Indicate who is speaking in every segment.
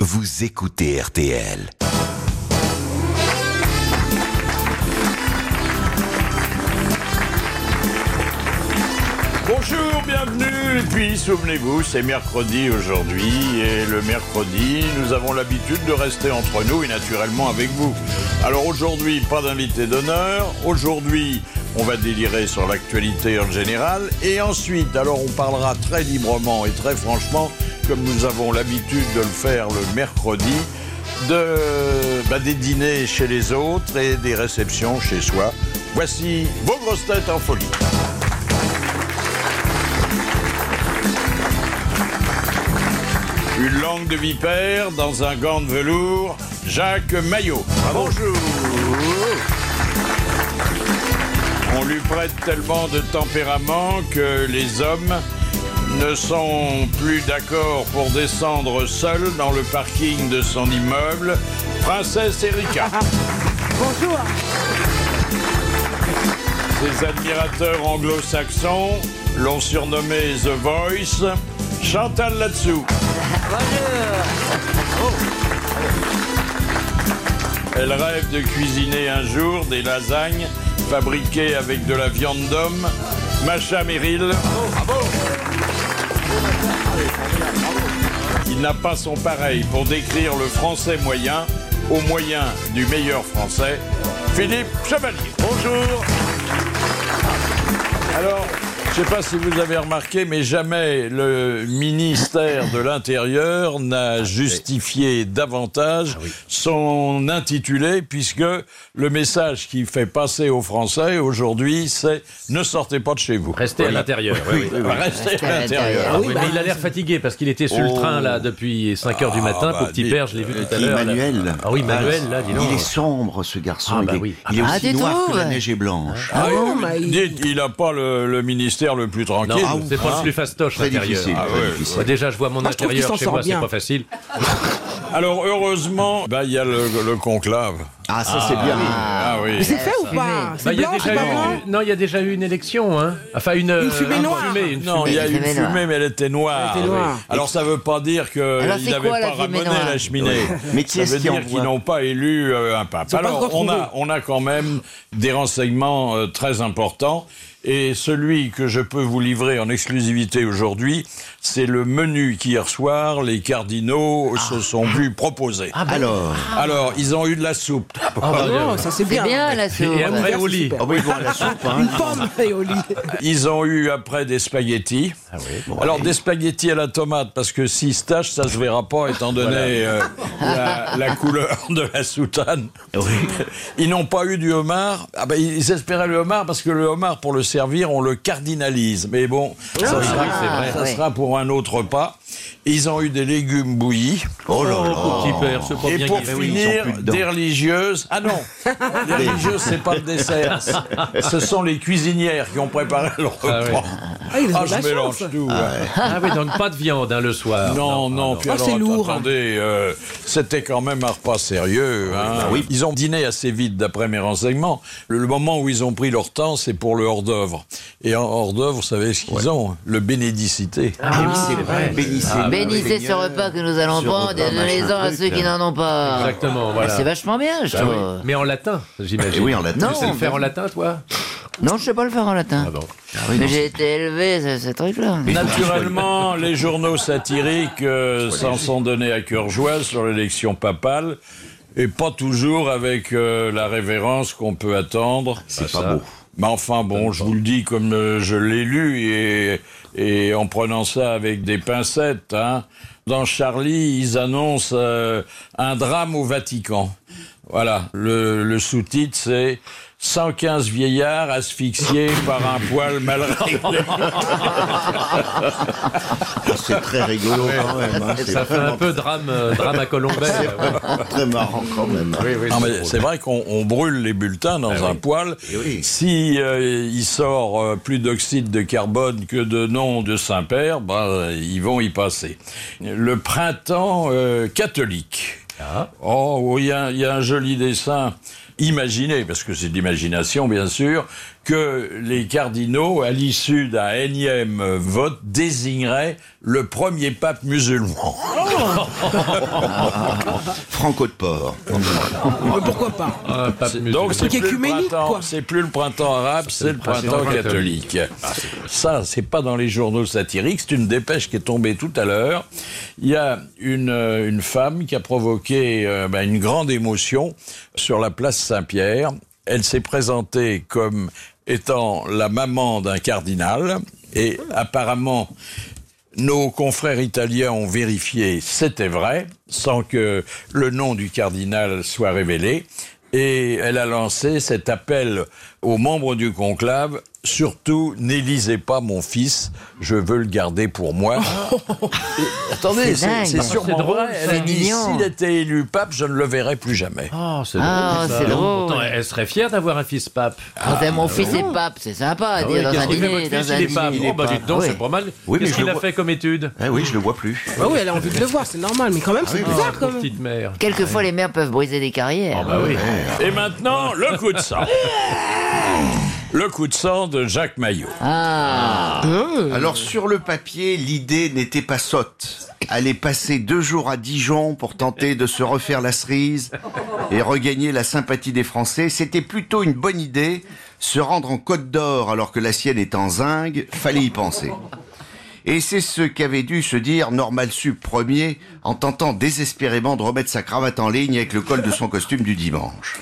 Speaker 1: Vous écoutez RTL.
Speaker 2: Bonjour, bienvenue. Et puis, souvenez-vous, c'est mercredi aujourd'hui. Et le mercredi, nous avons l'habitude de rester entre nous et naturellement avec vous. Alors aujourd'hui, pas d'invité d'honneur. Aujourd'hui, on va délirer sur l'actualité en général. Et ensuite, alors on parlera très librement et très franchement, comme nous avons l'habitude de le faire le mercredi, de, bah, des dîners chez les autres et des réceptions chez soi. Voici vos grosses têtes en folie. Une langue de vipère dans un gant de velours, Jacques Maillot. Bonjour. On lui prête tellement de tempérament que les hommes ne sont plus d'accord pour descendre seuls dans le parking de son immeuble, Princesse Erika.
Speaker 3: Bonjour.
Speaker 2: Ses admirateurs anglo-saxons l'ont surnommé The Voice. Chantal là-dessous. Elle rêve de cuisiner un jour des lasagnes fabriquées avec de la viande d'homme. Macha Meryl. Il n'a pas son pareil pour décrire le français moyen au moyen du meilleur français, Philippe Chevalier. Bonjour. Alors, je ne sais pas si vous avez remarqué, mais jamais le ministère de l'Intérieur
Speaker 4: Ah,
Speaker 2: n'a justifié davantage son intitulé, puisque le message qu'il fait passer aux Français aujourd'hui, c'est ne sortez pas de chez vous.
Speaker 4: Restez à
Speaker 2: Voilà.
Speaker 4: l'intérieur. oui, oui.
Speaker 2: Restez à l'intérieur.
Speaker 4: Ah oui, mais
Speaker 3: bah,
Speaker 4: il a l'air fatigué parce qu'il était sur le
Speaker 2: Oh.
Speaker 4: train là depuis 5
Speaker 5: Ah,
Speaker 4: heures du matin.
Speaker 2: bah,
Speaker 4: Pour petit
Speaker 2: dis-
Speaker 4: père, je l'ai vu tout à
Speaker 5: Et
Speaker 4: l'heure. là.
Speaker 5: euh, Manuel.
Speaker 4: Ah oui, Manuel, là, dis donc.
Speaker 5: Il est sombre, ce garçon.
Speaker 4: Ah, bah
Speaker 5: il est,
Speaker 4: oui.
Speaker 5: il est
Speaker 6: Ah,
Speaker 5: aussi
Speaker 6: tu
Speaker 5: noir que la
Speaker 6: trouves
Speaker 5: neige est blanche.
Speaker 2: Ah,
Speaker 3: bon,
Speaker 2: oui,
Speaker 3: bah, il-
Speaker 2: dites, il n'a pas le, le ministère le plus
Speaker 4: Non,
Speaker 2: tranquille.
Speaker 4: Ah, c'est pas le plus fastoche
Speaker 5: Ah, Très
Speaker 4: l'intérieur.
Speaker 5: difficile.
Speaker 2: Ah
Speaker 5: très
Speaker 2: ouais,
Speaker 5: difficile.
Speaker 4: Bah, Déjà, je vois mon
Speaker 3: je trouve qu'il
Speaker 4: intérieur
Speaker 3: s'en
Speaker 4: chez
Speaker 3: sort
Speaker 4: moi, c'est
Speaker 3: bien.
Speaker 4: pas facile.
Speaker 2: Alors heureusement, bah, il y a le, le conclave.
Speaker 5: Ah, ça, c'est bien.
Speaker 2: Ah oui.
Speaker 3: Mais c'est fait ou pas
Speaker 4: Bah,
Speaker 3: C'est
Speaker 4: il y a
Speaker 3: blanc, c'est
Speaker 4: déjà
Speaker 3: pas
Speaker 4: eu-
Speaker 3: blanc
Speaker 4: non, il y a déjà eu une élection, hein. Enfin, une, euh,
Speaker 3: fumée noire.
Speaker 4: fumée, une
Speaker 2: Non, il y a
Speaker 6: fumée.
Speaker 2: eu une
Speaker 6: Fumée noire.
Speaker 2: fumée, mais elle était noire.
Speaker 3: Elle était noire.
Speaker 2: Alors ça ne veut pas dire qu'ils
Speaker 6: Alors, c'est
Speaker 2: n'avaient
Speaker 6: quoi, la
Speaker 2: pas
Speaker 6: fumée
Speaker 2: ramené
Speaker 6: noire
Speaker 2: la cheminée.
Speaker 5: Mais qui
Speaker 2: ça
Speaker 5: est-ce
Speaker 2: veut
Speaker 5: qui
Speaker 2: dire
Speaker 5: envoie
Speaker 2: qu'ils n'ont pas élu euh, un pape.
Speaker 3: ont pas
Speaker 2: Alors on a,
Speaker 3: retrouvé.
Speaker 2: on a quand même des renseignements euh, très importants. Et celui que je peux vous livrer en exclusivité aujourd'hui, c'est le menu qu'hier soir, les cardinaux se sont vus proposer.
Speaker 5: Alors,
Speaker 2: Alors, ils ont eu de la soupe.
Speaker 4: Ah, bah,
Speaker 3: Non, ça c'est
Speaker 6: C'est
Speaker 3: bien.
Speaker 6: bien la
Speaker 4: et-
Speaker 6: soupe.
Speaker 4: et après au lit.
Speaker 5: ah oui, ils vont à la soupe. Hein.
Speaker 3: Une
Speaker 4: Ah,
Speaker 3: pomme et au lit.
Speaker 2: Ils ont eu après des spaghettis.
Speaker 5: Ah
Speaker 2: Alors des spaghettis à la tomate parce que si se tache, ça se verra pas étant donné euh, la, la couleur de la soutane. Ils n'ont pas eu du homard. Ah ben, ils espéraient le homard parce que le homard pour le servir, on le cardinalise. Mais bon,
Speaker 5: Ah,
Speaker 2: ça, sera, ça
Speaker 6: oui.
Speaker 2: sera pour un autre pas. Ils ont eu des légumes bouillis.
Speaker 5: Oh là là.
Speaker 4: Petit père, c'est pas
Speaker 2: Et
Speaker 4: bien
Speaker 2: pour
Speaker 4: qu'il-
Speaker 2: finir,
Speaker 5: plus dedans.
Speaker 2: des religieuses. Ah non, les religieuses, c'est pas le dessert. Ce sont les cuisinières qui ont préparé le repas.
Speaker 4: ouais.
Speaker 3: Ah, ils ont
Speaker 2: Ah,
Speaker 3: de
Speaker 2: je
Speaker 3: la
Speaker 2: mélange
Speaker 3: chance.
Speaker 2: tout.
Speaker 4: Ah oui, donc pas de viande hein, le soir.
Speaker 2: Non, non, puis
Speaker 3: Ah,
Speaker 2: alors,
Speaker 3: c'est
Speaker 2: att-
Speaker 3: lourd.
Speaker 2: attendez, euh, c'était quand même un repas sérieux. hein. Ils ont dîné assez vite, d'après mes renseignements. Le, le moment où ils ont pris leur temps, c'est pour le hors-d'œuvre. Et en hors-d'œuvre, vous savez ce qu'ils ont Le bénédicité.
Speaker 5: Ah oui, c'est vrai. Bénissez.
Speaker 4: Ah bah
Speaker 6: Bénissez ce
Speaker 5: Seigneur.
Speaker 6: repas que nous allons
Speaker 5: Ce
Speaker 6: prendre
Speaker 5: repas,
Speaker 6: et donnez-en à
Speaker 5: machin,
Speaker 6: ceux qui
Speaker 5: truc,
Speaker 6: n'en ont pas.
Speaker 4: Exactement, voilà.
Speaker 6: Ah, C'est vachement bien, je
Speaker 4: Ah oui.
Speaker 6: trouve.
Speaker 4: Mais en latin,
Speaker 5: Eh
Speaker 4: j'imagine.
Speaker 5: oui, en latin.
Speaker 6: Non.
Speaker 4: Tu sais le faire en latin, toi
Speaker 6: Non, je sais pas le faire en latin.
Speaker 4: Ah bon.
Speaker 6: Mais j'ai été élevé, ce, ce truc-là.
Speaker 2: Naturellement, les journaux satiriques euh, s'en sont donnés à cœur joie sur l'élection papale. Et pas toujours avec euh, la révérence qu'on peut attendre.
Speaker 5: C'est pas beau.
Speaker 2: Mais enfin, bon, je vous le dis comme euh, je l'ai lu et, et en prenant ça avec des pincettes. Hein. Dans Charlie, ils annoncent euh, un drame au Vatican. Voilà, le, le sous-titre, c'est 115 vieillards asphyxiés par un poil mal réglé.
Speaker 5: Ah, C'est très rigolo quand même. hein. C'est
Speaker 4: Ça fait un
Speaker 5: vraiment
Speaker 4: peu drame, euh, drame à Colombelle.
Speaker 5: très marrant quand même. hein.
Speaker 2: Non, mais c'est vrai qu'on on brûle les bulletins dans un poêle.
Speaker 5: Eh oui.
Speaker 2: Si euh, il sort euh, plus d'oxyde de carbone que de nom de Saint-Père, ben, euh, ils vont y passer. Le printemps euh, catholique.
Speaker 5: Ah.
Speaker 2: Oh, oui, il y, a- il y a un joli dessin imaginé, parce que c'est de l'imagination, bien sûr, que les cardinaux, à l'issue d'un énième vote, désigneraient le premier pape musulman.
Speaker 7: Oh.
Speaker 5: Franco de Port.
Speaker 3: Mais Pourquoi pas
Speaker 2: Ah,
Speaker 4: Un pape musulman.
Speaker 2: Donc c'est
Speaker 3: truc
Speaker 2: plus, le
Speaker 3: écuménique,
Speaker 2: printemps-
Speaker 3: quoi.
Speaker 2: c'est plus le printemps arabe, c'est le printemps catholique.
Speaker 4: Ah,
Speaker 2: Ça, c'est pas dans les journaux satiriques, c'est une dépêche qui est tombée tout à l'heure. Il y a une, euh, une femme qui a provoqué euh, bah, une grande émotion sur la place Saint-Pierre. Elle s'est présentée comme étant la maman d'un cardinal et apparemment nos confrères italiens ont vérifié, c'était vrai, sans que le nom du cardinal soit révélé. Et elle a lancé cet appel aux membres du conclave, surtout n'élisez pas mon fils, je veux le garder pour moi. Et- attendez,
Speaker 6: C'est
Speaker 2: c'est
Speaker 6: dingue.
Speaker 2: c'est sûrement
Speaker 4: C'est drôle,
Speaker 2: vrai. Elle
Speaker 4: ça.
Speaker 2: a dit,
Speaker 6: Mignon.
Speaker 2: s'il était élu pape, je ne le verrai plus jamais.
Speaker 4: Ah, c'est
Speaker 6: Ah,
Speaker 4: ça.
Speaker 6: c'est drôle.
Speaker 4: Pourtant, elle serait fière d'avoir un fils pape.
Speaker 6: Quand c'est mon fils est pape, c'est sympa à dire dans un
Speaker 4: Ah Qu'est-ce qu'il fait, votre
Speaker 6: dîner.
Speaker 4: fils,
Speaker 6: Dans un
Speaker 4: il est pape.
Speaker 6: dîner.
Speaker 4: Oh, bah, dites donc,
Speaker 6: Oui.
Speaker 4: c'est pas mal.
Speaker 5: Oui, mais
Speaker 4: Qu'est-ce
Speaker 5: je
Speaker 4: qu'il
Speaker 5: le
Speaker 4: a
Speaker 5: vois-
Speaker 4: fait comme étude
Speaker 5: Ah oui, je le vois plus.
Speaker 3: Bah oui, elle a envie de le voir, c'est normal, mais quand même, c'est
Speaker 4: Ah,
Speaker 3: bizarre
Speaker 4: pauvre
Speaker 3: quand même.
Speaker 4: petite mère.
Speaker 6: Quelquefois, les mères peuvent briser des carrières.
Speaker 4: Ah, bah oui.
Speaker 2: Et maintenant, le coup de sang. Le coup de sang de Jacques Maillot.
Speaker 6: Ah,
Speaker 5: Alors sur le papier, l'idée n'était pas sotte. Aller passer deux jours à Dijon pour tenter de se refaire la cerise et regagner la sympathie des Français, c'était plutôt une bonne idée. Se rendre en Côte d'Or alors que la sienne est en zingue, fallait y penser. Et c'est ce qu'avait dû se dire Normal Sup premier en tentant désespérément de remettre sa cravate en ligne avec le col de son costume du dimanche.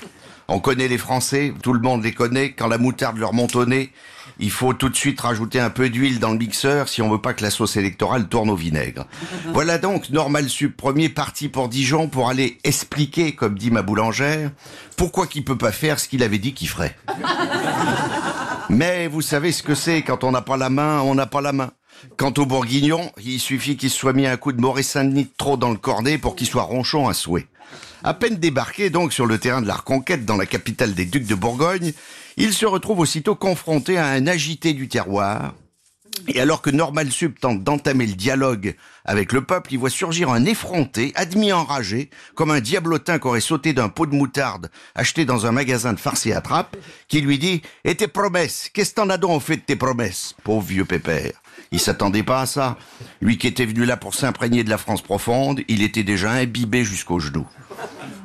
Speaker 5: On connaît les Français, tout le monde les connaît, quand la moutarde leur monte au nez, il faut tout de suite rajouter un peu d'huile dans le mixeur si on veut pas que la sauce électorale tourne au vinaigre. Voilà donc Normal Sup premier parti pour Dijon pour aller expliquer, comme dit ma boulangère, pourquoi qu'il peut pas faire ce qu'il avait dit qu'il ferait. Mais vous savez ce que c'est, quand on n'a pas la main, on n'a pas la main. Quant aux bourguignons, il suffit qu'il se soit mis un coup de Maurice Saint-Denis de trop dans le cornet pour qu'il soit ronchon à souhait. À peine débarqué donc sur le terrain de la reconquête dans la capitale des ducs de Bourgogne, il se retrouve aussitôt confronté à un agité du terroir. Et alors que Normal Sub tente d'entamer le dialogue avec le peuple, il voit surgir un effronté, admis enragé, comme un diablotin qui aurait sauté d'un pot de moutarde acheté dans un magasin de farce et attrape, qui lui dit « Et tes promesses Qu'est-ce que t'en as donc fait de tes promesses ?» Pauvre vieux pépère. Il s'attendait pas à ça. Lui qui était venu là pour s'imprégner de la France profonde, il était déjà imbibé jusqu'aux genoux.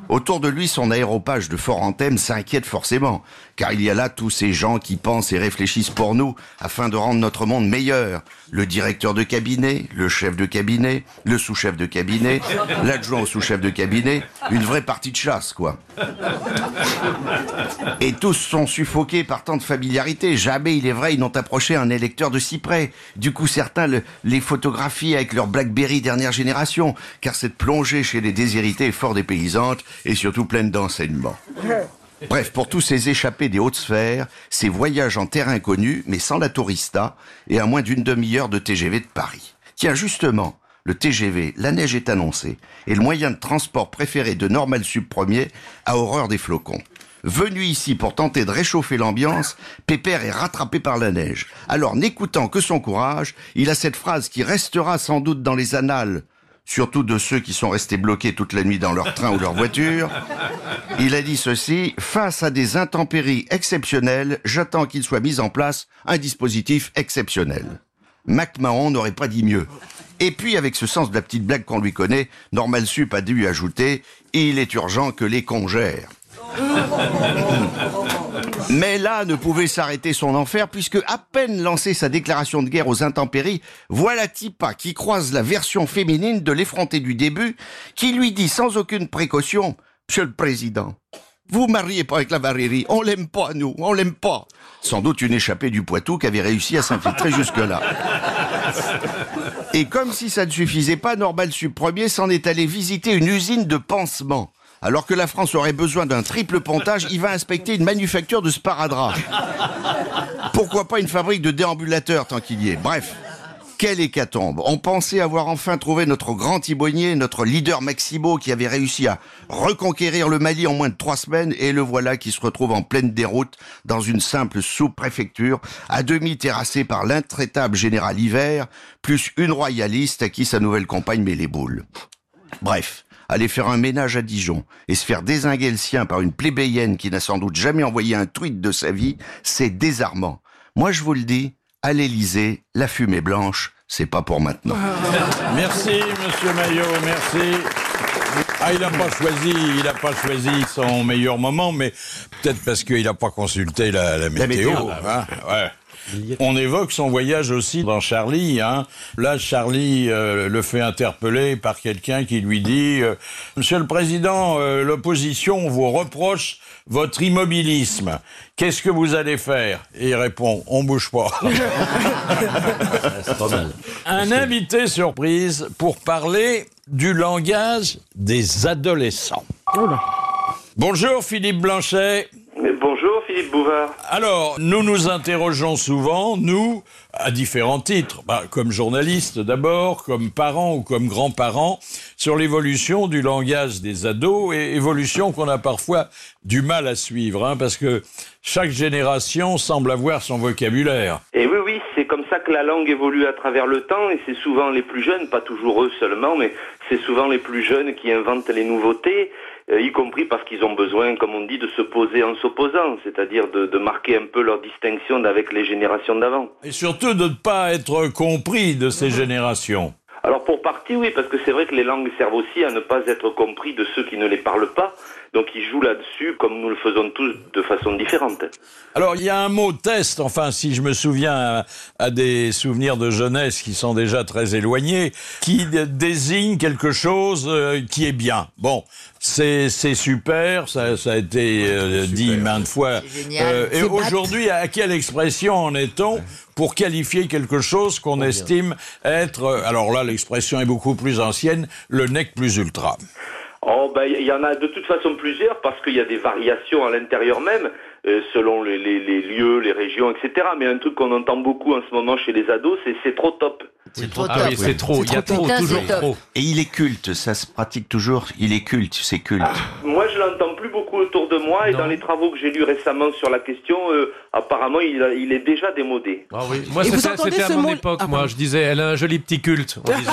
Speaker 5: Autour de lui, son aéropage de Fort Anthem s'inquiète forcément, car il y a là tous ces gens qui pensent et réfléchissent pour nous afin de rendre notre monde meilleur. Le directeur de cabinet, le chef de cabinet, le sous-chef de cabinet, l'adjoint au sous-chef de cabinet, une vraie partie de chasse, quoi. Et tous sont suffoqués par tant de familiarité. Jamais, il est vrai, ils n'ont approché un électeur de si près. Du coup, certains le- les photographient avec leur Blackberry dernière génération, car cette plongée chez les déshérités est fort dépaysante et surtout pleine d'enseignements.
Speaker 8: 네.
Speaker 5: Bref, pour tous ces échappés des hautes sphères, ces voyages en terre inconnue, mais sans la tourista, et à moins d'une demi-heure de TGV de Paris. Tiens, justement, le TGV, la neige est annoncée, et le moyen de transport préféré de Normal Sub Premier a horreur des flocons. Venu ici pour tenter de réchauffer l'ambiance, Pépère est rattrapé par la neige. Alors, n'écoutant que son courage, il a cette phrase qui restera sans doute dans les annales, surtout de ceux qui sont restés bloqués toute la nuit dans leur train ou leur voiture. Il a dit ceci, face à des intempéries exceptionnelles, j'attends qu'il soit mis en place un dispositif exceptionnel. MacMahon n'aurait pas dit mieux. Et puis, avec ce sens de la petite blague qu'on lui connaît, Normal Sup a dû ajouter, il est urgent que les congères. Mais là ne pouvait s'arrêter son enfer puisque à peine lancé sa déclaration de guerre aux intempéries, voilà Tipa qui croise la version féminine de l'effronté du début qui lui dit sans aucune précaution Monsieur le Président, vous mariez pas avec la Valérie, on l'aime pas nous, on l'aime pas. Sans doute une échappée du Poitou qui avait réussi à s'infiltrer jusque-là. Et comme si ça ne suffisait pas, Normal Sup Premier s'en est allé visiter une usine de pansement. Alors que la France aurait besoin d'un triple pontage, il va inspecter une manufacture de sparadrap. Pourquoi pas une fabrique de déambulateurs tant qu'il y est Bref, quelle hécatombe On pensait avoir enfin trouvé notre grand timonier, notre leader Maximo qui avait réussi à reconquérir le Mali en moins de trois semaines et le voilà qui se retrouve en pleine déroute dans une simple sous-préfecture, à demi terrassée par l'intraitable général Hiver, plus une royaliste à qui sa nouvelle compagne met les boules. Bref, aller faire un ménage à Dijon et se faire désinguer le sien par une plébéienne qui n'a sans doute jamais envoyé un tweet de sa vie, c'est désarmant. Moi, je vous le dis, à l'Élysée, la fumée blanche, c'est pas pour maintenant.
Speaker 2: Merci, monsieur Maillot, merci. Ah, il n'a pas choisi, il n'a pas choisi son meilleur moment, mais peut-être parce qu'il n'a pas consulté la, la météo.
Speaker 5: météo.
Speaker 2: hein, ouais. On évoque son voyage aussi dans Charlie. Hein. Là, Charlie euh, le fait interpeller par quelqu'un qui lui dit euh, Monsieur le Président, euh, l'opposition vous reproche votre immobilisme. Qu'est-ce que vous allez faire ?» Et il répond « On bouge pas ».
Speaker 4: C'est pas mal.
Speaker 2: Un invité surprise pour parler du langage des adolescents. Bonjour Philippe Blanchet.
Speaker 9: Mais bonjour Philippe Bouvard.
Speaker 2: Alors, nous nous interrogeons souvent, nous, à différents titres, bah, comme journalistes d'abord, comme parents ou comme grands-parents, sur l'évolution du langage des ados, et évolution qu'on a parfois du mal à suivre, hein, parce que chaque génération semble avoir son vocabulaire.
Speaker 9: Et oui, oui, c'est comme ça que la langue évolue à travers le temps et c'est souvent les plus jeunes, pas toujours eux seulement, mais c'est souvent les plus jeunes qui inventent les nouveautés, euh, y compris parce qu'ils ont besoin, comme on dit, de se poser en s'opposant, c'est-à-dire de, de marquer un peu leur distinction avec les générations d'avant.
Speaker 2: Et surtout de ne pas être compris de ces générations.
Speaker 9: Alors pour partie, oui, parce que c'est vrai que les langues servent aussi à ne pas être compris de ceux qui ne les parlent pas, donc ils jouent là-dessus comme nous le faisons tous de façon différente.
Speaker 2: Alors, il y a un mot test, enfin, si je me souviens à, à des souvenirs de jeunesse qui sont déjà très éloignés, qui dé- désigne quelque chose euh, qui est bien. Bon, c'est c'est super, ça, ça a été euh, dit maintes fois. Euh,
Speaker 6: C'est génial.
Speaker 2: et
Speaker 6: C'est bat.
Speaker 2: aujourd'hui, à quelle expression en est-on pour qualifier quelque chose qu'on estime être, euh, alors là, l'expression est beaucoup plus ancienne, le nec plus ultra
Speaker 9: Oh ben il y en a de toute façon plusieurs parce qu'il y a des variations à l'intérieur même euh, selon les, les- les lieux, les régions, etc. Mais un truc qu'on entend beaucoup en ce moment chez les ados, c'est c'est trop top.
Speaker 6: C'est trop
Speaker 4: ah
Speaker 6: top.
Speaker 4: oui, c'est trop. Il y a
Speaker 6: trop
Speaker 4: trop,
Speaker 6: top.
Speaker 4: toujours
Speaker 6: Putain, c'est
Speaker 4: trop.
Speaker 5: Et il est culte, ça se pratique toujours. Il est culte, c'est culte.
Speaker 9: Moi je l'entends plus beaucoup autour de moi et dans les travaux que j'ai lus récemment sur la question, euh, apparemment il, a- il est déjà démodé.
Speaker 4: Ah oui. Moi,
Speaker 3: Et vous
Speaker 4: c'était
Speaker 3: entendez
Speaker 4: c'était à
Speaker 3: ce
Speaker 4: mon
Speaker 3: mot-
Speaker 4: époque,
Speaker 3: Ah,
Speaker 4: moi.
Speaker 3: pardon.
Speaker 4: Je disais, elle a un joli petit culte. On disait.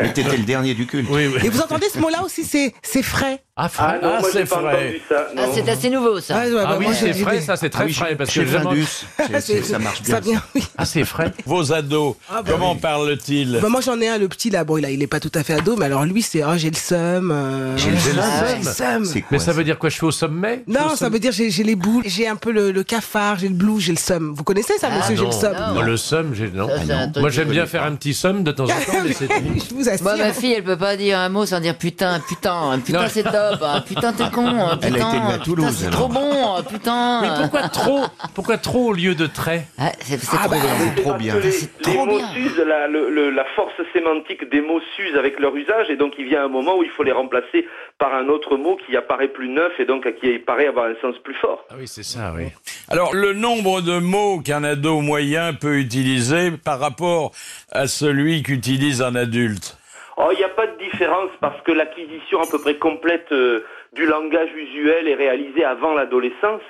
Speaker 5: Mais t'étais le dernier du culte.
Speaker 4: Oui, oui.
Speaker 3: Et vous entendez ce mot-là aussi, c'est c'est frais.
Speaker 4: Ah,
Speaker 9: Ah
Speaker 4: frais.
Speaker 9: non,
Speaker 2: Ah,
Speaker 9: moi j'ai
Speaker 2: c'est
Speaker 9: pas
Speaker 2: vrai.
Speaker 9: entendu ça.
Speaker 6: Ah,
Speaker 9: non.
Speaker 6: c'est assez nouveau ça.
Speaker 3: Ouais, ouais,
Speaker 4: Ah
Speaker 3: bah,
Speaker 4: oui,
Speaker 3: moi,
Speaker 4: c'est
Speaker 3: j'ai-
Speaker 4: frais,
Speaker 3: j'ai-
Speaker 4: ça, c'est très
Speaker 5: oui,
Speaker 4: frais. Parce que
Speaker 5: chez
Speaker 4: vraiment-
Speaker 5: Findus, c'est- c'est- ça marche bien.
Speaker 3: Ça vient, oui.
Speaker 4: Ah, c'est frais.
Speaker 2: Vos ados,
Speaker 3: Ah bah
Speaker 2: comment parlent-ils
Speaker 3: Bah, moi j'en ai un, le petit là, bon il, a, il est pas tout à fait ado, mais alors lui c'est ah j'ai le seum. euh,
Speaker 5: J'ai le
Speaker 3: ouais,
Speaker 5: seum.
Speaker 3: seum.
Speaker 5: Ah, C'est quoi
Speaker 4: Mais ça veut dire quoi Je suis au sommet Je suis au
Speaker 3: Non, ça
Speaker 4: sommet
Speaker 3: veut dire j'ai j'ai les boules, j'ai un peu le, le cafard, j'ai le blues, j'ai le seum. Vous connaissez ça,
Speaker 6: Ah,
Speaker 3: monsieur, j'ai le
Speaker 4: non.
Speaker 3: seum
Speaker 6: Non.
Speaker 4: Non, le somme, j'ai non.
Speaker 6: Ça, c'est un truc
Speaker 4: Moi,
Speaker 6: que
Speaker 4: j'aime
Speaker 6: je
Speaker 4: bien faire un petit somme de temps en temps, mais c'est tout.
Speaker 3: Ah, Je vous assure.
Speaker 6: Moi, ma fille, elle peut pas dire un mot sans dire putain, putain, hein, putain,
Speaker 4: Non.
Speaker 6: c'est top, hein, putain, t'es con, hein, putain,
Speaker 5: Elle a été élevée à
Speaker 6: hein,
Speaker 5: Toulouse,
Speaker 6: putain, c'est
Speaker 5: alors.
Speaker 6: trop bon, hein, putain.
Speaker 4: Mais
Speaker 6: hein.
Speaker 4: pourquoi trop Pourquoi trop au lieu de trait
Speaker 6: Ah, c'est c'est
Speaker 3: Ah
Speaker 6: trop
Speaker 3: bah,
Speaker 6: bien.
Speaker 5: Trop
Speaker 9: parce
Speaker 5: bien.
Speaker 9: que Les, les
Speaker 6: trop
Speaker 9: mots
Speaker 6: bien.
Speaker 9: s'usent, la, le- le- la force sémantique des mots s'use avec leur usage, et donc il vient un moment où il faut les remplacer par un autre mot qui apparaît plus neuf et donc qui paraît avoir un sens plus fort.
Speaker 4: Ah oui, c'est ça, oui.
Speaker 2: Alors, le nombre de mots qu'un ado moyen peut utiliser par rapport à celui qu'utilise un adulte.
Speaker 9: Oh, il n'y a pas de différence parce que l'acquisition à peu près complète euh, du langage usuel est réalisée avant l'adolescence.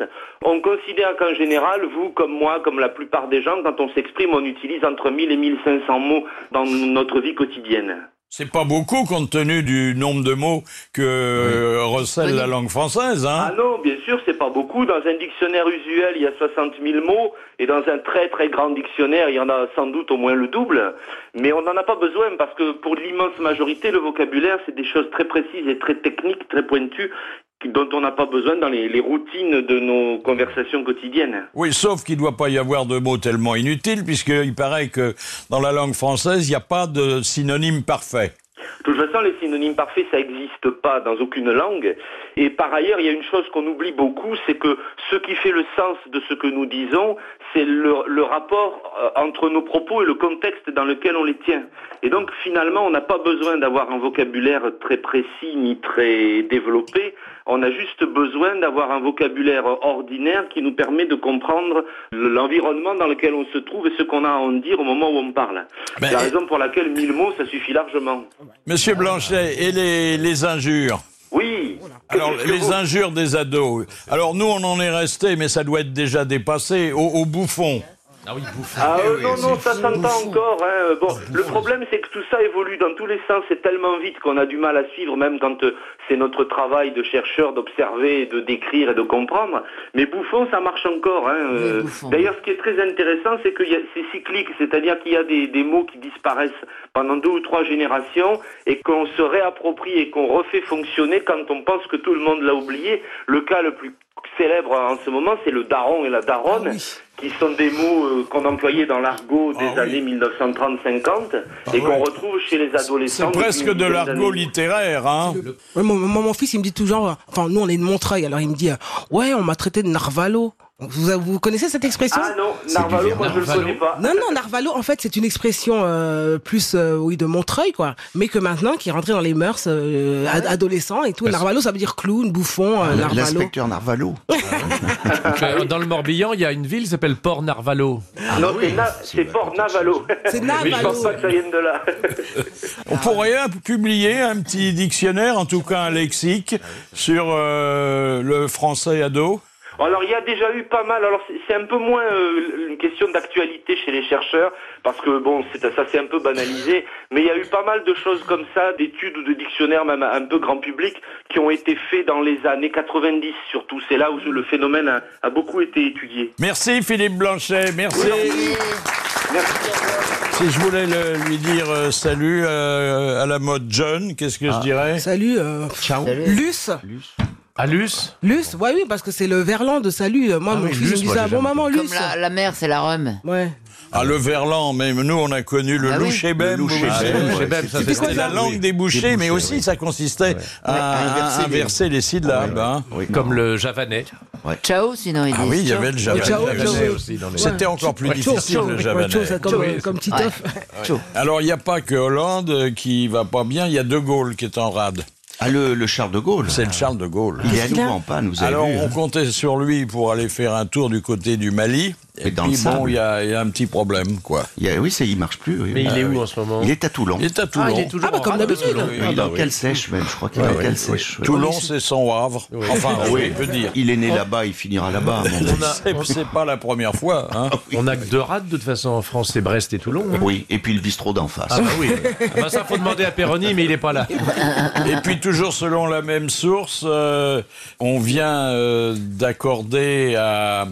Speaker 9: On considère qu'en général, vous comme moi, comme la plupart des gens, quand on s'exprime, on utilise entre 1000 et 1500 mots dans notre vie quotidienne.
Speaker 2: C'est pas beaucoup compte tenu du nombre de mots que euh, recèle la langue française,
Speaker 9: Ah
Speaker 2: hein.
Speaker 9: non, bien sûr, c'est pas beaucoup. Dans un dictionnaire usuel, il y a 60 000 mots, et dans un très très grand dictionnaire, il y en a sans doute au moins le double. Mais on n'en a pas besoin parce que pour l'immense majorité, le vocabulaire, c'est des choses très précises et très techniques, très pointues, qui- dont on n'a pas besoin dans les, les routines de nos conversations quotidiennes.
Speaker 2: Oui, sauf qu'il ne doit pas y avoir de mots tellement inutiles, puisqu'il paraît que dans la langue française, il n'y a pas de synonyme parfait.
Speaker 9: De toute façon, les synonymes parfaits, ça n'existe pas dans aucune langue. Et par ailleurs, il y a une chose qu'on oublie beaucoup, c'est que ce qui fait le sens de ce que nous disons, c'est le, le rapport euh, entre nos propos et le contexte dans lequel on les tient. Et donc, finalement, on n'a pas besoin d'avoir un vocabulaire très précis ni très développé. On a juste besoin d'avoir un vocabulaire ordinaire qui nous permet de comprendre le- l'environnement dans lequel on se trouve et ce qu'on a à en dire au moment où on parle.
Speaker 2: Ben,
Speaker 9: C'est la raison pour laquelle 1000 mots, ça suffit largement.
Speaker 2: Monsieur Blanchet, et les, les injures
Speaker 9: Oui.
Speaker 2: alors,
Speaker 9: Que- que
Speaker 2: les
Speaker 9: vous-
Speaker 2: injures des ados. Alors, nous, on en est resté, mais ça doit être déjà dépassé, au, au bouffon.
Speaker 4: Ah oui, bouffon.
Speaker 9: Ah
Speaker 5: Eh
Speaker 9: euh,
Speaker 5: oui,
Speaker 9: non,
Speaker 5: c'est
Speaker 9: non, ça
Speaker 5: fou,
Speaker 9: s'entend
Speaker 5: fou.
Speaker 9: encore. hein. Bon, le problème, c'est que tout ça évolue dans tous les sens. C'est tellement vite qu'on a du mal à suivre, même quand euh, c'est notre travail de chercheur d'observer, de décrire et de comprendre. Mais Bouffon, ça marche encore. hein. Euh,
Speaker 6: Oui, Bouffon.
Speaker 9: D'ailleurs, ce qui est très intéressant, c'est que c'est cyclique, c'est-à-dire qu'il y a des, des mots qui disparaissent pendant deux ou trois générations et qu'on se réapproprie et qu'on refait fonctionner quand on pense que tout le monde l'a oublié. Le cas le plus célèbre en ce moment, c'est le daron et la daronne
Speaker 3: Ah oui.
Speaker 9: qui sont des mots euh, qu'on employait dans l'argot des
Speaker 2: Ah oui. Ah
Speaker 9: années 1930-50 et qu'on
Speaker 2: ouais.
Speaker 9: retrouve chez les adolescents.
Speaker 2: C'est
Speaker 9: depuis
Speaker 2: presque
Speaker 9: une
Speaker 2: de
Speaker 9: dizaine
Speaker 2: l'argot
Speaker 9: d'années.
Speaker 2: littéraire, hein
Speaker 3: Ouais, mon, mon, mon fils, il me dit toujours, euh, enfin, nous, on est de Montreuil, alors il me dit, euh, ouais, on m'a traité de narvalo. Vous, vous connaissez cette expression
Speaker 9: Ah non, Narvalo, moi je le
Speaker 4: Narvalo.
Speaker 9: connais pas.
Speaker 3: Non, non, narvalo, en fait, c'est une expression euh, plus, euh, oui, de Montreuil, quoi, mais que maintenant, qui est rentrée dans les mœurs euh, ad- adolescents et tout. Narvalo, ça veut dire clown, bouffon,
Speaker 4: Ah,
Speaker 3: euh, narvalo.
Speaker 5: L'inspecteur Narvalo.
Speaker 4: Donc, euh, Dans le Morbihan, il y a une ville qui s'appelle Port-Narvalo.
Speaker 9: Ah
Speaker 2: Ah
Speaker 9: non, c'est Na- c'est Port Navalo.
Speaker 3: C'est
Speaker 9: Mais je pense
Speaker 3: narvalo.
Speaker 9: pas que ça vienne de là.
Speaker 2: On pourrait euh, publier un petit dictionnaire, en tout cas un lexique, sur euh, le français ado.
Speaker 9: Alors il y a déjà eu pas mal. Alors c'est- c'est un peu moins euh, une question d'actualité chez les chercheurs parce que bon, c'est ça c'est un peu banalisé, mais il y a eu pas mal de choses comme ça, d'études ou de dictionnaires même un peu grand public qui ont été faits dans les années 90 surtout. C'est là où le phénomène a, a beaucoup été étudié.
Speaker 2: Merci Philippe Blanchet, merci.
Speaker 9: Merci.
Speaker 2: Si je voulais le- lui dire euh, salut euh, à la mode John, qu'est-ce que
Speaker 3: Ah.
Speaker 2: je dirais Ah,
Speaker 3: Salut, euh,
Speaker 4: Ah. Ciao.
Speaker 3: Luce.
Speaker 4: À Luce
Speaker 3: Luce, ouais, oui, parce que c'est le verlan de salut. Moi,
Speaker 4: Ah
Speaker 3: mon
Speaker 4: oui,
Speaker 3: fils, il me
Speaker 4: Luce, moi,
Speaker 3: disait, ah,
Speaker 4: j'ai
Speaker 3: bon,
Speaker 4: jamais
Speaker 3: maman,
Speaker 6: Comme
Speaker 3: Luce.
Speaker 6: la, la mer, c'est la rhum.
Speaker 3: Ouais.
Speaker 2: Ah, le verlan, mais nous on a connu le
Speaker 6: Ah oui.
Speaker 2: louchébem.
Speaker 5: Le
Speaker 2: vous
Speaker 5: louchébem,
Speaker 2: savez.
Speaker 5: ouais.
Speaker 4: Chez Beb, ça,
Speaker 2: C'était
Speaker 4: c'était
Speaker 2: la langue des bouchers, mais aussi ça consistait à,
Speaker 5: Ouais, à inverser
Speaker 2: à inverser les
Speaker 3: Ah
Speaker 2: syllabes. hein.
Speaker 5: Oui.
Speaker 4: Comme le javanais.
Speaker 6: Ciao, sinon ils disent.
Speaker 2: Ah oui, il y
Speaker 6: Ciao.
Speaker 2: avait le
Speaker 3: Et
Speaker 2: javanais.
Speaker 3: ciao,
Speaker 2: Le
Speaker 3: ciao.
Speaker 2: javanais.
Speaker 4: aussi dans les-
Speaker 2: C'était encore plus
Speaker 3: Tcho,
Speaker 2: difficile
Speaker 3: tcho,
Speaker 2: le
Speaker 3: ouais,
Speaker 2: javanais.
Speaker 3: tcho, ça, comme,
Speaker 4: Oui,
Speaker 3: comme
Speaker 6: Ouais.
Speaker 3: Titoff.
Speaker 2: Alors il n'y a pas que Hollande euh, qui va pas bien, il y a De Gaulle qui est en rade.
Speaker 5: Ah, le, le Charles de Gaulle.
Speaker 2: C'est le Charles De Gaulle.
Speaker 5: Il est à nouveau en panne, vous avez
Speaker 2: Alors,
Speaker 5: vu.
Speaker 2: on
Speaker 5: hein.
Speaker 2: comptait sur lui pour aller faire un tour du côté du Mali. Et
Speaker 5: Mais dans
Speaker 2: puis,
Speaker 5: le
Speaker 2: bon,
Speaker 5: sable.
Speaker 2: il y, a il y a un petit problème, quoi.
Speaker 5: Il y a- oui, c'est, il marche plus. oui.
Speaker 4: Mais il est
Speaker 5: Ah,
Speaker 4: où
Speaker 5: oui.
Speaker 4: en ce moment
Speaker 5: Il est à Toulon.
Speaker 2: Il est à Toulon.
Speaker 4: Ah, il est toujours
Speaker 3: Ah, bah,
Speaker 4: en
Speaker 3: comme
Speaker 4: rade,
Speaker 3: d'habitude.
Speaker 4: Toulon, oui.
Speaker 5: Il est
Speaker 2: Ah,
Speaker 5: dans
Speaker 2: oui.
Speaker 5: quelle sèche même, je crois qu'il est
Speaker 2: Ah,
Speaker 5: dans
Speaker 2: oui,
Speaker 5: quelle
Speaker 2: oui.
Speaker 5: sèche. ouais.
Speaker 2: Toulon, c'est son Havre. Enfin, oui, on peut dire.
Speaker 5: Ah Il est né là-bas, il
Speaker 2: Ah,
Speaker 5: finira là-bas. à mon avis.
Speaker 4: On a-
Speaker 2: C'est- C'est pas la première fois. hein.
Speaker 4: On a que deux rades de toute façon en France, c'est Brest et Toulon. hein.
Speaker 5: Oui, et puis le bistrot d'en face.
Speaker 4: Ah bah oui. Ah bah ça faut demander à Perroni, mais il est pas là.
Speaker 2: Et puis toujours selon la même source, euh, on vient euh, d'accorder à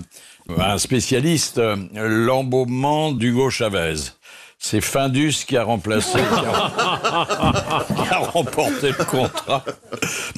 Speaker 2: un spécialiste euh, l'embaumement d'Hugo Chavez. C'est Findus qui a remplacé, qui a, qui a remporté le contrat.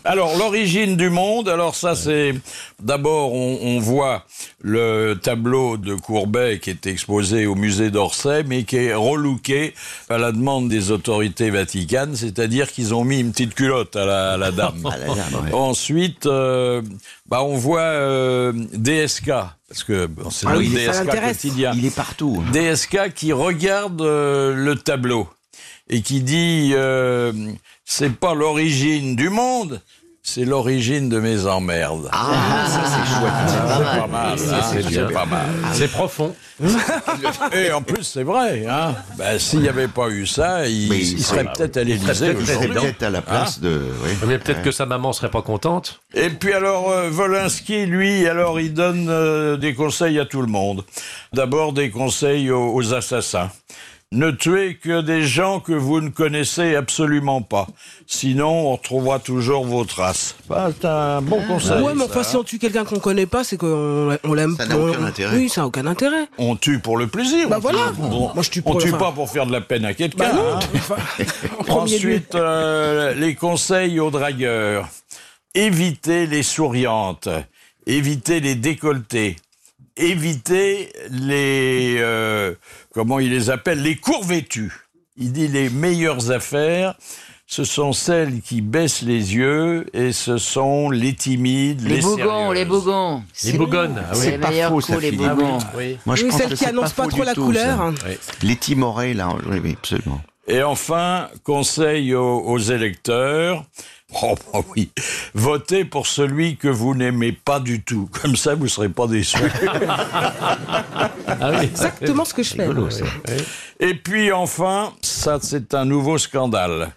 Speaker 2: Alors l'origine du monde, alors ça c'est d'abord on, on voit le tableau de Courbet qui est exposé au musée d'Orsay, mais qui est relooké à la demande des autorités vaticanes, c'est-à-dire qu'ils ont mis une petite culotte à la, à la dame.
Speaker 5: Ah, là, là, ouais.
Speaker 2: Ensuite, euh, bah, on voit euh, DSK, parce que bon, c'est
Speaker 3: Ah
Speaker 2: le
Speaker 3: oui, ça
Speaker 2: DSK
Speaker 3: l'intéresse.
Speaker 2: quotidien.
Speaker 5: Il est partout.
Speaker 2: DSK qui regarde euh, le tableau et qui dit euh, c'est pas l'origine du monde, c'est l'origine de mes emmerdes.
Speaker 5: Ah, ça c'est chouette.
Speaker 2: c'est pas mal, hein,
Speaker 4: c'est bien. Ah,
Speaker 2: c'est pas mal.
Speaker 4: C'est profond.
Speaker 2: Et en plus, c'est vrai. Hein. Ben, S'il n'y avait pas eu ça, il,
Speaker 5: Mais
Speaker 2: il
Speaker 5: il
Speaker 2: serait
Speaker 5: serait-
Speaker 2: peut-être à l'Élysée
Speaker 4: peut-être-
Speaker 5: Il serait
Speaker 2: aujourd'hui. hein. Ah.
Speaker 5: peut-être à la place de. oui.
Speaker 4: Mais peut-être que sa maman serait pas contente.
Speaker 2: Et puis alors, euh, Volinsky, lui, alors il donne euh, des conseils à tout le monde. D'abord des conseils aux, aux assassins. Ne tuez que des gens que vous ne connaissez absolument pas. Sinon, on retrouvera toujours vos traces. Bah, c'est un
Speaker 3: Ah.
Speaker 2: bon conseil.
Speaker 3: Ouais, mais
Speaker 2: ça,
Speaker 3: enfin, si
Speaker 2: hein.
Speaker 3: on tue quelqu'un qu'on connaît pas, c'est qu'on on l'aime
Speaker 5: Ça
Speaker 3: pas.
Speaker 5: n'a aucun intérêt.
Speaker 3: Oui, ça n'a aucun intérêt.
Speaker 2: On tue pour le plaisir.
Speaker 3: Bah
Speaker 2: on
Speaker 3: voilà.
Speaker 2: tue pour-
Speaker 3: Moi, je tue
Speaker 2: on
Speaker 3: pour-
Speaker 2: tue
Speaker 3: enfin-
Speaker 2: pas pour faire de la peine à quelqu'un.
Speaker 3: Bah non,
Speaker 2: hein.
Speaker 3: enfin, en premier lieu.
Speaker 2: Ensuite, euh, les conseils aux dragueurs. Évitez les souriantes, évitez les décolletés, évitez les... euh, comment il les appelle Les courvêtus. Il dit les meilleures affaires, ce sont celles qui baissent les yeux et ce sont les timides, les,
Speaker 6: Les bougons,
Speaker 2: sérieuses.
Speaker 6: les bougons.
Speaker 4: Les bougonnes. Ah oui.
Speaker 6: C'est le meilleur
Speaker 5: faux,
Speaker 6: coup,
Speaker 5: ça,
Speaker 6: les
Speaker 5: Philippe.
Speaker 6: bougons.
Speaker 4: Oui.
Speaker 5: Moi, je
Speaker 3: Oui,
Speaker 5: pense
Speaker 3: celle
Speaker 5: que
Speaker 3: qui
Speaker 5: c'est
Speaker 3: annonce
Speaker 5: faux
Speaker 3: pas, trop
Speaker 5: du
Speaker 3: la
Speaker 5: tout,
Speaker 3: couleur.
Speaker 5: ça.
Speaker 3: hein.
Speaker 5: Les timorés, là, oui, oui, absolument.
Speaker 2: Et enfin, conseil aux, aux électeurs. Oh, bah oui. Votez pour celui que vous n'aimez pas du tout. Comme ça, vous ne serez pas déçus.
Speaker 4: Ah oui.
Speaker 3: Exactement ce que je fais.
Speaker 2: Et puis enfin, ça c'est un nouveau scandale.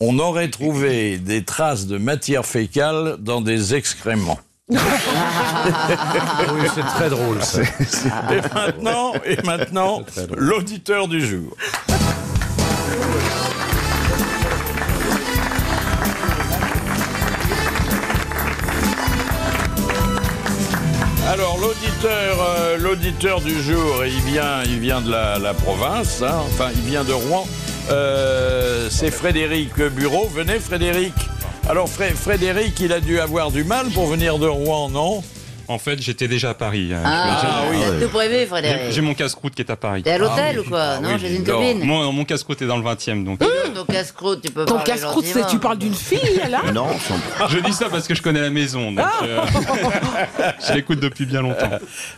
Speaker 2: On aurait trouvé des traces de matière fécale dans des excréments. Ah.
Speaker 4: Oui, c'est très drôle ça. Ah.
Speaker 2: Et maintenant, et maintenant, l'auditeur du jour. Alors l'auditeur, euh, l'auditeur du jour, il vient, il vient de la, la province, hein, enfin il vient de Rouen. Euh, c'est Frédéric Bureau. Venez Frédéric. Alors Fré- Frédéric, il a dû avoir du mal pour venir de Rouen, non
Speaker 10: En fait, j'étais déjà à Paris. hein.
Speaker 6: Ah,
Speaker 2: oui.
Speaker 6: t'as tout prévu,
Speaker 10: J'ai-
Speaker 6: Frédéric.
Speaker 10: J'ai mon casse-croûte qui est à Paris.
Speaker 6: T'es à l'hôtel
Speaker 10: Ah,
Speaker 6: ou quoi
Speaker 10: oui.
Speaker 6: Non,
Speaker 10: Ah, oui,
Speaker 6: j'ai une
Speaker 10: non.
Speaker 6: copine. Ah.
Speaker 10: Moi, mon casse-croûte est dans le 20e, donc.
Speaker 6: Ton casse-croûte, tu peux
Speaker 3: Ton
Speaker 6: parler
Speaker 3: casse-croûte, c'est
Speaker 6: gentiment.
Speaker 3: tu parles d'une fille, là
Speaker 5: Non, son-
Speaker 10: je dis ça parce que je connais la maison, donc.
Speaker 6: Ah.
Speaker 10: euh, je l'écoute depuis bien longtemps.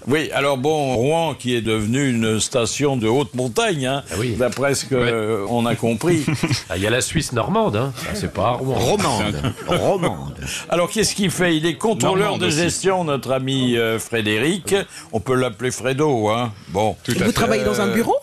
Speaker 2: Oui, alors bon, Rouen qui est devenue une station de haute montagne, hein,
Speaker 4: Ah oui.
Speaker 2: d'après ce qu'on
Speaker 4: Ouais.
Speaker 2: a compris.
Speaker 4: Ah, Il y a la Suisse normande, hein. Ah, c'est pas à Rouen.
Speaker 5: romande, romande.
Speaker 2: alors qu'est-ce qu'il fait Il est contrôleur
Speaker 10: Normande
Speaker 2: de
Speaker 10: aussi.
Speaker 2: gestion, notre ami euh, Frédéric. On peut l'appeler Fredo, hein. Bon.
Speaker 10: Tout à
Speaker 3: Vous
Speaker 10: fait.
Speaker 3: travaillez dans un
Speaker 10: Euh,
Speaker 3: bureau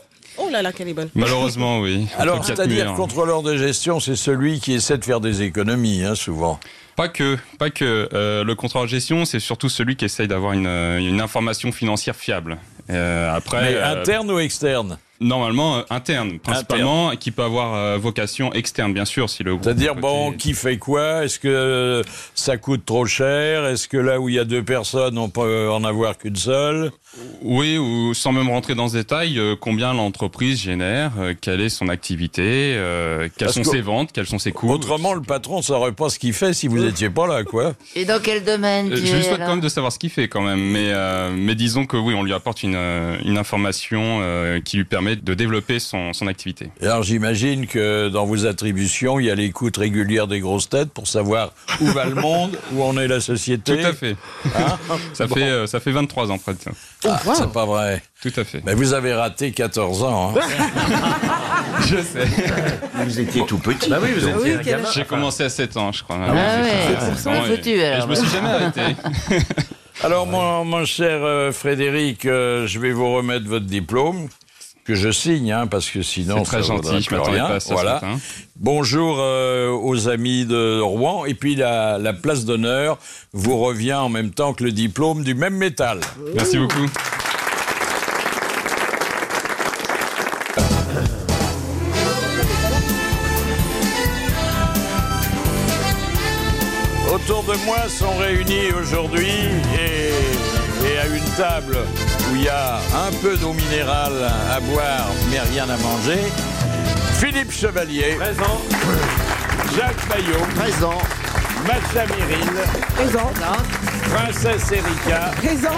Speaker 3: Oh là là, quelle est bonne.
Speaker 10: Malheureusement, oui.
Speaker 2: Alors,
Speaker 10: Entre quatre
Speaker 2: c'est-à-dire
Speaker 10: murs.
Speaker 2: contrôleur de gestion, c'est celui qui essaie de faire des économies, hein, souvent.
Speaker 10: Pas que, pas que. Euh, le contrôle de gestion, c'est surtout celui qui essaye d'avoir une, euh, une information financière fiable. Euh, après,
Speaker 2: Mais
Speaker 10: euh,
Speaker 2: interne ou externe
Speaker 10: normalement euh, interne, principalement, et qui peut avoir euh, vocation externe, bien sûr, si le. groupe
Speaker 2: C'est-à-dire,
Speaker 10: est-
Speaker 2: bon, qui fait quoi Est-ce que euh, ça coûte trop cher Est-ce que là où il y a deux personnes, on peut euh, en avoir qu'une seule
Speaker 10: Oui, ou sans même rentrer dans ce détail, euh, combien l'entreprise génère, euh, quelle est son activité, euh, quelles
Speaker 2: Parce
Speaker 10: sont
Speaker 2: que-
Speaker 10: ses ventes, quels sont ses coûts.
Speaker 2: Autrement, le patron ne saurait pas ce qu'il fait si vous n'étiez pas là, quoi.
Speaker 6: Et dans quel domaine
Speaker 10: Euh,
Speaker 6: tu
Speaker 10: Je lui
Speaker 6: es
Speaker 10: souhaite
Speaker 6: alors
Speaker 10: quand même de savoir ce qu'il fait quand même, mais, euh, mais disons que oui, on lui apporte une, euh, une information euh, qui lui permet de développer son, son activité.
Speaker 2: Et Alors j'imagine que dans vos attributions, il y a l'écoute régulière des grosses têtes pour savoir où va le monde, où en est la
Speaker 10: Tout
Speaker 2: société. Hein?
Speaker 10: à fait. ça, fait euh, ça fait 23 ans presque.
Speaker 2: Ah, c'est pas vrai.
Speaker 10: Tout à fait.
Speaker 2: Mais vous avez raté 14 ans. hein.
Speaker 10: je sais.
Speaker 5: Vous étiez tout petit.
Speaker 4: Bah oui, vous
Speaker 3: Ah oui,
Speaker 4: êtes un
Speaker 3: quel
Speaker 4: gamin.
Speaker 10: J'ai commencé à 7 ans, je crois.
Speaker 6: Ah ouais,
Speaker 10: J'ai
Speaker 6: c'est pour
Speaker 10: commencé
Speaker 6: ça.
Speaker 10: à 7 ans,
Speaker 6: Foutu,
Speaker 10: et- et
Speaker 6: alors.
Speaker 10: Je me suis jamais arrêté.
Speaker 2: Alors mon, mon cher euh, Frédéric, euh, je vais vous remettre votre diplôme que je signe, hein, parce que sinon
Speaker 10: C'est très
Speaker 2: ça vaudra
Speaker 10: gentil, je
Speaker 2: plus
Speaker 10: m'attendais
Speaker 2: rien.
Speaker 10: pas à ça ce
Speaker 2: voilà.
Speaker 10: matin.
Speaker 2: Bonjour euh, aux amis de Rouen et puis la, la place d'honneur vous revient en même temps que le diplôme du même métal.
Speaker 10: Merci beaucoup.
Speaker 2: Autour de moi sont réunis aujourd'hui et, et à une table où il y a un peu d'eau minérale à boire mais rien à manger, Philippe Chevalier,
Speaker 4: Présent.
Speaker 2: Jacques Maillot,
Speaker 5: Présent.
Speaker 2: Mathieu Myril,
Speaker 3: Présent,
Speaker 2: Princesse Erika
Speaker 3: présent.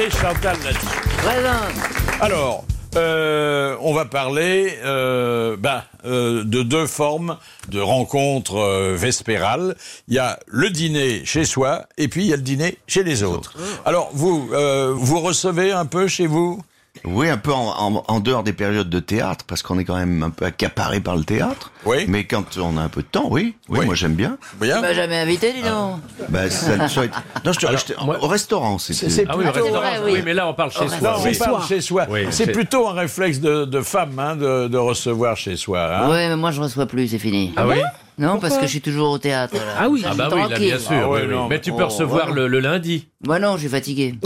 Speaker 2: et Chantal Natty.
Speaker 6: Présente.
Speaker 2: Alors, euh, on va parler euh, ben, euh, de deux formes de rencontres euh, vespérales. Il y a le dîner chez soi et puis il y a le dîner chez les autres.
Speaker 4: Oh.
Speaker 2: Alors, vous, euh, vous recevez un peu chez vous
Speaker 5: Oui, un peu en, en- en dehors des périodes de théâtre, parce qu'on est quand même un peu accaparé par le théâtre.
Speaker 2: Oui.
Speaker 5: Mais quand on a un peu de temps, oui. Oui,
Speaker 2: Oui.
Speaker 5: moi j'aime bien.
Speaker 6: Tu
Speaker 2: Bien
Speaker 6: m'as jamais invité, dis donc. Ah.
Speaker 5: Bah, ça ne souhaite- Non, je te je te-
Speaker 4: moi-
Speaker 5: Au restaurant, c'était.
Speaker 2: c'est-
Speaker 4: Ah oui, au
Speaker 6: c'est
Speaker 4: restaurant.
Speaker 6: vrai, oui.
Speaker 4: oui. mais là, on parle chez
Speaker 2: Non,
Speaker 4: soi.
Speaker 2: on
Speaker 4: oui.
Speaker 2: parle chez soi.
Speaker 4: Oui,
Speaker 2: c'est
Speaker 4: c'est-
Speaker 2: plutôt un réflexe de, de femme hein, de, de recevoir chez soi. hein.
Speaker 6: Ouais, mais moi je reçois plus, c'est fini.
Speaker 4: Ah oui
Speaker 6: Non, parce que je suis toujours au théâtre. là.
Speaker 3: Ah oui.
Speaker 6: Ça,
Speaker 4: Ah
Speaker 6: je
Speaker 4: bah
Speaker 6: suis
Speaker 4: oui, là,
Speaker 6: tranquille.
Speaker 4: bien sûr.
Speaker 2: Ah ouais,
Speaker 4: oui, oui.
Speaker 2: non.
Speaker 4: Mais tu peux
Speaker 6: Oh,
Speaker 4: recevoir
Speaker 6: voilà.
Speaker 4: le, le lundi.
Speaker 6: Moi non, je suis fatigué.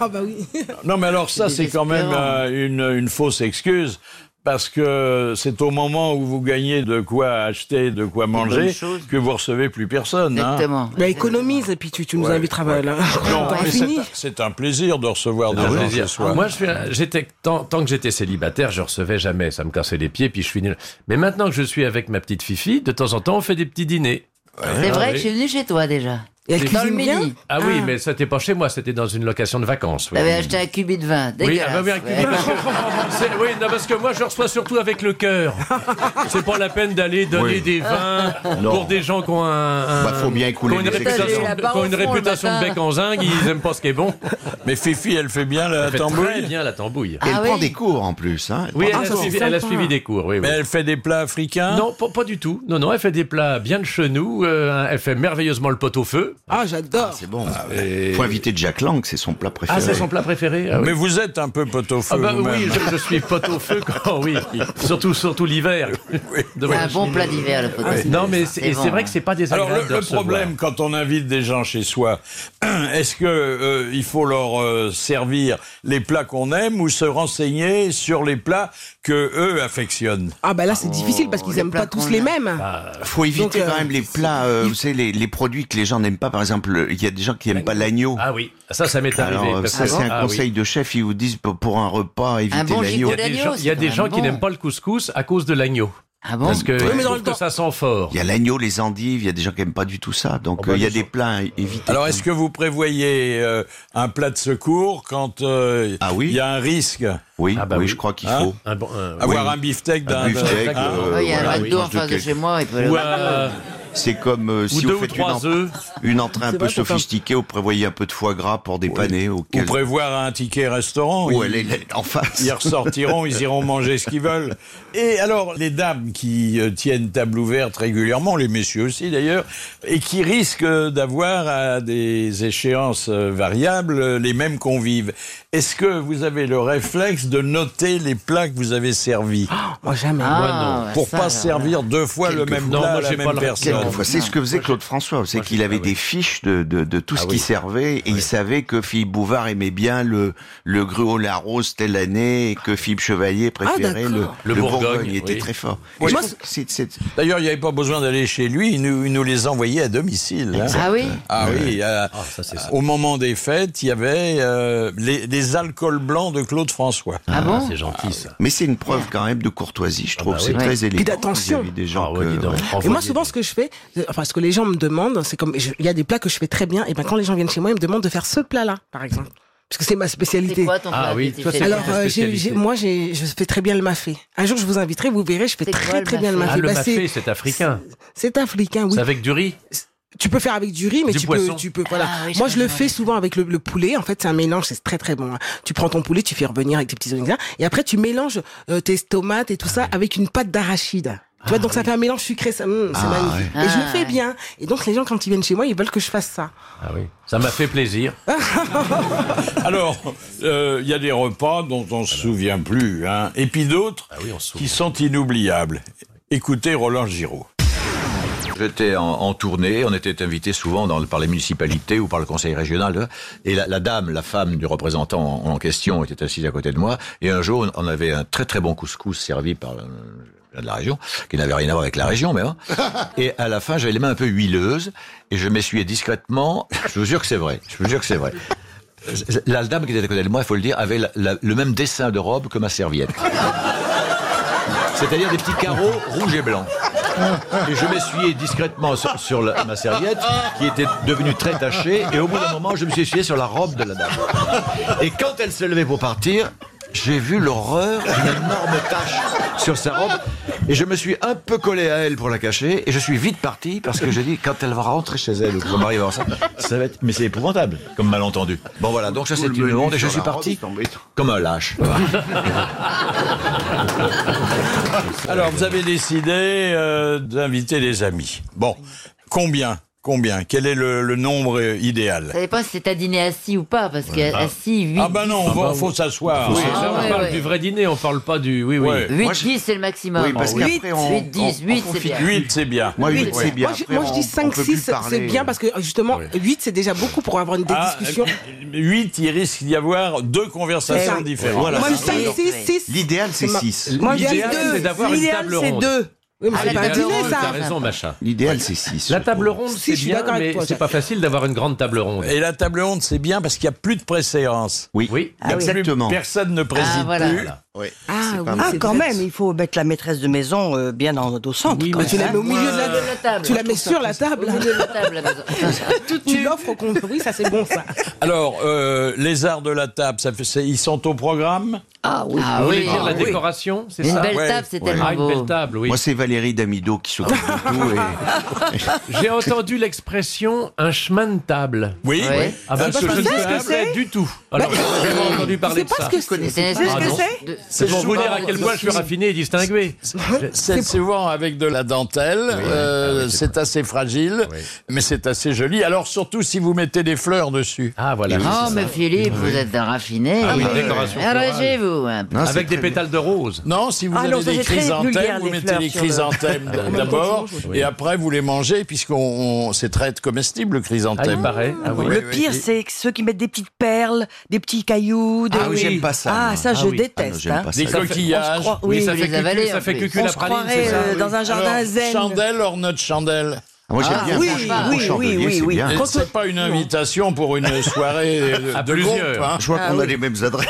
Speaker 3: Ah bah oui.
Speaker 2: Non, mais alors ça,
Speaker 6: C'est
Speaker 2: c'est quand même
Speaker 6: désespérant.
Speaker 2: euh, une, une fausse excuse. Parce que c'est au moment où vous gagnez de quoi acheter, de quoi manger,
Speaker 6: bonnes choses.
Speaker 2: que vous recevez plus personne. hein.
Speaker 6: Exactement.
Speaker 3: Bah économise, et puis tu, tu nous
Speaker 2: Ouais,
Speaker 3: invites à là.
Speaker 2: Non,
Speaker 3: T'auras
Speaker 2: mais c'est
Speaker 3: fini.
Speaker 2: un- c'est un plaisir de recevoir des
Speaker 4: Ah, je
Speaker 2: gens
Speaker 4: veux dire,
Speaker 2: ce soir.
Speaker 4: Moi, je suis, j'étais tant, tant que j'étais célibataire, je recevais jamais. Ça me cassait les pieds, puis je finis. Mais maintenant que je suis avec ma petite Fifi, de temps en temps, on fait des petits dîners.
Speaker 6: C'est vrai
Speaker 4: Ah, oui.
Speaker 6: que je suis venu chez toi déjà.
Speaker 3: Et elle
Speaker 4: Dans
Speaker 6: Dans le
Speaker 3: cuisine bien.
Speaker 6: midi.
Speaker 4: Ah, oui, mais ça n'était pas chez moi, c'était dans une location de vacances. Oui,
Speaker 6: T'avais acheté un cubi de vin.
Speaker 4: oui,
Speaker 6: Ah ben, Dégueulasse.
Speaker 4: ah bah oui, un cube, parce que- c'est- oui, non, parce que moi, je reçois surtout avec le cœur. C'est pas la peine d'aller donner
Speaker 5: Oui.
Speaker 4: des vins pour des gens qui ont un. un-
Speaker 5: Bah, faut bien écouler
Speaker 4: qui ont une
Speaker 5: les
Speaker 4: réputation,
Speaker 6: exceptions.
Speaker 4: de- qui ont une
Speaker 6: T'as vu la barre au fond,
Speaker 4: réputation
Speaker 6: le
Speaker 4: de
Speaker 6: matin.
Speaker 4: bec en zingue, ils aiment pas ce qui est bon.
Speaker 2: Mais Fifi, elle fait bien la
Speaker 4: Elle fait très
Speaker 2: tambouille.
Speaker 4: bien la tambouille.
Speaker 5: Et elle
Speaker 6: Ah
Speaker 5: prend
Speaker 6: oui.
Speaker 5: des cours en plus. Hein. Elle
Speaker 4: Oui, elle,
Speaker 5: prend-
Speaker 3: Ah,
Speaker 4: a,
Speaker 3: ça, c'est
Speaker 4: suivi, elle a
Speaker 3: sympa.
Speaker 4: suivi des cours, oui, oui.
Speaker 2: Mais elle fait des plats africains.
Speaker 4: Non, pas, pas du tout. Non, non, elle fait des plats bien de chez nous. euh, elle fait merveilleusement le pot au feu.
Speaker 2: feu.
Speaker 3: Ah, j'adore.
Speaker 5: C'est bon.
Speaker 2: Et-
Speaker 5: Faut inviter Jack Lang, c'est son plat préféré.
Speaker 4: Ah, c'est son plat préféré Ah oui.
Speaker 2: Mais vous êtes un peu pot au feu
Speaker 4: Ah bah oui,
Speaker 2: vous-même.
Speaker 4: je, je suis pote au feu quand oh oui, surtout surtout l'hiver. Devant
Speaker 6: C'est
Speaker 4: la
Speaker 6: un bon
Speaker 4: cheminée.
Speaker 6: plat d'hiver, le pot
Speaker 4: Ouais. Non mais c'est
Speaker 6: c'est
Speaker 4: et
Speaker 6: bon. hein.
Speaker 4: c'est vrai que c'est pas
Speaker 2: Alors
Speaker 4: désagréable.
Speaker 2: le,
Speaker 4: de
Speaker 2: le
Speaker 4: recevoir.
Speaker 2: problème quand on invite des gens chez soi, est-ce que euh, il faut leur euh, servir les plats qu'on aime ou se renseigner sur les plats que eux affectionnent
Speaker 3: Ah, bah là, c'est difficile parce qu'ils
Speaker 6: les
Speaker 3: aiment
Speaker 6: plats
Speaker 3: pas tous
Speaker 6: qu'on
Speaker 3: les
Speaker 6: aime.
Speaker 3: mêmes.
Speaker 5: Faut éviter
Speaker 3: Donc, euh,
Speaker 5: quand même les plats, euh, vous savez, les, les produits que les gens n'aiment pas. Par exemple, il y a des gens qui n'aiment pas l'agneau.
Speaker 4: Ah oui, ça ça m'est
Speaker 5: Alors,
Speaker 4: arrivé.
Speaker 5: euh,
Speaker 4: parce
Speaker 5: ça,
Speaker 4: que-
Speaker 5: c'est un
Speaker 4: Ah oui.
Speaker 5: conseil de chef. Ils vous disent pour pour un repas, éviter
Speaker 6: bon
Speaker 5: l'agneau.
Speaker 4: Il y a des
Speaker 6: L'agneau,
Speaker 4: gens,
Speaker 6: c'est
Speaker 4: il y a des
Speaker 6: quand
Speaker 4: gens
Speaker 6: même
Speaker 4: qui
Speaker 6: bon.
Speaker 4: n'aiment pas le couscous à cause de l'agneau.
Speaker 6: Ah bon
Speaker 4: Parce que,
Speaker 3: mais
Speaker 4: ils
Speaker 3: dans
Speaker 4: trouvent
Speaker 3: le
Speaker 4: que
Speaker 3: temps-
Speaker 4: ça sent fort.
Speaker 5: Il y a l'agneau, les endives. Il y a des gens qui n'aiment pas du tout ça. Donc,
Speaker 4: Oh, bah,
Speaker 5: euh, il y a
Speaker 4: bien
Speaker 5: des plats à éviter.
Speaker 2: Alors, est-ce que vous prévoyez euh, un plat de secours quand euh,
Speaker 5: Ah oui.
Speaker 2: il y a un risque
Speaker 5: Oui,
Speaker 4: Ah, bah
Speaker 5: oui,
Speaker 4: oui.
Speaker 5: je crois qu'il
Speaker 2: Hein
Speaker 5: faut.
Speaker 4: Un bon- euh, un-
Speaker 2: Avoir un beefsteak d'un...
Speaker 5: Un beefsteak.
Speaker 3: Ah,
Speaker 2: d'un-
Speaker 5: euh,
Speaker 6: Ouais, Il y a
Speaker 5: voilà,
Speaker 6: un
Speaker 5: une
Speaker 6: McDo
Speaker 5: tranche
Speaker 6: en face de
Speaker 5: quelque-
Speaker 6: chez moi. Et puis le
Speaker 4: ou,
Speaker 6: McDo.
Speaker 4: un-
Speaker 5: C'est comme euh,
Speaker 4: ou
Speaker 5: si
Speaker 4: deux
Speaker 5: vous
Speaker 4: ou
Speaker 5: faites une, en-
Speaker 4: trois œufs.
Speaker 5: une entrée un
Speaker 3: C'est
Speaker 5: peu
Speaker 3: vrai qu'on peut-
Speaker 5: sophistiquée, vous prévoyez un peu de foie gras pour dépanner.
Speaker 2: Ou
Speaker 5: Auquel...
Speaker 2: prévoir un ticket restaurant.
Speaker 5: Ou
Speaker 2: Ils-
Speaker 5: Oh, elle est là- en face.
Speaker 2: Ils ressortiront, ils iront manger ce qu'ils veulent. Et alors, les dames qui euh, tiennent table ouverte régulièrement, les messieurs aussi d'ailleurs, et qui risquent euh, d'avoir à des échéances euh, variables euh, les mêmes convives, est-ce que vous avez le réflexe de noter les plats que vous avez servis
Speaker 3: Moi, Oh, jamais.
Speaker 6: Ah,
Speaker 4: Moi,
Speaker 6: ouais,
Speaker 2: pour
Speaker 6: ça,
Speaker 2: pas
Speaker 6: alors,
Speaker 2: servir deux fois le même
Speaker 4: Non,
Speaker 2: plat
Speaker 4: moi,
Speaker 2: à la
Speaker 4: j'ai
Speaker 2: même
Speaker 4: pas le-
Speaker 2: personne.
Speaker 5: Quelquefois, c'est ce que faisait Claude François. C'est
Speaker 4: Moi, je-
Speaker 5: qu'il avait
Speaker 4: ah oui.
Speaker 5: des fiches de, de, de tout ce
Speaker 4: Ah
Speaker 5: qui
Speaker 4: oui.
Speaker 5: servait et il savait que Philippe Bouvard aimait bien le, le gruau la rose telle année et que Philippe Chevalier
Speaker 2: Ah,
Speaker 5: préférait le,
Speaker 3: d'accord.
Speaker 4: Ah, Le Bourgogne,
Speaker 5: Il était
Speaker 4: oui.
Speaker 5: très fort.
Speaker 2: Oui.
Speaker 5: Et je
Speaker 2: Moi,
Speaker 5: trouve que c'est- c'est-
Speaker 2: D'ailleurs, il n'y avait pas besoin d'aller chez lui, il nous, il nous les envoyait à domicile. hein.
Speaker 6: Ah oui
Speaker 2: Ah oui, euh,
Speaker 4: Ah, ça, c'est ça.
Speaker 2: au moment des fêtes, il y avait euh, les, les alcools blancs de Claude François.
Speaker 6: Ah
Speaker 4: Ah,
Speaker 6: bon
Speaker 4: c'est gentil ça.
Speaker 5: Mais c'est une preuve quand même de courtoisie, je trouve.
Speaker 4: bah
Speaker 5: c'est
Speaker 4: oui.
Speaker 5: très élégant.
Speaker 3: d'attention.
Speaker 5: vis-à-vis des gens
Speaker 4: Ah ouais,
Speaker 5: que-
Speaker 4: dis donc.
Speaker 5: ouais.
Speaker 3: Et moi,
Speaker 4: Envoyez-
Speaker 3: souvent, ce que je fais, euh, enfin, ce que les gens me demandent, c'est comme, je- il y a des plats que je fais très bien, et ben, quand les gens viennent chez moi, ils me demandent de faire ce plat-là, par exemple. Parce que c'est ma
Speaker 6: C'est
Speaker 3: spécialité.
Speaker 6: quoi ton
Speaker 4: Ah
Speaker 6: plat
Speaker 4: oui,
Speaker 6: que tu
Speaker 4: toi,
Speaker 6: fais
Speaker 4: c'est
Speaker 3: Alors,
Speaker 4: quoi ta
Speaker 3: euh, j'ai-
Speaker 4: spécialité
Speaker 3: j'ai- moi, j'ai- je fais très bien le mafé. Un jour, je vous inviterai, vous verrez, je fais
Speaker 6: C'est
Speaker 3: très,
Speaker 6: quoi le
Speaker 3: très bien le
Speaker 6: mafé
Speaker 3: mafé.
Speaker 4: Ah, le
Speaker 3: Bah,
Speaker 4: mafé,
Speaker 3: c'est-
Speaker 4: c'est africain.
Speaker 3: C'est africain, oui.
Speaker 4: C'est avec du riz.
Speaker 3: Tu peux faire avec du riz, mais
Speaker 4: Du
Speaker 3: tu
Speaker 4: poisson.
Speaker 3: peux, tu peux, voilà.
Speaker 6: Ah oui, je
Speaker 3: Moi, je le
Speaker 6: comprends.
Speaker 3: fais souvent avec le, le poulet. En fait, c'est un mélange, c'est très très bon. hein. Tu prends ton poulet, tu fais revenir avec tes petits oignons, et après tu mélanges euh, tes tomates et tout ça avec une pâte d'arachide. Tu vois, donc ça fait un mélange sucré, ça, hum, c'est magnifique. Et je le
Speaker 6: Ah
Speaker 3: fais
Speaker 6: ouais.
Speaker 3: bien. Et donc les gens, quand ils viennent chez moi, ils veulent que je fasse ça.
Speaker 4: Ah oui. Ça m'a fait plaisir.
Speaker 2: Alors, euh, il y a des repas dont on se souvient plus, hein, et puis d'autres
Speaker 4: Ah oui, on se souvient.
Speaker 2: qui sont inoubliables. Écoutez Roland Giraud.
Speaker 11: J'étais en, en tournée, on était invité souvent dans le- par les municipalités ou par le conseil régional. hein, Et la, la dame, la femme du représentant en, en question était assise à côté de moi. Et un jour, on avait un très très bon couscous servi par euh, de la région, qui n'avait rien à voir avec la région, mais hein. Et à la fin, j'avais les mains un peu huileuses et je m'essuyais discrètement. Je vous jure que c'est vrai. Je vous jure que c'est vrai. La dame qui était à côté de moi, il faut le dire, avait la- la- le même dessin de robe que ma serviette. C'est-à-dire des petits carreaux rouges et blancs. Et je m'essuyais discrètement sur, sur la- ma serviette, qui était devenue très tachée, et au bout d'un moment, je me suis essuyé sur la robe de la dame. Et quand elle se levait pour partir, j'ai vu l'horreur d'une énorme tache sur sa robe, et je me suis un peu collé à elle pour la cacher, et je suis vite parti, parce que j'ai dit, quand elle va rentrer chez elle, ou que son mari va voir ça, ça va être... Mais c'est épouvantable, comme malentendu. Bon voilà, donc ça c'est
Speaker 5: Tout le
Speaker 11: une
Speaker 5: menu
Speaker 11: honte, et je
Speaker 5: sur
Speaker 11: suis
Speaker 5: la robe,
Speaker 11: parti
Speaker 5: Oh, c'est embêtant.
Speaker 11: comme un lâche.
Speaker 2: Alors, vous avez décidé euh, d'inviter des amis. Bon, combien Combien Quel est le, le nombre euh, idéal
Speaker 6: Ça dépend si c'est à dîner assis ou pas, parce que assis, 8,
Speaker 2: Ah ben non, il faut s'asseoir.
Speaker 4: bah Oui,
Speaker 6: Ah,
Speaker 4: là, on
Speaker 6: ouais,
Speaker 4: parle
Speaker 6: ouais.
Speaker 4: du vrai dîner, on parle pas du. Oui, oui.
Speaker 2: Ouais.
Speaker 6: 8
Speaker 5: Moi, je-
Speaker 6: 10, c'est le maximum.
Speaker 5: Oui, parce qu'après, on-
Speaker 6: 8, 10,
Speaker 5: on-
Speaker 6: 8,
Speaker 5: on
Speaker 6: c'est bien.
Speaker 2: 8, c'est bien.
Speaker 5: Moi, huit, c'est bien.
Speaker 3: Moi, je,
Speaker 5: Après,
Speaker 3: moi, je
Speaker 5: on-
Speaker 3: dis
Speaker 5: on
Speaker 3: 5,
Speaker 5: peut plus
Speaker 3: 6, c'est
Speaker 5: parler.
Speaker 3: bien parce que euh, justement, 8, c'est déjà beaucoup pour avoir une des
Speaker 2: Ah,
Speaker 3: discussions.
Speaker 2: 8, il risque d'y avoir deux conversations
Speaker 3: Eh oui.
Speaker 2: différentes.
Speaker 3: moi,
Speaker 6: c'est
Speaker 3: 5,
Speaker 6: ça.
Speaker 3: 6, 6.
Speaker 5: L'idéal, c'est
Speaker 3: Ma-
Speaker 5: 6.
Speaker 3: Moi, je dis
Speaker 4: L'idéal,
Speaker 3: deux.
Speaker 4: c'est d'avoir une
Speaker 3: L'idéal,
Speaker 4: table
Speaker 3: c'est
Speaker 4: ronde.
Speaker 3: deux. Oui, mais
Speaker 6: Ah,
Speaker 3: c'est
Speaker 6: les
Speaker 3: pas un
Speaker 6: tables
Speaker 3: dîner,
Speaker 6: rondes,
Speaker 3: ça.
Speaker 4: T'as raison, machin.
Speaker 5: L'idéal, c'est 6.
Speaker 4: La table ronde,
Speaker 3: Si,
Speaker 4: c'est
Speaker 3: je suis
Speaker 4: bien,
Speaker 3: d'accord avec
Speaker 4: mais
Speaker 3: toi,
Speaker 4: c'est
Speaker 3: Jacques.
Speaker 4: pas facile d'avoir une grande table ronde.
Speaker 2: Et la table ronde, c'est bien parce qu'il n'y a plus de préséance.
Speaker 5: Oui.
Speaker 4: Oui.
Speaker 2: Il y a plus-
Speaker 5: Exactement.
Speaker 2: Personne ne préside
Speaker 6: Ah, voilà.
Speaker 2: plus.
Speaker 3: Ah, oui,
Speaker 12: Ah,
Speaker 3: c'est
Speaker 12: quand
Speaker 3: vrai.
Speaker 12: même, il faut mettre la maîtresse de maison euh, bien en, au centre.
Speaker 4: Oui,
Speaker 12: quand
Speaker 4: mais
Speaker 12: même,
Speaker 3: Tu la
Speaker 12: hein.
Speaker 3: mets au milieu de
Speaker 6: Au milieu de
Speaker 3: la
Speaker 6: la table.
Speaker 3: Tu la mets sur la
Speaker 6: Au
Speaker 3: table.
Speaker 6: milieu de la table, la maison.
Speaker 3: Tu l'offres au compte. Oui, ça, c'est bon, ça.
Speaker 2: Alors, euh, les arts de la table, ça fait, c'est- ils sont au programme
Speaker 12: Ah oui.
Speaker 6: Ah
Speaker 4: Vous voulez
Speaker 6: oui,
Speaker 4: dire la
Speaker 6: oui.
Speaker 4: décoration, c'est
Speaker 6: une
Speaker 4: ça
Speaker 6: belle
Speaker 2: ouais.
Speaker 6: table, c'est
Speaker 4: Ah,
Speaker 6: tellement
Speaker 4: une belle
Speaker 6: beau.
Speaker 4: table, oui.
Speaker 5: Moi, c'est Valérie Damido qui s'occupe de tout. et-
Speaker 4: J'ai entendu l'expression un chemin de table.
Speaker 2: Oui.
Speaker 6: Ouais.
Speaker 4: Ah ben,
Speaker 3: pas
Speaker 4: je
Speaker 3: ce que
Speaker 4: ne
Speaker 3: c'est, ce que
Speaker 4: savais
Speaker 12: c'est
Speaker 4: du tout. Alors, j'ai jamais entendu
Speaker 3: Je
Speaker 4: parler
Speaker 3: sais
Speaker 4: de
Speaker 3: pas
Speaker 4: ça.
Speaker 3: ce que c'est.
Speaker 6: C'est une
Speaker 4: Ah,
Speaker 6: espèce
Speaker 4: non.
Speaker 6: de-
Speaker 4: C'est pour vous
Speaker 2: souvent-
Speaker 4: dire à quel point je suis raffiné et distingué.
Speaker 2: C'est souvent avec de la dentelle, euh, c'est assez fragile, mais c'est assez joli. Alors surtout si vous mettez des fleurs dessus.
Speaker 4: Ah
Speaker 6: Oh, mais Philippe, vous êtes un raffiné.
Speaker 2: Ah oui, décoration florale.
Speaker 6: Arrangez-vous. un
Speaker 2: Ah,
Speaker 6: peu.
Speaker 4: Avec des pétales de rose.
Speaker 2: Non, si vous
Speaker 6: Ah non,
Speaker 2: avez
Speaker 6: ça,
Speaker 2: des
Speaker 6: c'est très vulgaire,
Speaker 2: chrysanthèmes, vous
Speaker 6: les
Speaker 2: mettez
Speaker 6: fleurs
Speaker 2: les
Speaker 6: sur Ah,
Speaker 2: chrysanthèmes
Speaker 4: le- Oui.
Speaker 2: d'abord,
Speaker 4: Oui.
Speaker 2: et après vous les mangez, puisqu'on on- c'est très comestible le chrysanthème.
Speaker 4: Ah, il paraît. Ah oui.
Speaker 2: Oui,
Speaker 12: Le
Speaker 2: oui.
Speaker 12: pire, c'est ceux qui mettent des petites perles, des petits cailloux. des-
Speaker 2: Ah oui, j'aime pas ça, moi.
Speaker 12: Ah, ça,
Speaker 2: Ah
Speaker 12: je
Speaker 2: oui. Ah non,
Speaker 12: déteste.
Speaker 2: j'aime
Speaker 12: hein.
Speaker 2: pas ça. Des coquillages.
Speaker 12: On se croit-
Speaker 2: Oui,
Speaker 12: Oui,
Speaker 2: ça fait
Speaker 12: les
Speaker 2: cucu,
Speaker 12: avaler,
Speaker 2: ça
Speaker 12: en
Speaker 2: fait
Speaker 12: plus.
Speaker 2: cucu
Speaker 12: On
Speaker 2: la
Speaker 12: se
Speaker 2: praline,
Speaker 12: croirait,
Speaker 2: c'est ça
Speaker 12: euh, dans un jardin
Speaker 2: Alors,
Speaker 12: zen.
Speaker 2: Chandelle or notre chandelle
Speaker 12: Ah, moi, j'aime bien,
Speaker 2: oui,
Speaker 12: franchement,
Speaker 2: oui,
Speaker 12: au chandelier,
Speaker 2: oui,
Speaker 12: c'est
Speaker 2: oui,
Speaker 12: bien.
Speaker 2: oui.
Speaker 12: Quand
Speaker 2: C'est pas une invitation pour une soirée de,
Speaker 12: À
Speaker 2: de
Speaker 12: plusieurs.
Speaker 2: groupe, hein.
Speaker 5: Je vois
Speaker 12: Ah qu'on a oui.
Speaker 5: les mêmes adresses.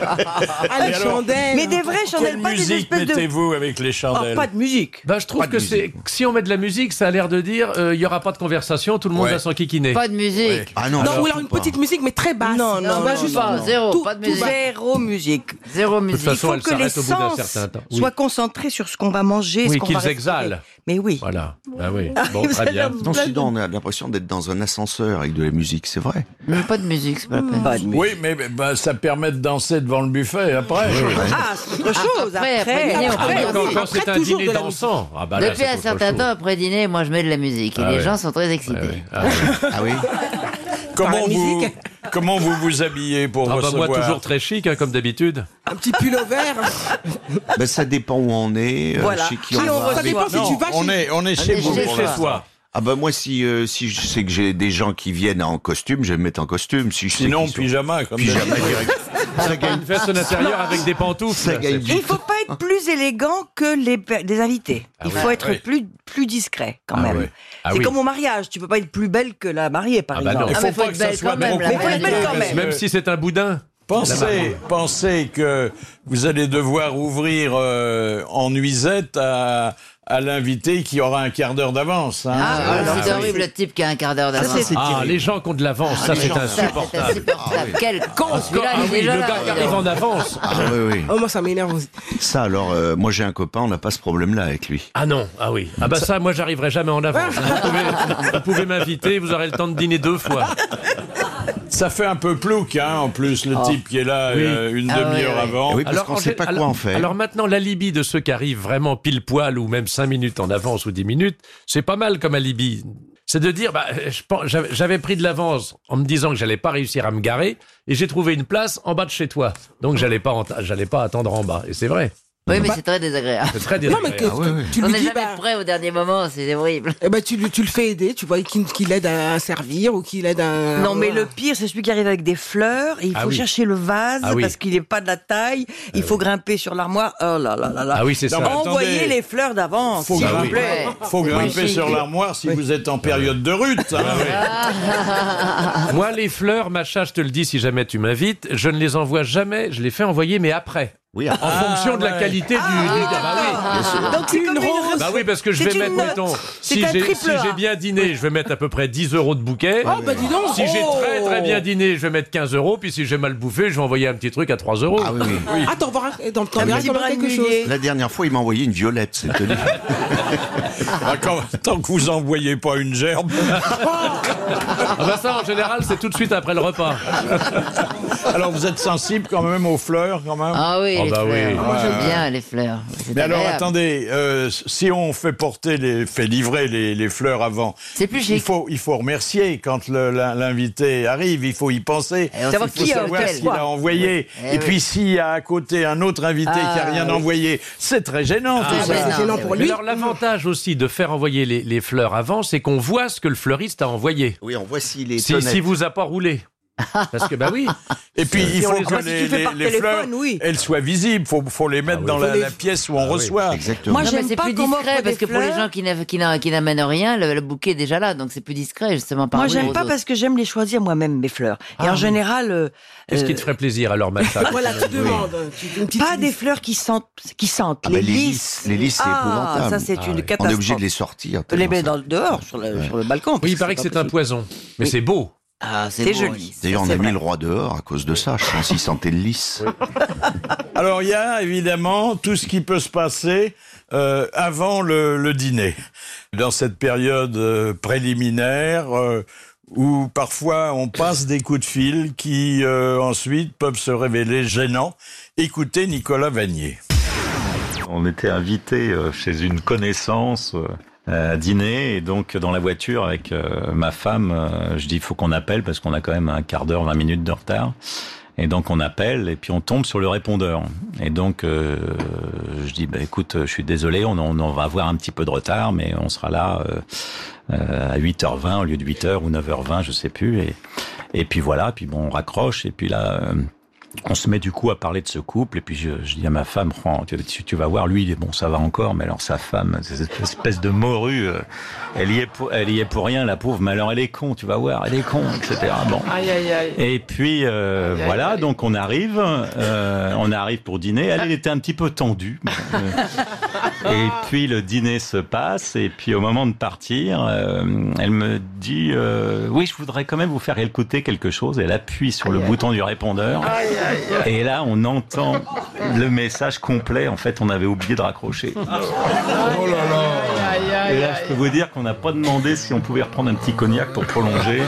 Speaker 12: Ah, les chandelles. Mais des vraies
Speaker 2: Quelle
Speaker 12: chandelles, pas des
Speaker 2: musique
Speaker 12: espèces de.
Speaker 2: mettez-vous avec les chandelles
Speaker 12: musique.
Speaker 4: Bah, je trouve
Speaker 2: Pas de
Speaker 4: que
Speaker 2: musique.
Speaker 4: c'est si on met de la musique, ça a l'air de dire euh, il y aura pas de conversation, tout le monde
Speaker 2: Ouais.
Speaker 4: va s'en kikiner.
Speaker 6: Pas de musique.
Speaker 5: Ah
Speaker 3: Non,
Speaker 5: non,
Speaker 3: ou alors une petite musique, mais très basse.
Speaker 12: Non, non,
Speaker 3: On va
Speaker 12: non,
Speaker 3: juste-
Speaker 12: non,
Speaker 6: Pas,
Speaker 12: non.
Speaker 6: zéro,
Speaker 3: Tout-
Speaker 6: pas de
Speaker 3: tout
Speaker 6: musique.
Speaker 12: Zéro musique.
Speaker 6: Zéro
Speaker 4: De
Speaker 6: musique.
Speaker 4: toute façon, elle
Speaker 12: que les
Speaker 4: s'arrête au bout d'un
Speaker 12: sens
Speaker 4: certain temps. Oui.
Speaker 12: soient concentrés sur ce qu'on va manger,
Speaker 4: Oui,
Speaker 12: ce qu'on
Speaker 4: qu'ils
Speaker 12: va respirer.
Speaker 4: exhalent.
Speaker 12: Mais oui.
Speaker 4: Voilà. Ah oui.
Speaker 12: Ah,
Speaker 4: Bon,
Speaker 12: vous
Speaker 4: très
Speaker 12: avez
Speaker 4: bien.
Speaker 12: l'air de-
Speaker 5: non, sinon on a l'impression d'être dans un ascenseur avec de la musique, c'est vrai.
Speaker 6: Mais pas de musique, c'est pas la peine.
Speaker 12: Pas de musique.
Speaker 2: Oui, mais bah, ça permet de danser devant le buffet après.
Speaker 12: Ah, c'est autre chose.
Speaker 6: Après,
Speaker 12: Après,
Speaker 6: après, dîner, on
Speaker 4: Ah, mais
Speaker 6: Après,
Speaker 4: quand
Speaker 6: oui.
Speaker 4: quand c'est un
Speaker 3: toujours
Speaker 4: dîner
Speaker 3: de la
Speaker 4: dansant, ah bah là,
Speaker 6: Depuis
Speaker 4: c'est
Speaker 6: un
Speaker 4: autre
Speaker 6: certain
Speaker 4: chose.
Speaker 6: temps, après dîner, moi je mets de la musique et
Speaker 4: Ah
Speaker 6: les
Speaker 4: ouais.
Speaker 6: gens sont très
Speaker 4: Ah
Speaker 6: excités.
Speaker 4: oui. Ah oui.
Speaker 5: Ah oui
Speaker 2: Comment
Speaker 3: Par la
Speaker 2: vous,
Speaker 3: musique
Speaker 2: comment vous vous habillez pour
Speaker 4: Ah bah,
Speaker 2: recevoir
Speaker 4: moi toujours très chic hein, comme d'habitude.
Speaker 3: Un petit pull au vert.
Speaker 5: ben, Ça dépend où on est, euh,
Speaker 12: Voilà.
Speaker 5: chez qui
Speaker 12: Qui
Speaker 5: on,
Speaker 12: on
Speaker 5: va.
Speaker 12: reçoit.
Speaker 3: Ça dépend si
Speaker 2: Non,
Speaker 3: tu vas
Speaker 2: on,
Speaker 3: chez
Speaker 2: est, on est
Speaker 6: On
Speaker 2: chez
Speaker 6: est
Speaker 2: vous.
Speaker 6: chez
Speaker 2: pour
Speaker 6: soi.
Speaker 2: l'instant.
Speaker 4: Toi.
Speaker 5: Ah ben moi, si, euh, si je sais que j'ai des gens qui viennent en costume, je vais me mettre en costume. Si je sais
Speaker 2: Sinon,
Speaker 5: qu'ils sont-
Speaker 2: pyjama. Comme
Speaker 5: Pyjama
Speaker 2: d'habitude.
Speaker 5: direct. ça gagne,
Speaker 4: Une veste en intérieur avec des pantoufles.
Speaker 5: ça
Speaker 4: là,
Speaker 5: gagne
Speaker 4: c'est-
Speaker 12: Et il faut pas être plus élégant que les, pe- les invités. Il
Speaker 4: oui.
Speaker 12: faut être
Speaker 4: Oui.
Speaker 12: plus, plus discret quand
Speaker 4: Ah
Speaker 12: même.
Speaker 4: oui. Ah
Speaker 12: c'est
Speaker 4: oui.
Speaker 12: comme au mariage, tu peux pas être plus belle que la mariée par
Speaker 4: Ah bah non.
Speaker 12: exemple.
Speaker 2: Il
Speaker 6: Ah,
Speaker 2: faut
Speaker 6: mais faut
Speaker 2: pas
Speaker 6: être
Speaker 2: que ça
Speaker 6: belle
Speaker 2: soit
Speaker 6: quand même,
Speaker 2: trop
Speaker 6: la
Speaker 2: compliqué,
Speaker 12: mariée. Mais faut être belle quand
Speaker 2: parce
Speaker 12: même.
Speaker 2: que
Speaker 4: Même si c'est un boudin.
Speaker 2: Pensez, pensez que vous allez devoir ouvrir euh, en nuisette à, à l'invité qui aura un quart d'heure d'avance. hein.
Speaker 6: Ah, voilà, c'est
Speaker 2: Ah, oui.
Speaker 6: horrible le type qui a un quart d'heure
Speaker 12: Ça,
Speaker 6: d'avance.
Speaker 12: c'est-
Speaker 4: Ah, les gens qui ont de l'avance, ça c'est
Speaker 6: Ça, C'est
Speaker 4: insupportable.
Speaker 6: insupportable. Quel con celui-là,
Speaker 4: Ah
Speaker 6: il est
Speaker 4: oui,
Speaker 6: déjà
Speaker 4: le
Speaker 6: là.
Speaker 4: gars qui arrive en avance.
Speaker 5: Ah oui, oui.
Speaker 3: Oh, moi, ça m'énerve aussi.
Speaker 5: Ça, alors, euh, moi j'ai un copain, on n'a pas ce problème-là avec lui.
Speaker 4: Ah non, ah oui. Ah bah ça, moi j'arriverai jamais en avance. Vous pouvez, vous pouvez m'inviter, vous aurez le temps de dîner deux fois.
Speaker 2: Ça fait un peu plouc, hein, en plus, le type qui est là
Speaker 4: Ah. Oui.
Speaker 2: euh, une
Speaker 6: Oh. Ah,
Speaker 2: demi-heure
Speaker 6: oui, oui.
Speaker 2: avant.
Speaker 5: Eh oui, parce qu'on
Speaker 4: en
Speaker 5: sait
Speaker 4: fait-
Speaker 5: pas quoi
Speaker 4: alors-
Speaker 5: en faire.
Speaker 4: Alors maintenant, l'alibi de ceux qui arrivent vraiment pile poil ou même 5 minutes en avance ou 10 minutes, c'est pas mal comme alibi. C'est de dire, bah, je pense- j'avais- j'avais pris de l'avance en me disant que j'allais pas réussir à me garer et j'ai trouvé une place en bas de chez toi. Donc j'allais pas, en- j'allais pas attendre en bas. Et c'est vrai.
Speaker 6: Oui,
Speaker 4: Bah.
Speaker 6: mais c'est très désagréable.
Speaker 4: C'est très
Speaker 3: Non, mais que,
Speaker 5: Ah
Speaker 4: désagréable. Ah
Speaker 3: que- tu
Speaker 6: On
Speaker 3: lui
Speaker 6: n'est
Speaker 3: dis,
Speaker 6: jamais
Speaker 3: bah,
Speaker 6: prêt au dernier moment, c'est horrible.
Speaker 3: eh ben, tu, lui- tu le fais aider, tu vois, et qu'il qu'il l'aide à servir ou qu'il aide à.
Speaker 12: Non, mais le pire, c'est celui qui arrive avec des fleurs. Et il faut
Speaker 4: Ah oui.
Speaker 12: chercher le vase
Speaker 4: Ah oui.
Speaker 12: parce qu'il n'est pas de la taille. Il faut grimper sur l'armoire. Oh là là là là.
Speaker 4: Ah oui, c'est
Speaker 2: Non,
Speaker 4: ça.
Speaker 2: mais- attendez.
Speaker 12: Envoyez les fleurs d'avance,
Speaker 2: Faut
Speaker 12: s'il
Speaker 2: grimper.
Speaker 12: vous plaît.
Speaker 2: Faut
Speaker 6: Oui,
Speaker 2: grimper
Speaker 6: chic.
Speaker 2: sur l'armoire si vous êtes en période de rut. hein.
Speaker 4: Moi, les fleurs, Macha, je te le dis si jamais tu m'invites, je ne les envoie jamais, je les fais envoyer, mais après.
Speaker 5: Oui, Ah,
Speaker 4: En fonction de la
Speaker 2: ouais.
Speaker 4: qualité du. du- bah oui.
Speaker 12: Donc c'est comme une rose.
Speaker 4: Bah oui, parce que je
Speaker 12: C'est
Speaker 4: vais mettre,
Speaker 12: une note.
Speaker 4: mettons,
Speaker 12: C'est
Speaker 4: si
Speaker 12: un
Speaker 4: j'ai
Speaker 12: triple
Speaker 4: si
Speaker 12: A. Ah,
Speaker 4: j'ai bien dîné, je vais mettre à peu près 10 euros de bouquet.
Speaker 3: Oh, bah, dis donc.
Speaker 4: Si j'ai
Speaker 3: oh.
Speaker 4: très très bien dîné, je vais mettre 15 euros. Puis si j'ai mal bouffé, je vais envoyer un petit truc à 3 euros.
Speaker 5: Ah oui, oui.
Speaker 3: Ah, t'en verras, t'en t'en
Speaker 12: Un
Speaker 3: verras
Speaker 12: petit
Speaker 3: t'en verras
Speaker 12: brin de
Speaker 3: quelque chose.
Speaker 12: muguet.
Speaker 5: La dernière fois, il m'a envoyé une violette, c'est étonnant.
Speaker 2: Ah, quand- tant que vous envoyez pas une gerbe.
Speaker 4: Ah bah ça, en général, c'est tout de suite après le repas.
Speaker 2: Alors vous êtes sensible quand même aux fleurs, quand même.
Speaker 6: Ah oui,
Speaker 4: Oh,
Speaker 6: les
Speaker 4: bah oui.
Speaker 6: fleurs. Moi,
Speaker 2: Ouais.
Speaker 6: j'aime bien les fleurs. C'est
Speaker 2: Mais alors
Speaker 6: agréable.
Speaker 2: attendez, euh, si on fait porter les, fait livrer les, les fleurs avant,
Speaker 6: C'est plus
Speaker 2: il
Speaker 6: chic.
Speaker 2: faut, il faut remercier quand le- la- l'invité arrive, il faut y penser.
Speaker 6: Et on
Speaker 12: Savoir
Speaker 6: sait
Speaker 2: Il faut
Speaker 12: qui
Speaker 6: tous
Speaker 12: a-
Speaker 2: savoir
Speaker 12: auquel.
Speaker 2: s'il a envoyé.
Speaker 6: Eh
Speaker 2: Et
Speaker 6: oui.
Speaker 2: puis s'il y a à côté un autre invité qui a
Speaker 6: Ah,
Speaker 2: rien
Speaker 6: oui.
Speaker 2: envoyé, c'est très gênant
Speaker 6: Ah,
Speaker 2: tout ça.
Speaker 6: ben non,
Speaker 3: C'est gênant
Speaker 6: c'est
Speaker 3: pour
Speaker 6: vrai.
Speaker 4: Mais
Speaker 3: lui.
Speaker 4: alors, l'avantage aussi de faire envoyer les, les fleurs avant, c'est qu'on voit ce que le fleuriste a envoyé.
Speaker 5: Oui, on voit s'il est
Speaker 4: Si,
Speaker 5: honnête.
Speaker 4: si vous a pas roulé. Parce que, bah oui.
Speaker 2: Et puis il
Speaker 4: Si on
Speaker 2: faut
Speaker 4: les-
Speaker 2: que
Speaker 12: Ah, si tu
Speaker 2: les,
Speaker 12: fais
Speaker 2: les-
Speaker 12: par
Speaker 2: les
Speaker 12: téléphone,
Speaker 2: fleurs
Speaker 12: oui.
Speaker 2: elles soient visibles. Faut, faut les
Speaker 4: Ah
Speaker 2: mettre dans la,
Speaker 3: les-
Speaker 2: la pièce où on reçoit.
Speaker 5: Exactement.
Speaker 12: Moi,
Speaker 6: Non, mais
Speaker 12: j'aime
Speaker 6: c'est
Speaker 12: pas
Speaker 6: plus
Speaker 12: qu'on m'offre
Speaker 6: discret
Speaker 12: des
Speaker 6: parce que pour les gens
Speaker 12: fleurs.
Speaker 6: qui n'av- qui n'a- qui n'amènent rien, le, le bouquet est déjà là, donc c'est plus discret justement par
Speaker 12: Moi,
Speaker 6: rapport
Speaker 12: j'aime
Speaker 6: aux
Speaker 12: pas
Speaker 6: autres.
Speaker 12: parce que j'aime les choisir moi-même, mes fleurs. Et
Speaker 4: Ah
Speaker 12: en
Speaker 4: oui.
Speaker 12: général, euh,
Speaker 4: Qu'est-ce qui te
Speaker 12: euh,
Speaker 4: ferait plaisir alors, Macha
Speaker 3: Voilà, tu demandes. euh, tu- une petite-
Speaker 12: pas des fleurs qui sentent, qui sentent.
Speaker 5: Ah,
Speaker 12: les
Speaker 5: ben, les
Speaker 12: lys.
Speaker 5: lys, les lys, c'est
Speaker 12: Ah,
Speaker 5: épouvantable.
Speaker 12: ça, c'est
Speaker 4: Ah,
Speaker 12: une
Speaker 4: oui.
Speaker 12: catastrophe.
Speaker 5: On est obligé de les sortir.
Speaker 12: les
Speaker 5: tellement
Speaker 12: met
Speaker 5: ça-
Speaker 12: dans le dehors, sur le, sur le balcon. parce
Speaker 4: Oui, il paraît que c'est un
Speaker 12: pas
Speaker 4: poison. Mais c'est beau.
Speaker 6: Ah,
Speaker 12: C'est
Speaker 6: beau,
Speaker 12: joli.
Speaker 6: Alice.
Speaker 5: D'ailleurs, on
Speaker 12: C'est
Speaker 5: a mis
Speaker 12: vrai.
Speaker 5: le roi dehors à cause de ça. Je pense qu'il sentait le lys.
Speaker 2: Alors il y a évidemment tout ce qui peut se passer euh, avant le, le dîner. Dans cette période euh, préliminaire, euh, où parfois on passe des coups de fil qui euh, ensuite peuvent se révéler gênants. Écoutez Nicolas Vanier.
Speaker 13: On était invité euh, chez une connaissance euh, à dîner et donc dans la voiture avec euh, ma femme, euh, je dis il faut qu'on appelle parce qu'on a quand même un quart d'heure, 20 minutes de retard. Et donc on appelle et puis on tombe sur le répondeur. Et donc euh, je dis bah, écoute, je suis désolé, on, on, on va avoir un petit peu de retard, mais on sera là euh, euh, à 8h20 au lieu de 8h ou 9h20, je sais plus. Et, et puis voilà, puis bon, on raccroche et puis là. euh, on se met du coup à parler de ce couple et puis je, je dis à ma femme, Franck, tu, tu- tu vas voir, lui, il est bon, ça va encore, mais alors sa femme, cette espèce de morue, euh, elle y est pour, elle y est pour rien, la pauvre, mais alors elle est con, tu vas voir, elle est con, etc. Bon.
Speaker 14: Aïe, aïe, aïe.
Speaker 13: Et puis euh, voilà, donc on arrive, euh, on arrive pour dîner. Elle, elle était un petit peu tendue. Bon, euh, et puis le dîner se passe, et puis au moment de partir, euh, elle me dit euh, oui, je voudrais quand même vous faire écouter quelque chose. Elle appuie sur le bouton du répondeur, et là on entend le message complet. En fait, on avait oublié de raccrocher.
Speaker 14: Aïe,
Speaker 13: Et
Speaker 14: aïe,
Speaker 13: là, je peux vous dire qu'on n'a pas demandé si on pouvait reprendre un petit cognac pour prolonger.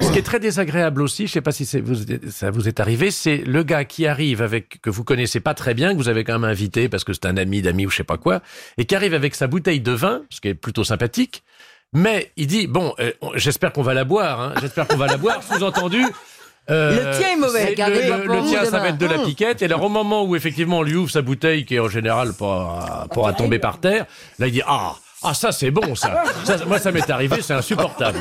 Speaker 4: Ce qui est très désagréable aussi, je ne sais pas si c'est- vous- ça vous est arrivé, c'est le gars qui arrive avec que vous connaissez pas très bien, que vous avez quand même invité parce que c'est un ami d'amis ou je sais pas quoi, et qui arrive avec sa bouteille de vin, ce qui est plutôt sympathique. Mais il dit bon, euh, on- j'espère qu'on va la boire. hein, j'espère qu'on va la boire. Sous-entendu. euh,
Speaker 12: Le tien est mauvais.
Speaker 4: c'est-
Speaker 12: Gardez
Speaker 4: Le,
Speaker 12: pas
Speaker 4: le-
Speaker 12: pour
Speaker 4: le
Speaker 12: vous
Speaker 4: tien, ça
Speaker 12: demain.
Speaker 4: va être de la
Speaker 12: Hum.
Speaker 4: piquette. Et alors, au moment où effectivement on lui ouvre sa bouteille, qui est en général pas, pas à tomber par terre, là il dit ah ah ça c'est bon ça. Ça, Moi ça m'est arrivé, c'est insupportable.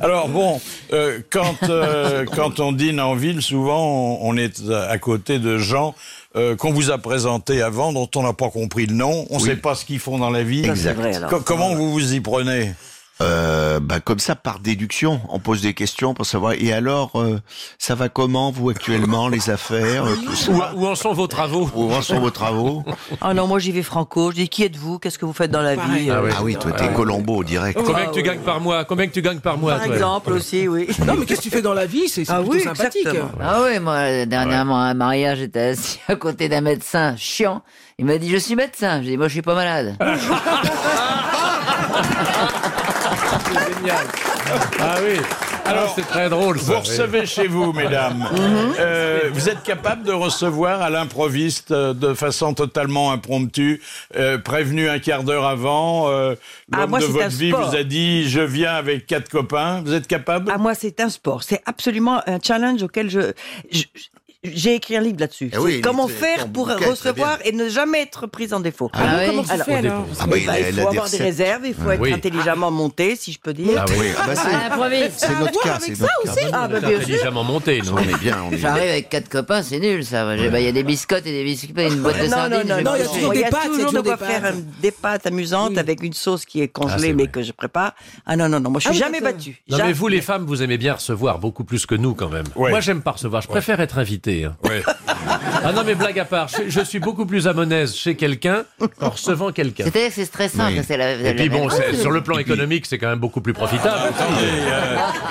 Speaker 2: Alors bon, euh, quand euh, quand on dîne en ville, souvent on, on est à côté de gens euh, qu'on vous a présentés avant, dont on n'a pas compris le nom, on ne sait pas ce qu'ils font dans la vie.
Speaker 5: Exact. C'est vrai, alors.
Speaker 2: Co- comment vous vous y prenez
Speaker 5: Euh, bah, comme ça, par déduction, on pose des questions pour savoir. Et alors, euh, ça va comment, vous, actuellement, les affaires euh, tout ça
Speaker 4: Où, où en sont vos travaux
Speaker 5: Où en sont vos travaux
Speaker 12: Ah non, moi j'y vais franco. Je dis qui êtes-vous Qu'est-ce que vous faites dans la vie euh,
Speaker 5: Ah oui, toi, t'es Colombo, direct.
Speaker 4: Combien que tu gagnes par mois Combien que tu gagnes par mois
Speaker 12: Par
Speaker 4: toi
Speaker 12: exemple aussi, oui.
Speaker 3: Non, mais qu'est-ce que tu fais dans la vie C'est c'est
Speaker 12: Ah
Speaker 3: plutôt
Speaker 12: oui,
Speaker 3: sympathique.
Speaker 12: exactement.
Speaker 6: Ah oui, moi, euh, dernièrement, à un mariage, j'étais assis à côté d'un médecin chiant. Il m'a dit, je suis médecin. J'ai dit, moi, je suis pas malade.
Speaker 4: Ah. Génial. Ah oui. Alors c'est très drôle. Mhm.
Speaker 2: Vous recevez chez vous, mesdames. Euh, vous êtes capable de recevoir à l'improviste, euh, de façon totalement impromptue, euh, prévenu un quart d'heure avant. euh,
Speaker 12: Ah,
Speaker 2: L'homme
Speaker 12: moi,
Speaker 2: de
Speaker 12: c'est un
Speaker 2: votre vie
Speaker 12: sport.
Speaker 2: vous a dit je viens avec quatre copains. Vous êtes
Speaker 5: Ah
Speaker 2: capable
Speaker 12: À Ah, moi, c'est un sport. C'est absolument un challenge auquel je. je- j'ai écrit un livre là-dessus.
Speaker 5: Eh oui,
Speaker 12: C'est comment
Speaker 5: c'est
Speaker 12: faire
Speaker 5: ton
Speaker 12: pour
Speaker 5: bouquin,
Speaker 12: recevoir et ne jamais être pris en défaut.
Speaker 5: Ah
Speaker 3: oui, comment tu fais, alors
Speaker 5: Ah bah,
Speaker 12: Eh ben,
Speaker 5: il a-
Speaker 12: il
Speaker 5: il a
Speaker 12: faut
Speaker 5: des
Speaker 12: avoir des
Speaker 5: recettes.
Speaker 12: réserves, il faut
Speaker 5: Ah
Speaker 12: être
Speaker 5: oui.
Speaker 12: intelligemment monté, si je peux dire.
Speaker 5: Ah oui, ah bah, c'est-
Speaker 6: Ah, l'improviste.
Speaker 5: c'est
Speaker 6: Ah,
Speaker 5: notre
Speaker 6: voir
Speaker 5: cas,
Speaker 6: avec
Speaker 5: c'est
Speaker 6: ça
Speaker 5: notre
Speaker 6: aussi
Speaker 5: cas.
Speaker 6: Ah, bah, bien sûr.
Speaker 4: intelligemment monté. nous.
Speaker 5: On est bien, on est bien.
Speaker 6: J'arrive avec quatre copains, c'est nul, ça. va. J'ai- bah, Il y a des biscottes et des biscuits, et une boîte de
Speaker 12: Non, non,
Speaker 6: sardines.
Speaker 12: non,
Speaker 6: j'ai
Speaker 12: non,
Speaker 6: pas
Speaker 12: il y a
Speaker 6: mangé.
Speaker 12: toujours des pâtes.
Speaker 3: il y a
Speaker 12: toujours de
Speaker 3: toujours
Speaker 12: quoi
Speaker 3: des
Speaker 12: faire
Speaker 3: pâtes.
Speaker 12: euh, des pâtes amusantes avec une sauce qui est congelée
Speaker 4: c'est
Speaker 12: mais que je prépare. Ah non, non, non, moi je suis jamais battue.
Speaker 4: Non,
Speaker 12: Jamais.
Speaker 4: mais vous, les femmes, vous aimez bien recevoir beaucoup plus que nous, quand même. Moi, j'aime pas recevoir. Je préfère être invité. hein. Ah non, mais blague à part, je, je suis beaucoup plus à mon aise chez quelqu'un qu'en recevant quelqu'un.
Speaker 6: C'est-à-dire que c'est stressant.
Speaker 4: Oui.
Speaker 6: que c'est
Speaker 5: euh,
Speaker 6: la-
Speaker 4: Et
Speaker 6: la-
Speaker 4: puis bon,
Speaker 6: la-
Speaker 4: c'est- sur le plan économique, c'est quand même beaucoup plus profitable.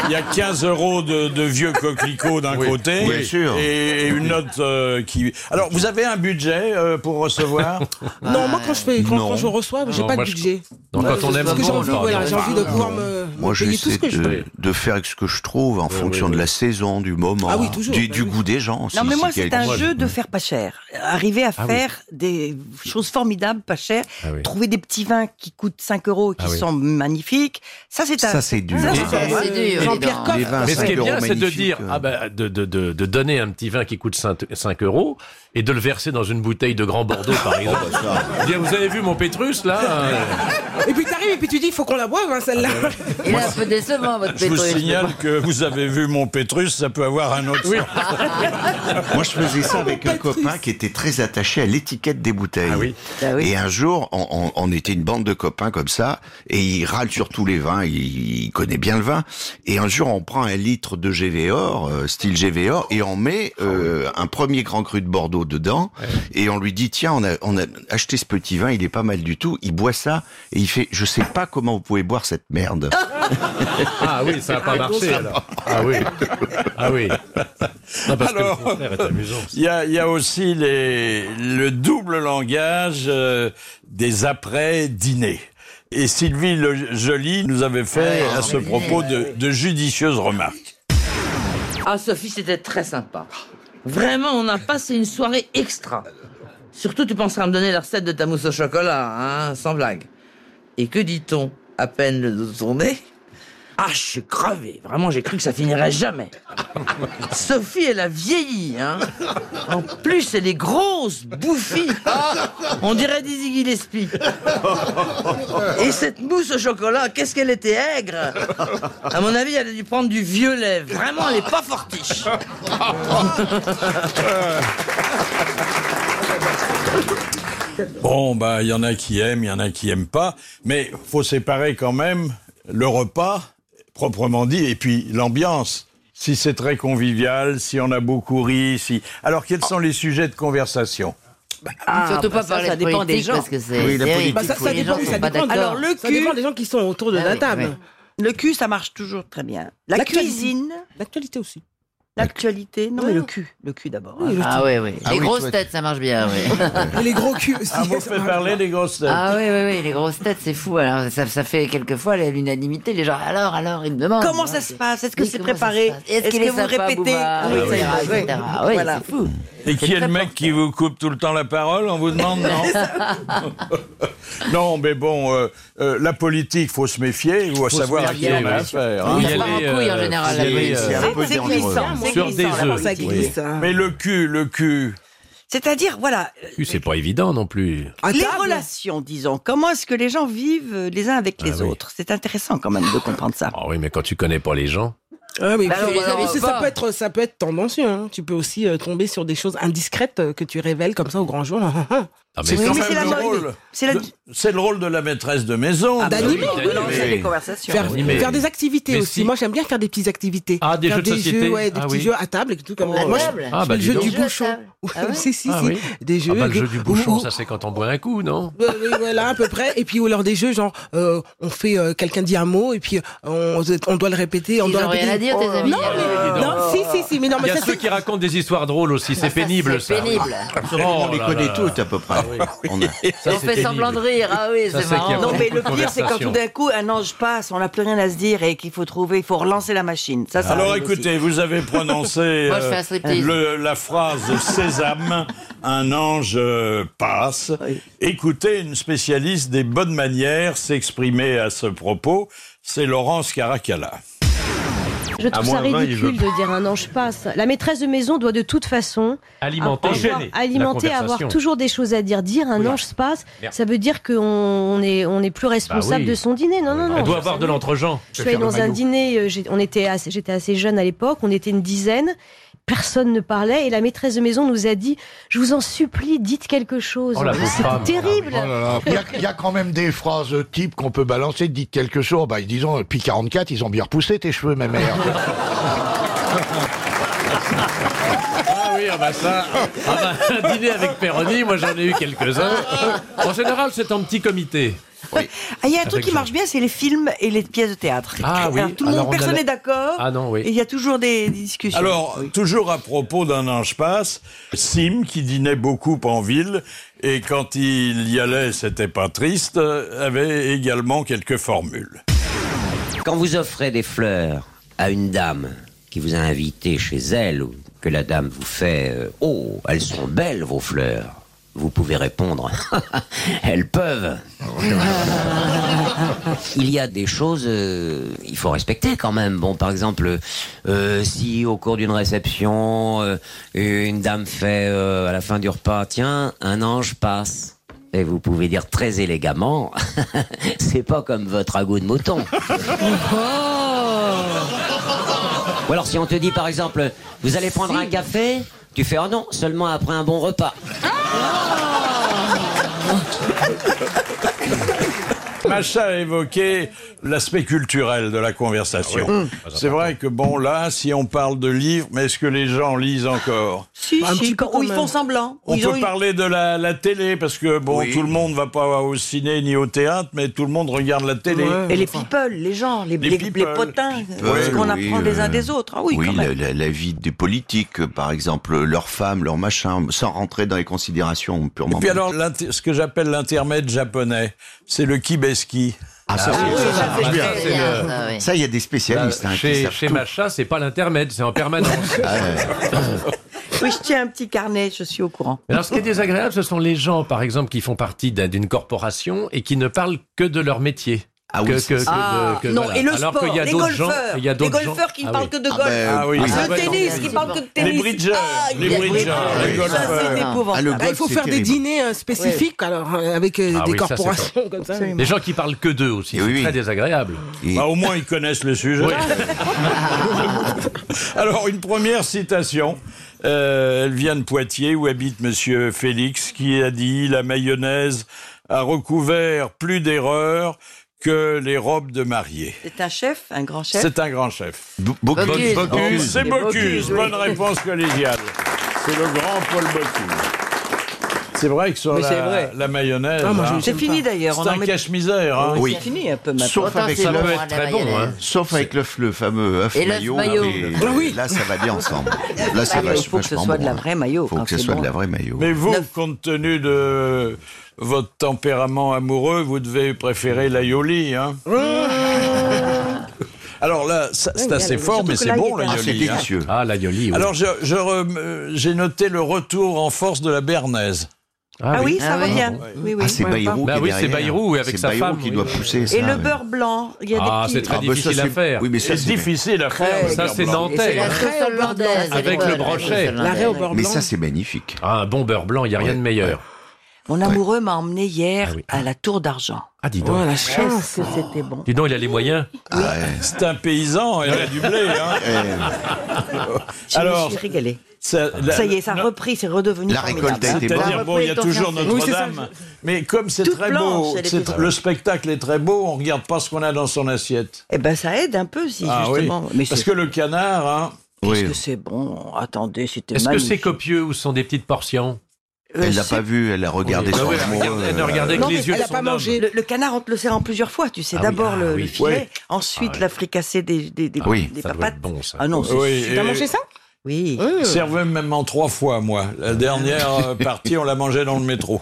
Speaker 2: Il y a 15 euros de, de vieux coquelicots d'un côté
Speaker 4: bien sûr.
Speaker 2: et, et une note euh, qui. Alors, vous avez un budget euh, pour recevoir
Speaker 3: Non, moi quand je fais, quand,
Speaker 2: Non.
Speaker 3: quand je reçois, j'ai
Speaker 2: Non,
Speaker 3: pas de
Speaker 2: moi, je-
Speaker 3: budget.
Speaker 2: Non, quand on aime,
Speaker 3: parce que j'ai
Speaker 2: on
Speaker 3: envie,
Speaker 2: parle.
Speaker 3: voilà, j'ai envie de
Speaker 2: Ah.
Speaker 3: pouvoir me, me
Speaker 5: Moi,
Speaker 3: payer tout
Speaker 5: j'essaie
Speaker 3: ce que je veux.
Speaker 5: de, de faire avec ce que je trouve en fonction de la saison, du moment,
Speaker 12: Ah oui, toujours,
Speaker 5: du,
Speaker 12: bah
Speaker 5: du
Speaker 12: oui.
Speaker 5: goût des gens.
Speaker 12: Non,
Speaker 5: si-
Speaker 12: mais
Speaker 5: si
Speaker 12: moi, c'est
Speaker 5: quelqu'un-
Speaker 12: un jeu de faire pas cher. Arriver à
Speaker 5: Ah oui.
Speaker 12: faire des choses formidables, pas chères.
Speaker 5: Ah oui.
Speaker 12: Trouver des petits vins qui coûtent 5 euros et qui
Speaker 5: Ah oui.
Speaker 12: sont magnifiques. Ça, c'est un.
Speaker 5: Ça, c'est dur.
Speaker 2: Ah.
Speaker 12: Ça,
Speaker 5: Et-
Speaker 12: c'est-
Speaker 5: C'est
Speaker 2: euh,
Speaker 5: dur.
Speaker 12: Jean-Pierre Coff.
Speaker 5: Les vins,
Speaker 4: Mais ce qui est
Speaker 5: 5
Speaker 4: bien,
Speaker 5: euros
Speaker 4: c'est de
Speaker 5: magnifiques,
Speaker 4: dire, ah bah, de, de- de- de donner un petit vin qui coûte 5, euros et de le verser dans une bouteille de Grand Bordeaux, par exemple. Eh Bien, vous avez vu mon Pétrus, là hein
Speaker 3: Et puis t'arrives et puis tu dis, il faut qu'on la boive, hein, celle-là.
Speaker 6: Il est un peu décevant, votre
Speaker 2: Je vous
Speaker 6: pétrole.
Speaker 2: signale que vous avez vu mon Pétrus, ça peut avoir un autre. sens.
Speaker 5: Moi, je faisais ça avec un copain qui était très attaché à l'étiquette des bouteilles.
Speaker 4: Ah
Speaker 5: Et un jour, on, on- on était une bande de copains comme ça, et il râle sur tous les vins, il, il connaît bien le vin. Et un jour, on prend un litre de GVOR, euh, style GVOR, et on met
Speaker 4: Ah
Speaker 5: euh, un premier grand cru de Bordeaux dedans, et on lui dit, tiens, on a, on a acheté ce petit vin, il est pas mal du tout, il boit ça, et il qui fait Je sais pas comment vous pouvez boire cette merde.
Speaker 4: Ah oui, ça n'a pas marché alors. Ah oui. Ah oui. Non, parce
Speaker 2: Alors,
Speaker 4: que le contraire est amusant.
Speaker 2: Il y a, il y a aussi les, le double langage euh, des après-dîners. Et Sylvie Le- Joly nous avait fait à ce propos de, de judicieuses remarques.
Speaker 15: Ah, Sophie, c'était très sympa. Vraiment, on a passé une soirée extra. Surtout, tu penseras me donner la recette de ta mousse au chocolat, hein, sans blague. Et que dit-on à peine le dos tourné Ah, je suis crevé. Vraiment, j'ai cru que ça finirait jamais. Sophie, elle a vieilli, hein. En plus, elle est grosse, bouffie. On dirait Dizzy Gillespie. Et cette mousse au chocolat, qu'est-ce qu'elle était aigre À mon avis, elle a dû prendre du vieux lait. Vraiment, elle n'est pas fortiche.
Speaker 2: Euh. Bon, bah, il y en a qui aiment, il y en a qui aiment pas, mais faut séparer quand même le repas, proprement dit, et puis l'ambiance. Si c'est très convivial, si on a beaucoup ri, si... Alors, quels sont les sujets de conversation
Speaker 6: Surtout pas
Speaker 3: bah, ça,
Speaker 6: parler
Speaker 3: ça
Speaker 6: de
Speaker 3: dépend des
Speaker 6: politique,
Speaker 3: gens.
Speaker 6: parce que c'est
Speaker 2: Oui, la
Speaker 6: c'est
Speaker 2: politique,
Speaker 12: Bah,
Speaker 6: horrible.
Speaker 3: Bah, ça, ça
Speaker 6: Les
Speaker 3: dépend,
Speaker 6: gens
Speaker 3: ça
Speaker 6: sont pas
Speaker 3: dépend.
Speaker 6: d'accord.
Speaker 3: Alors, le
Speaker 12: Ça
Speaker 3: cul-
Speaker 12: dépend
Speaker 3: des gens qui sont autour de
Speaker 12: Ah
Speaker 3: la
Speaker 12: oui,
Speaker 3: table.
Speaker 12: oui. Le cul, ça marche toujours très bien. La
Speaker 3: L'actualité.
Speaker 12: cuisine.
Speaker 3: L'actualité aussi.
Speaker 12: L'actualité, non mais le
Speaker 3: non.
Speaker 12: cul, le cul d'abord.
Speaker 6: Oui, le Ah cul. ouais, ouais. Ah Les oui, grosses toi, tu- têtes, ça marche bien, oui. Et les gros culs aussi,
Speaker 2: Ah, vous
Speaker 6: ça
Speaker 2: faites
Speaker 6: marche
Speaker 2: parler
Speaker 6: bien.
Speaker 2: des grosses têtes.
Speaker 6: Ah oui, oui, oui, les grosses têtes, c'est fou. Alors, ça, ça fait quelquefois la- l'unanimité. Les gens, alors, alors, ils me demandent.
Speaker 12: Comment ça se passe Est-ce que
Speaker 6: Oui,
Speaker 12: c'est
Speaker 6: comment ça se
Speaker 12: préparé
Speaker 6: passe Est-ce qu'il est
Speaker 12: que vous
Speaker 6: sympa,
Speaker 12: répétez
Speaker 6: Booba
Speaker 12: Oui,
Speaker 6: Ah oui,
Speaker 12: ça
Speaker 6: ah,
Speaker 12: y est,
Speaker 6: etc.
Speaker 12: oui.
Speaker 6: Oui,
Speaker 12: Voilà.
Speaker 6: c'est fou.
Speaker 2: Et qui est le mec qui vous coupe tout le temps la parole On vous demande non Non, mais bon, euh, euh, la politique, faut se méfier, ou à
Speaker 4: Faut
Speaker 2: savoir
Speaker 4: se
Speaker 2: à qui
Speaker 4: méfier,
Speaker 2: on a
Speaker 4: oui.
Speaker 2: affaire. hein.
Speaker 4: Faut y Ça part aller, en couille, en euh, général, faut y la aller, politique. euh, C'est- c'est glissant, c'est Sur glissant, des là-bas, ça œufs, glisse, oui. hein.
Speaker 2: Mais le cul, le cul.
Speaker 12: C'est-à-dire, voilà,
Speaker 4: Puis C'est pas évident non plus.
Speaker 12: les relations, disons. Comment est-ce que les gens vivent euh, les uns avec les autres C'est intéressant quand même de comprendre ça.
Speaker 4: Ah oui, mais quand tu connais pas les gens.
Speaker 3: Ah, mais
Speaker 12: Bah
Speaker 3: tu-
Speaker 12: alors,
Speaker 3: mais
Speaker 12: alors,
Speaker 3: ça,
Speaker 12: pas.
Speaker 3: peut être, ça peut être tendancieux. hein. Tu peux aussi euh, tomber sur des choses indiscrètes euh, que tu révèles comme ça au grand jour. Ah,
Speaker 2: C'est Ah, quand même le rôle. de- C'est le rôle de la maîtresse de maison.
Speaker 3: Ah, d'animer,
Speaker 2: de-
Speaker 3: oui, de lancer des
Speaker 12: conversations.
Speaker 3: Faire,
Speaker 2: D'animer.
Speaker 3: faire des activités
Speaker 2: Ah Mais
Speaker 3: aussi.
Speaker 2: si-
Speaker 3: Moi, j'aime bien faire des petites activités.
Speaker 2: Ah, des
Speaker 3: Faire
Speaker 2: jeux de société.
Speaker 3: ouais, des
Speaker 2: Ah
Speaker 3: petits
Speaker 2: oui.
Speaker 3: jeux à table et tout. Comme euh,
Speaker 4: À
Speaker 3: Moi, je-
Speaker 4: table
Speaker 3: je
Speaker 4: Ah,
Speaker 3: fais
Speaker 4: bah,
Speaker 3: le
Speaker 4: dis
Speaker 3: jeu
Speaker 4: donc.
Speaker 3: du
Speaker 4: Jeux à
Speaker 3: bouchon.
Speaker 4: Ah oui.
Speaker 3: Si, si,
Speaker 4: Ah
Speaker 3: si.
Speaker 4: oui.
Speaker 3: Des jeux.
Speaker 4: Ah bah, le
Speaker 3: que-
Speaker 4: jeu du
Speaker 3: où-
Speaker 4: bouchon,
Speaker 3: où-
Speaker 4: ça c'est quand on boit un coup, non
Speaker 3: Euh, oui, voilà, à peu près. Et puis, ou alors des jeux, genre, euh, on fait, euh, quelqu'un dit un mot, et puis, euh, on, on doit le répéter, on
Speaker 6: Ils
Speaker 3: doit le
Speaker 6: ont rien
Speaker 3: répéter. Oh.
Speaker 6: à dire, tes amis. Oh.
Speaker 3: Non, mais-
Speaker 4: dis donc.
Speaker 3: non, si, si, si, mais non,
Speaker 4: Il
Speaker 3: mais
Speaker 4: y a
Speaker 3: ça,
Speaker 4: ceux
Speaker 3: c'est-
Speaker 4: qui racontent des histoires drôles aussi, c'est pénible
Speaker 6: c'est
Speaker 4: ça.
Speaker 6: pénible.
Speaker 4: Oh
Speaker 5: on les connaît toutes à peu près. On a-
Speaker 4: Ah Ça,
Speaker 6: on
Speaker 4: c'est
Speaker 6: fait semblant de
Speaker 4: pénible.
Speaker 6: rire. Ah oui,
Speaker 4: Ça,
Speaker 6: c'est
Speaker 4: c'est qu'il y a
Speaker 6: marrant.
Speaker 12: Non, mais le
Speaker 4: beaucoup de
Speaker 12: pire, c'est quand
Speaker 4: conversations.
Speaker 12: tout d'un coup, un ange passe, on n'a plus rien à se dire et qu'il faut trouver, il faut relancer la machine. Ça, ça
Speaker 2: Alors
Speaker 12: arrive
Speaker 2: écoutez, vous avez prononcé
Speaker 12: Moi, je
Speaker 2: euh,
Speaker 12: fais un striptease.
Speaker 2: le- la phrase Sésame, un ange euh, passe. Écoutez une spécialiste des bonnes manières s'exprimer à ce propos, c'est Laurence Caracalla.
Speaker 16: Je trouve
Speaker 2: À
Speaker 16: ça
Speaker 2: moins vingt, il
Speaker 16: ridicule
Speaker 2: veut.
Speaker 16: de dire un ange passe. La maîtresse de maison doit de toute façon
Speaker 4: Alimenter.
Speaker 16: avoir,
Speaker 4: Enchaîner
Speaker 16: alimenter,
Speaker 4: la conversation.
Speaker 16: avoir toujours des choses à dire. Dire un
Speaker 4: Oui.
Speaker 16: ange passe,
Speaker 4: Merde.
Speaker 16: ça veut dire qu'on on est, on est plus responsable
Speaker 4: Bah oui.
Speaker 16: de son dîner. Non, non, non.
Speaker 4: Elle doit avoir de l'entre-gens.
Speaker 16: Je suis allée dans un dîner, euh, j'ai- on était assez- j'étais assez jeune à l'époque, on était une dizaine, personne ne parlait et la maîtresse de maison nous a dit Je vous en supplie, dites quelque chose.
Speaker 17: Oh, la
Speaker 16: Mais
Speaker 17: pauvre femme.
Speaker 16: C'était
Speaker 4: Ah,
Speaker 16: terrible.
Speaker 17: Oh là là. Il, y a, il y a quand même des phrases types qu'on peut balancer, dites quelque chose. Bah, disons, puis 44, ils ont bien repoussé tes cheveux, ma mère.
Speaker 12: Euh,
Speaker 4: Ah oui, ah bah ça, ah bah, un dîner avec Péroni, moi j'en ai eu quelques-uns. En général, c'est en petit comité.
Speaker 12: Ah, Il y a un truc
Speaker 4: Avec
Speaker 12: qui
Speaker 4: Jean.
Speaker 12: marche bien, c'est les films et les pièces de théâtre.
Speaker 4: Ah oui,
Speaker 12: Alors, tout le monde,
Speaker 4: alors on a
Speaker 12: personne
Speaker 4: la-
Speaker 12: n'est d'accord.
Speaker 2: Ah non, oui.
Speaker 12: Et il y a toujours des, des discussions.
Speaker 2: Alors, toujours à propos d'un ange passe, Sim, qui dînait beaucoup en ville, et quand il y allait, c'était pas triste, euh, avait également quelques formules.
Speaker 7: Quand vous offrez des fleurs à une dame qui vous a invité chez elle, ou que la dame vous fait euh, Oh, elles sont belles vos fleurs vous pouvez répondre Elles peuvent Il y a des choses, euh, il faut respecter quand même. Bon, par exemple, euh, si au cours d'une réception, euh, une dame fait euh, à la fin du repas Tiens, un ange passe. Et vous pouvez dire très élégamment, c'est pas comme votre ragoût de mouton. Ou alors si on te dit par exemple, vous allez prendre un café, tu fais oh non, seulement après un bon repas.
Speaker 2: Macha a évoqué l'aspect culturel de la conversation.
Speaker 18: Ah oui, Mmh.
Speaker 2: C'est vrai que bon, là, si on parle de livres, mais est-ce que les gens lisent encore
Speaker 12: Si,
Speaker 2: Un
Speaker 12: si,
Speaker 2: petit peu
Speaker 12: quand-
Speaker 2: quand
Speaker 12: ou ils
Speaker 2: même.
Speaker 12: font semblant. ou
Speaker 2: On
Speaker 12: ils ont
Speaker 2: peut
Speaker 12: une-
Speaker 2: parler de la, la télé parce que bon,
Speaker 12: Oui.
Speaker 2: tout le monde va pas au ciné ni au théâtre, mais tout le monde regarde la télé.
Speaker 12: Et les people, les gens, les,
Speaker 2: Les
Speaker 12: les-
Speaker 2: people.
Speaker 12: les potins,
Speaker 2: People,
Speaker 12: ce qu'on
Speaker 2: oui,
Speaker 12: apprend les uns
Speaker 2: euh,
Speaker 12: des autres. Ah oui, quand même.
Speaker 5: la, la- la vie des politiques, euh, par exemple, leurs femmes, leurs machins, sans rentrer dans les considérations purement.
Speaker 2: Et puis alors, l'inter- ce que j'appelle l'intermède japonais, c'est le kibeski.
Speaker 5: Ah, ça, Ah oui, oui, ça, ça, c'est bien, ça, c'est bien, le- ça, oui. Ça, il y a des spécialistes, hein, qui
Speaker 4: Bah, chez
Speaker 5: savent
Speaker 4: chez
Speaker 5: tout. Ah
Speaker 4: Macha, c'est pas l'intermède, c'est en permanence.
Speaker 12: Oui, je tiens un petit carnet, je suis au courant.
Speaker 4: Mais Alors, ce qui est désagréable, ce sont les gens, par exemple, qui font partie d'un- d'une corporation et qui ne parlent que de leur métier. Ah
Speaker 12: oui, ça, c'est- Ah, non, et le
Speaker 4: Alors
Speaker 12: sport,
Speaker 4: qu'il y a
Speaker 12: les
Speaker 4: d'autres gens,
Speaker 12: golfeurs,
Speaker 4: il y a
Speaker 12: les
Speaker 4: d'autres gens-
Speaker 12: golfeurs qui ne
Speaker 4: Ah
Speaker 12: parlent
Speaker 4: oui.
Speaker 12: que de golf.
Speaker 2: ben,
Speaker 15: ben,
Speaker 4: Ah oui.
Speaker 12: Le
Speaker 4: Ah ouais, non,
Speaker 12: tennis,
Speaker 4: mais-
Speaker 12: qui parle que de tennis.
Speaker 2: Les bridgers,
Speaker 12: Ah,
Speaker 2: les
Speaker 12: il y a-
Speaker 2: bridgers, les
Speaker 12: Ça, c'est
Speaker 2: golfeurs.
Speaker 12: épouvantable.
Speaker 2: Ah, le
Speaker 3: Bah,
Speaker 2: golf,
Speaker 3: il faut
Speaker 2: c'est
Speaker 3: faire
Speaker 2: terrible.
Speaker 3: des dîners euh, spécifiques alors euh, avec euh,
Speaker 2: Ah
Speaker 3: des
Speaker 2: oui, ça, c'est
Speaker 3: corporations
Speaker 2: top.
Speaker 3: comme ça.
Speaker 4: Les gens qui parlent que d'eux aussi, c'est très désagréable.
Speaker 2: Bah, au moins, ils connaissent le sujet.
Speaker 4: Oui.
Speaker 2: Alors, une première citation. Euh, elle vient de Poitiers, où habite Monsieur Félix, qui a dit « La mayonnaise a recouvert plus d'erreurs que les robes de mariée
Speaker 12: C'est un chef, un grand ». chef.
Speaker 2: C'est un grand chef.
Speaker 12: Bocuse.
Speaker 2: Bocuse.
Speaker 12: Bocuse.
Speaker 2: C'est
Speaker 12: Et
Speaker 2: Bocuse.
Speaker 12: Bocuse, oui.
Speaker 2: Bonne réponse collégiale. C'est le grand Paul Bocuse. C'est vrai que sur
Speaker 12: Mais c'est
Speaker 2: la,
Speaker 12: vrai.
Speaker 2: la mayonnaise...
Speaker 12: Ah, moi,
Speaker 2: hein,
Speaker 12: je- C'est fini, d'ailleurs, on
Speaker 2: C'est
Speaker 12: en
Speaker 2: un
Speaker 12: met-
Speaker 2: cache-misère. hein.
Speaker 12: Oui, c'est fini un peu maintenant.
Speaker 5: Sauf
Speaker 12: Autant
Speaker 5: avec
Speaker 12: c'est
Speaker 5: l'œuf,
Speaker 12: bon, hein, la
Speaker 5: très bon,
Speaker 12: mayonnaise.
Speaker 5: hein. Sauf avec l'œuf, le fameux œuf
Speaker 12: Et l'œuf
Speaker 5: maillot.
Speaker 12: maillot.
Speaker 5: mais
Speaker 12: Oui.
Speaker 5: Là, ça va bien ensemble. Là, c'est
Speaker 12: Ah, mais
Speaker 5: vach-
Speaker 12: il faut que ce
Speaker 5: vachement
Speaker 12: soit de
Speaker 5: bon,
Speaker 12: la
Speaker 5: hein.
Speaker 12: vraie maillot.
Speaker 5: Faut
Speaker 12: quand
Speaker 5: que ce
Speaker 12: c'est
Speaker 5: soit
Speaker 12: bon.
Speaker 5: de la vraie maillot.
Speaker 2: Mais vous, compte tenu de votre tempérament amoureux, vous devez préférer l'aioli, hein Alors là, ça- c'est
Speaker 4: Oui,
Speaker 2: assez
Speaker 4: alors,
Speaker 2: fort,
Speaker 4: surtout
Speaker 2: mais
Speaker 4: que
Speaker 2: c'est
Speaker 4: là,
Speaker 2: bon
Speaker 4: il est
Speaker 2: l'aioli.
Speaker 4: Ah, c'est
Speaker 2: hein.
Speaker 4: délicieux. Ah, l'aioli, oui.
Speaker 2: Alors je- je rem- euh, j'ai noté le retour en force de la Bernaise.
Speaker 12: Ah oui, ça revient. Oui, oui.
Speaker 2: Ah, c'est
Speaker 12: Ouais,
Speaker 2: Bayrou
Speaker 12: pas-
Speaker 2: qui est Bah oui, c'est derrière. Bayrou, et avec
Speaker 5: C'est
Speaker 2: sa
Speaker 5: Bayrou
Speaker 2: femme,
Speaker 5: qui
Speaker 2: oui.
Speaker 5: doit pousser ça.
Speaker 12: Et le
Speaker 5: oui.
Speaker 12: beurre blanc, il y a
Speaker 4: Ah,
Speaker 12: des
Speaker 4: c'est
Speaker 12: petits-
Speaker 4: très
Speaker 5: Ah, bah, ça,
Speaker 4: difficile à
Speaker 5: c'est-
Speaker 4: faire.
Speaker 5: oui, mais ça,
Speaker 2: C'est
Speaker 5: c'est-
Speaker 2: difficile à faire.
Speaker 4: Ça,
Speaker 2: le
Speaker 4: c'est
Speaker 2: beurre blanc.
Speaker 4: nantais. hein.
Speaker 6: sauce hollandaise, elle est
Speaker 4: Avec
Speaker 6: bonne,
Speaker 4: le
Speaker 6: la
Speaker 4: brochet.
Speaker 6: sauce hollandaise. L'arrêt au beurre
Speaker 5: Mais
Speaker 6: blanc.
Speaker 5: ça, c'est magnifique.
Speaker 4: Ah, un bon beurre blanc, il n'y a rien de meilleur.
Speaker 12: Mon amoureux m'a emmené hier à la Tour d'Argent.
Speaker 4: Ah, dis donc.
Speaker 12: Qu'est-ce que c'était bon.
Speaker 4: Dis donc, il a les moyens.
Speaker 2: Ah, C'est un paysan, elle a du blé. hein.
Speaker 12: Je me suis régalée.
Speaker 2: ça, Euh, la-
Speaker 12: ça y est, ça a repris, c'est redevenu formidable.
Speaker 2: C'est-à-dire, bon, il y a toujours
Speaker 12: Oui, c'est ça.
Speaker 2: Notre-Dame. mais comme c'est
Speaker 12: Toute
Speaker 2: très
Speaker 12: blanche,
Speaker 2: beau,
Speaker 12: elle
Speaker 2: c'est
Speaker 12: était
Speaker 2: tr- le spectacle est très beau, on regarde pas ce qu'on a dans son assiette.
Speaker 12: Eh ben, ça aide un peu, si,
Speaker 2: Ah oui.
Speaker 12: justement. Mais
Speaker 2: Parce
Speaker 12: c'est-
Speaker 2: que le canard, hein.
Speaker 12: Qu'est-ce que c'est bon Attendez, c'était
Speaker 4: Est-ce que c'est
Speaker 12: magnifique. Euh,
Speaker 4: copieux ou sont des petites portions
Speaker 5: Elle l'a pas vu, elle a regardé
Speaker 4: Oui.
Speaker 5: son
Speaker 4: Ah oui, elle
Speaker 5: amoureux,
Speaker 4: regarde- elle ne
Speaker 5: euh,
Speaker 4: regardait que
Speaker 12: Non, mais
Speaker 4: les yeux
Speaker 12: elle
Speaker 4: de
Speaker 12: a
Speaker 4: son
Speaker 12: pas
Speaker 4: homme.
Speaker 12: mangé. Le, le canard, on te le sert en plusieurs fois, tu sais.
Speaker 4: Ah oui,
Speaker 12: D'abord
Speaker 4: ah
Speaker 12: le,
Speaker 4: oui.
Speaker 12: le filet,
Speaker 4: Ouais.
Speaker 12: ensuite
Speaker 4: Ah
Speaker 12: la fricassée des, des, des,
Speaker 2: Oui.
Speaker 12: des
Speaker 2: Ça doit
Speaker 12: papates.
Speaker 2: être bon, ça.
Speaker 12: Ah non, c'est-
Speaker 2: Oui,
Speaker 12: c'est-
Speaker 2: et- T'as mangé ça Oh.
Speaker 12: Oui.
Speaker 2: Servait même en trois fois, moi. La dernière euh, partie, on la mangeait dans le métro.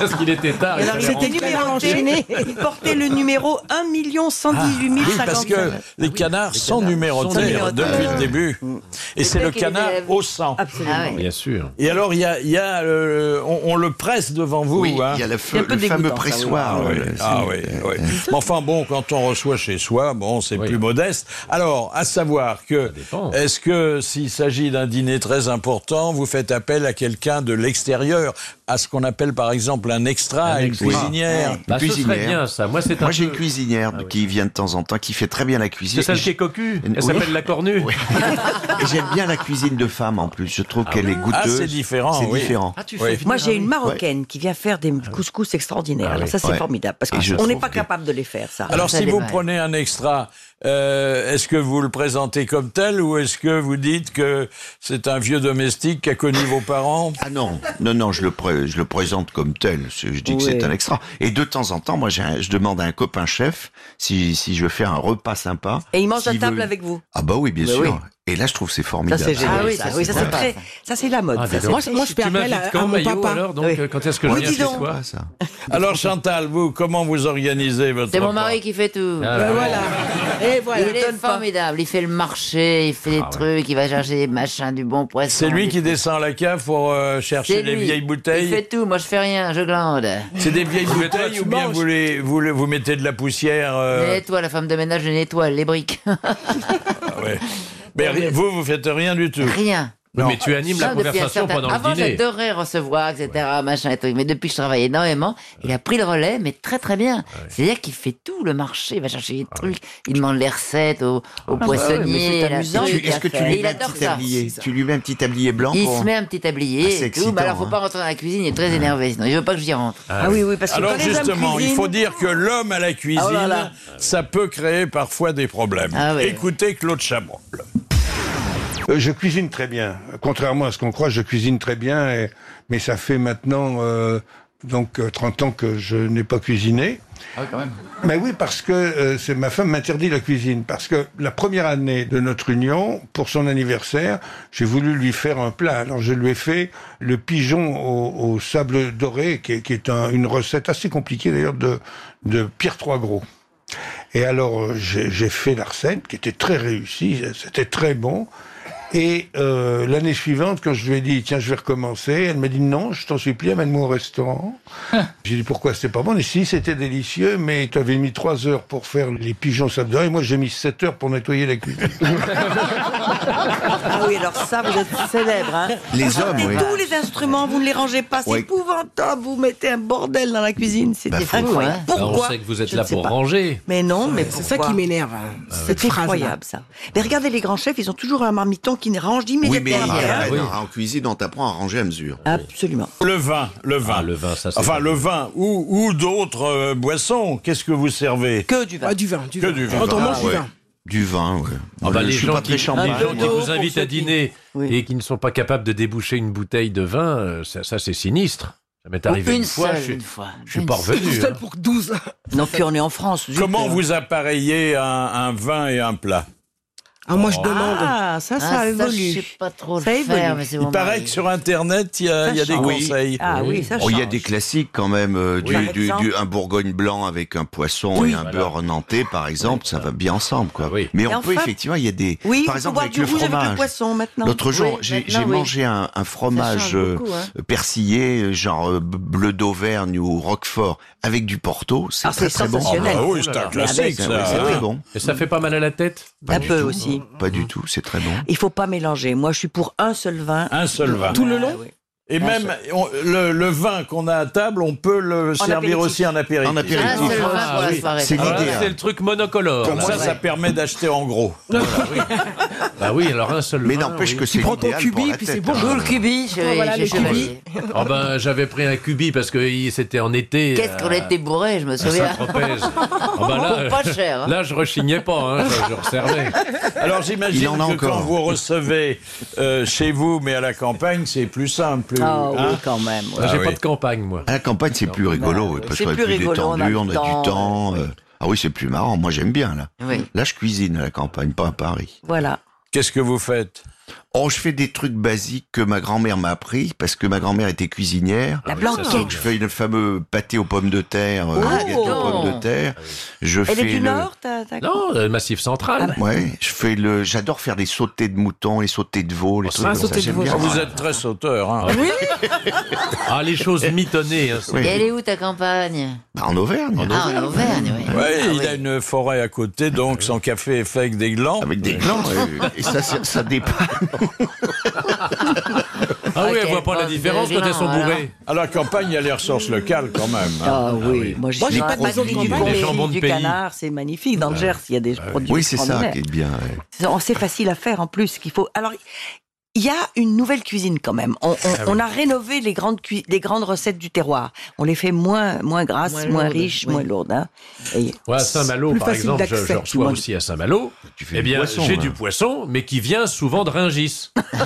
Speaker 4: Parce qu'il était tard.
Speaker 12: Et alors, il était numéroté. Il portait le numéro 1 118
Speaker 2: Ah, Oui,
Speaker 12: 055.
Speaker 2: parce que
Speaker 12: Ah
Speaker 2: les canards sont
Speaker 12: sont
Speaker 2: numérotés
Speaker 12: numérotés.
Speaker 2: depuis
Speaker 12: Euh,
Speaker 2: le début. Et c'est le
Speaker 12: qu'il est
Speaker 2: canard
Speaker 12: élève.
Speaker 2: au sang.
Speaker 12: Absolument.
Speaker 5: Ah
Speaker 11: Ah
Speaker 4: Bien sûr.
Speaker 2: Et alors, il y a, il y a, euh, on, on le presse devant vous.
Speaker 5: Oui,
Speaker 2: hein.
Speaker 5: il y a le feu- Il y a un peu le dégoûtant, fameux ça, oui. pressoir,
Speaker 2: Ah oui,
Speaker 5: euh,
Speaker 2: ah
Speaker 5: c'est-
Speaker 2: oui, oui. Mais enfin bon, quand on reçoit chez soi, bon, c'est plus modeste. Alors, à savoir que, est-ce que s'il s'agit d'un dîner très important, vous faites appel à quelqu'un de l'extérieur, à ce qu'on appelle par exemple un extra, une cuisinière
Speaker 5: Une Ah, cuisinière.
Speaker 4: Moi, c'est
Speaker 5: Moi, j'ai une cuisinière qui vient de temps en temps, qui fait très bien la cuisine.
Speaker 4: C'est celle
Speaker 5: Et
Speaker 4: qui
Speaker 5: je-
Speaker 4: est cocu
Speaker 5: Oui.
Speaker 4: Elle s'appelle la cornue
Speaker 5: Et j'aime bien la cuisine de femme en plus. Je trouve qu'elle est goûteuse.
Speaker 2: Ah, c'est différent,
Speaker 5: C'est
Speaker 2: oui.
Speaker 5: différent.
Speaker 2: Ah, tu fais Oui.
Speaker 12: Moi, j'ai une Marocaine qui vient faire des couscous extraordinaires.
Speaker 5: Ah
Speaker 12: Alors,
Speaker 5: oui.
Speaker 12: ça, c'est
Speaker 5: Ouais.
Speaker 12: formidable. Parce
Speaker 5: Et je
Speaker 12: qu'on n'est
Speaker 5: trouve
Speaker 12: pas
Speaker 5: que-
Speaker 12: capable de les faire, Ah, ça.
Speaker 2: Alors, si
Speaker 12: les
Speaker 2: vous
Speaker 12: mains.
Speaker 2: prenez un extra, euh, est-ce que vous le présentez comme tel ou est-ce que vous dites que c'est un vieux domestique qui a connu vos parents
Speaker 5: Ah non, non, non, je le, pré- je le présente comme tel. Je je dis que
Speaker 2: Ouais.
Speaker 5: c'est un extra. Et de temps en temps, moi, j'ai un- je demande à un copain chef si, si je veux faire un repas sympa.
Speaker 12: Et il mange à
Speaker 5: S'il
Speaker 12: table
Speaker 5: veut-
Speaker 12: avec vous.
Speaker 5: Ah bah oui, bien
Speaker 12: Bah
Speaker 5: sûr.
Speaker 12: oui.
Speaker 5: Et là, je trouve que c'est
Speaker 12: Ça,
Speaker 5: formidable.
Speaker 12: c'est génial. Ah oui, ça, oui, ça, c'est
Speaker 5: Ouais.
Speaker 12: très- ça, c'est la mode.
Speaker 5: Ah,
Speaker 12: ça,
Speaker 5: dis
Speaker 12: c'est
Speaker 5: donc.
Speaker 12: très
Speaker 3: Moi, je fais
Speaker 12: chic.
Speaker 3: appel à, à mon papa.
Speaker 4: donc, euh, quand est-ce que
Speaker 12: Oui,
Speaker 4: je viens
Speaker 12: dis
Speaker 4: chez
Speaker 12: donc.
Speaker 4: toi
Speaker 2: Alors, Chantal, vous, comment vous organisez votre
Speaker 6: C'est mon
Speaker 2: repas
Speaker 6: mari qui fait tout.
Speaker 2: Ah, Ben voilà.
Speaker 3: Et
Speaker 6: voilà. Il est formidable. Il fait le marché, il fait des trucs, il va chercher des machins, du bon poisson.
Speaker 2: Ah C'est lui
Speaker 6: des-
Speaker 2: qui descend à la cave pour euh, chercher
Speaker 6: C'est
Speaker 2: les
Speaker 6: lui.
Speaker 2: vieilles
Speaker 6: Il fait
Speaker 2: bouteilles
Speaker 6: tout. Moi, je fais rien, je glande.
Speaker 2: C'est des vieilles
Speaker 6: Mais toi,
Speaker 2: bouteilles
Speaker 6: tu
Speaker 2: ou bien vous, les, vous, les- vous mettez de la poussière
Speaker 6: Je les
Speaker 2: euh,
Speaker 6: nettoie, la femme de ménage, je nettoie les briques.
Speaker 2: ah ouais. Mais ri- vous, vous faites rien du tout
Speaker 6: Rien.
Speaker 4: Non. mais tu animes la
Speaker 6: Non, depuis un
Speaker 4: conversation
Speaker 6: certain-
Speaker 4: pendant le
Speaker 6: Avant,
Speaker 4: dîner.
Speaker 6: j'adorais recevoir, etc., machin et tout. Mais depuis que je travaille énormément, il a pris le relais, mais très très bien.
Speaker 4: Ah
Speaker 6: C'est-à-dire qu'il fait tout le marché, il va chercher les trucs, il demande les recettes aux, aux
Speaker 5: Ah, ouais, mais
Speaker 6: poissonniers.
Speaker 5: c'est
Speaker 6: la
Speaker 5: amusant.
Speaker 6: truc
Speaker 5: Tu- Est-ce que tu
Speaker 6: à faire.
Speaker 5: lui
Speaker 6: Et
Speaker 5: mets
Speaker 6: il
Speaker 5: un
Speaker 6: adore
Speaker 5: petit
Speaker 6: ça.
Speaker 5: tablier Tu lui mets un petit tablier blanc
Speaker 6: Il
Speaker 5: pour-
Speaker 6: se met un petit
Speaker 5: Ah, c'est
Speaker 6: tablier. et tout. Mais
Speaker 5: excitant,
Speaker 6: alors, faut
Speaker 5: hein.
Speaker 6: pas rentrer dans la cuisine, il est
Speaker 4: Ah.
Speaker 6: très énervé. Sinon, il veut pas que j'y rentre.
Speaker 5: Ah
Speaker 12: Ah
Speaker 2: Alors justement, il faut dire que l'homme à la cuisine,
Speaker 6: Oh là
Speaker 12: Ah,
Speaker 6: là.
Speaker 2: ça peut créer parfois des problèmes. Écoutez Claude Chabrol.
Speaker 19: Euh, je cuisine très bien. Contrairement à ce qu'on croit, je cuisine très bien. et- mais ça fait maintenant euh, donc euh, 30 ans que je n'ai pas cuisiné.
Speaker 5: Ah oui, quand même.
Speaker 19: Mais oui, parce que euh, c'est ma femme m'interdit la cuisine. Parce que la première année de notre union, pour son anniversaire, j'ai voulu lui faire un plat. Alors je lui ai fait le pigeon au, au sable doré, qui est, qui est un- une recette assez compliquée d'ailleurs de, de Pierre Trois Gros. Et alors euh, j'ai j'ai fait la recette, qui était très réussie, c'était très bon. Et euh, l'année suivante, quand je lui ai dit, tiens, je vais recommencer, elle m'a dit, non, je t'en supplie, amène-moi au restaurant. j'ai dit, pourquoi c'est pas bon Et si, c'était délicieux, mais tu avais mis trois heures pour faire les pigeons sabdor et moi j'ai mis sept heures pour nettoyer la cuisine.
Speaker 12: Ah oui, alors ça, vous êtes célèbre. Hein.
Speaker 19: Les
Speaker 12: vous
Speaker 19: hommes,
Speaker 12: sortez
Speaker 19: oui.
Speaker 12: tous les instruments, vous ne les rangez pas, c'est
Speaker 19: Oui.
Speaker 12: épouvantable. Vous mettez un bordel dans la cuisine, c'est incroyable.
Speaker 4: Bah, Alors,
Speaker 12: Pourquoi
Speaker 4: on sait que vous êtes
Speaker 12: Je ne
Speaker 4: là
Speaker 12: sais
Speaker 4: pour
Speaker 12: pas.
Speaker 4: ranger.
Speaker 12: Mais non, mais
Speaker 15: C'est ça qui m'énerve. hein.
Speaker 12: C'est incroyable ça. Mais regardez les grands chefs, ils ont toujours un marmiton qui ne range
Speaker 5: Oui, mais
Speaker 12: immédiatement
Speaker 5: ah,
Speaker 12: derrière.
Speaker 5: ouais, non, en cuisine, on t'apprend à ranger à mesure.
Speaker 6: Ah,
Speaker 5: Ah,
Speaker 12: Absolument.
Speaker 2: Le vin, le vin. le vin, ça, enfin, le vin ou, ou d'autres euh, boissons. Qu'est-ce que vous servez
Speaker 12: Que du
Speaker 15: vin. Ah, du vin, du
Speaker 2: que
Speaker 15: vin.
Speaker 2: du vin. Ah,
Speaker 15: Quand on mange du
Speaker 2: ouais.
Speaker 15: vin.
Speaker 5: Du vin, ouais.
Speaker 4: Ah bah,
Speaker 5: Je
Speaker 4: les
Speaker 5: suis
Speaker 4: gens,
Speaker 5: pas
Speaker 4: qui,
Speaker 5: très Ah, champagne.
Speaker 4: les gens qui
Speaker 5: Un dodo
Speaker 4: vous invitent à dîner et qui ne sont pas capables de déboucher une bouteille de vin, euh, ça, ça, c'est sinistre. Ça m'est
Speaker 12: Ou
Speaker 4: arrivé
Speaker 12: une
Speaker 4: une, fois,
Speaker 12: seule,
Speaker 4: je suis,
Speaker 12: une fois.
Speaker 4: je suis
Speaker 12: Une
Speaker 4: pas
Speaker 12: seule.
Speaker 4: revenu.
Speaker 12: Une seule
Speaker 4: hein.
Speaker 12: pour 12. Non, puis on est en France. zut,
Speaker 2: Comment
Speaker 12: hein.
Speaker 2: vous appareillez un, un vin et un plat
Speaker 15: Ah, moi, je
Speaker 12: demande. Ah, ça, ça
Speaker 6: Oh. Ah, ça,
Speaker 12: évolue.
Speaker 6: je sais pas trop le
Speaker 12: Ça évolue.
Speaker 6: faire, mais c'est
Speaker 2: Il
Speaker 6: mon
Speaker 2: paraît
Speaker 6: mari.
Speaker 2: que sur Internet, il y a, euh, il y a des conseils.
Speaker 12: Ah
Speaker 5: Oh, Il y a des classiques quand même, euh, du,
Speaker 2: Par
Speaker 5: du-
Speaker 2: exemple
Speaker 5: du- un Bourgogne blanc avec un poisson
Speaker 2: Oui.
Speaker 5: et un
Speaker 2: Voilà.
Speaker 5: beurre nantais, par exemple, ça va bien ensemble, quoi. Mais
Speaker 12: Et
Speaker 5: on peut
Speaker 12: enfin-
Speaker 5: effectivement, il y a des, par
Speaker 12: Oui, il faut
Speaker 5: exemple
Speaker 12: boire
Speaker 5: avec
Speaker 12: du
Speaker 5: le
Speaker 12: rouge avec
Speaker 5: fromage.
Speaker 12: le poisson, maintenant.
Speaker 5: L'autre jour,
Speaker 12: Oui,
Speaker 5: j'ai
Speaker 12: maintenant,
Speaker 5: j'ai
Speaker 12: oui.
Speaker 5: mangé un, un
Speaker 12: Ça
Speaker 5: fromage
Speaker 12: change beaucoup,
Speaker 5: euh,
Speaker 12: hein.
Speaker 5: persillé, euh, genre euh, bleu d'Auvergne ou Roquefort, avec du Porto, c'est
Speaker 12: Ah,
Speaker 5: très
Speaker 12: c'est
Speaker 5: très bon.
Speaker 12: sensationnel. Ah bah oui,
Speaker 4: c'est un
Speaker 12: classique,
Speaker 5: C'est
Speaker 12: ça.
Speaker 5: très bon.
Speaker 4: Et ça fait pas mal à la tête
Speaker 5: Pas
Speaker 12: Un
Speaker 5: du
Speaker 12: peu
Speaker 5: tout.
Speaker 12: aussi.
Speaker 5: Pas du tout, c'est très bon.
Speaker 12: Il faut pas mélanger. Moi, je suis pour un seul vin.
Speaker 2: Un seul vin.
Speaker 12: Tout le long
Speaker 2: Et même on- le, le vin qu'on a à table, on peut le servir
Speaker 12: apéritif.
Speaker 2: aussi en apéritif.
Speaker 5: En apéritif.
Speaker 4: Ah,
Speaker 5: Un seul vin pour la soirée. Ah, C'est hein.
Speaker 2: Alors là,
Speaker 5: l'idéal.
Speaker 2: c'est le
Speaker 4: truc monocolore.
Speaker 2: Pour
Speaker 4: là.
Speaker 2: moi,
Speaker 4: Ouais.
Speaker 2: ça permet d'acheter en gros.
Speaker 4: Bah oui, alors un seul
Speaker 5: Mais
Speaker 4: vin,
Speaker 5: n'empêche
Speaker 4: oui.
Speaker 5: que c'est l'idéal pour la tête, hein.
Speaker 6: Tout le cubi, je vais- je vais chevalier.
Speaker 4: Ah ben, j'avais pris un cubi parce que il- c'était en été.
Speaker 6: Qu'est-ce qu'on
Speaker 4: euh,
Speaker 6: était bourré, je me
Speaker 4: à
Speaker 6: souviens.
Speaker 4: Saint-Tropez. Ah ben là,
Speaker 6: Pour pas cher, hein.
Speaker 4: Là, je rechignais pas, hein, je, je resservais.
Speaker 2: Alors
Speaker 4: Il
Speaker 2: j'imagine
Speaker 4: en
Speaker 2: que
Speaker 4: a
Speaker 2: quand
Speaker 4: encore.
Speaker 2: vous recevez euh, chez vous, mais à la campagne, c'est plus simple. plus-
Speaker 6: Ah oui,
Speaker 2: hein.
Speaker 6: quand même.
Speaker 4: Moi, J'ai pas de campagne, moi.
Speaker 5: À Ah, la campagne, c'est plus rigolo, oui, parce
Speaker 6: c'est
Speaker 5: qu'on est
Speaker 6: plus
Speaker 5: plus,
Speaker 6: rigolo, on a
Speaker 5: détendu,
Speaker 6: le
Speaker 5: on a,
Speaker 6: temps,
Speaker 5: du temps. euh, Ah oui, c'est plus marrant. Moi, j'aime bien, là.
Speaker 6: Oui.
Speaker 5: Là, je cuisine à la campagne, pas à Paris.
Speaker 12: Voilà.
Speaker 2: Qu'est-ce que vous faites
Speaker 5: Oh, je fais des trucs basiques que ma grand-mère m'a appris, parce que ma grand-mère était cuisinière.
Speaker 12: La Ah oui, blanquette. ça, c'est
Speaker 5: Donc, je fais le fameux pâté aux pommes de terre, euh,
Speaker 12: Oh,
Speaker 5: gâteau aux
Speaker 12: non.
Speaker 5: pommes de terre. Je
Speaker 12: Elle
Speaker 5: fais
Speaker 12: est du
Speaker 5: le- Ah
Speaker 12: Nord, ta, ta-
Speaker 4: Ah Oh, le Massif Central.
Speaker 5: Ouais, je fais le. J'adore faire des sautés de moutons, les sautés de veau,
Speaker 4: Oh,
Speaker 5: les trucs
Speaker 2: Ah,
Speaker 5: comme ça. J'aime bien.
Speaker 2: Vous êtes très sauteur. Hein.
Speaker 4: Ah, les choses mitonnées. hein,
Speaker 6: Et elle
Speaker 4: c'est-
Speaker 6: est où ta campagne
Speaker 5: En Auvergne.
Speaker 6: Ah, en Auvergne, oui.
Speaker 2: Ouais, il a une forêt à côté, donc son café est fait avec des glands.
Speaker 5: Avec des glands, ouais. et ça, ça- ça dépanne.
Speaker 2: Ah
Speaker 4: oui, elle voit pas la différence quand elles sont bourrées.
Speaker 2: À la campagne, il y a les ressources locales quand même.
Speaker 12: Ah oui, moi j'ai
Speaker 2: Moi, j'ai pas
Speaker 12: pas de
Speaker 2: de
Speaker 12: maison
Speaker 2: produits
Speaker 12: du
Speaker 2: du
Speaker 12: Bourgogne,
Speaker 2: pays.
Speaker 12: mais
Speaker 2: Jambon de
Speaker 12: du
Speaker 2: pays. Bah
Speaker 12: canard, c'est magnifique. Dans le Gers, il y a des produits
Speaker 5: Oui, c'est ça
Speaker 12: extraordinaires.
Speaker 5: qui est bien. ouais.
Speaker 12: C'est- on- C'est facile à faire en plus qu'il faut. Alors, il y a une nouvelle cuisine quand même. On, on-
Speaker 5: Ah oui.
Speaker 12: on a rénové les grandes, cui- les grandes recettes du terroir. On les fait moins, moins grasses,
Speaker 4: Moins
Speaker 12: moins,
Speaker 4: lourdes,
Speaker 12: riches,
Speaker 4: oui.
Speaker 12: moins lourdes. hein. Et
Speaker 4: Ouais, à Saint-Malo,
Speaker 12: plus
Speaker 4: par
Speaker 12: facile
Speaker 4: exemple, je,
Speaker 12: d'accès.
Speaker 4: je reçois
Speaker 12: Moins-
Speaker 4: aussi à Saint-Malo.
Speaker 5: fais
Speaker 4: Eh
Speaker 5: du
Speaker 4: bien,
Speaker 5: poisson,
Speaker 2: hein.
Speaker 4: j'ai
Speaker 5: là.
Speaker 4: du poisson, mais qui vient souvent de Ringis.
Speaker 5: Mais,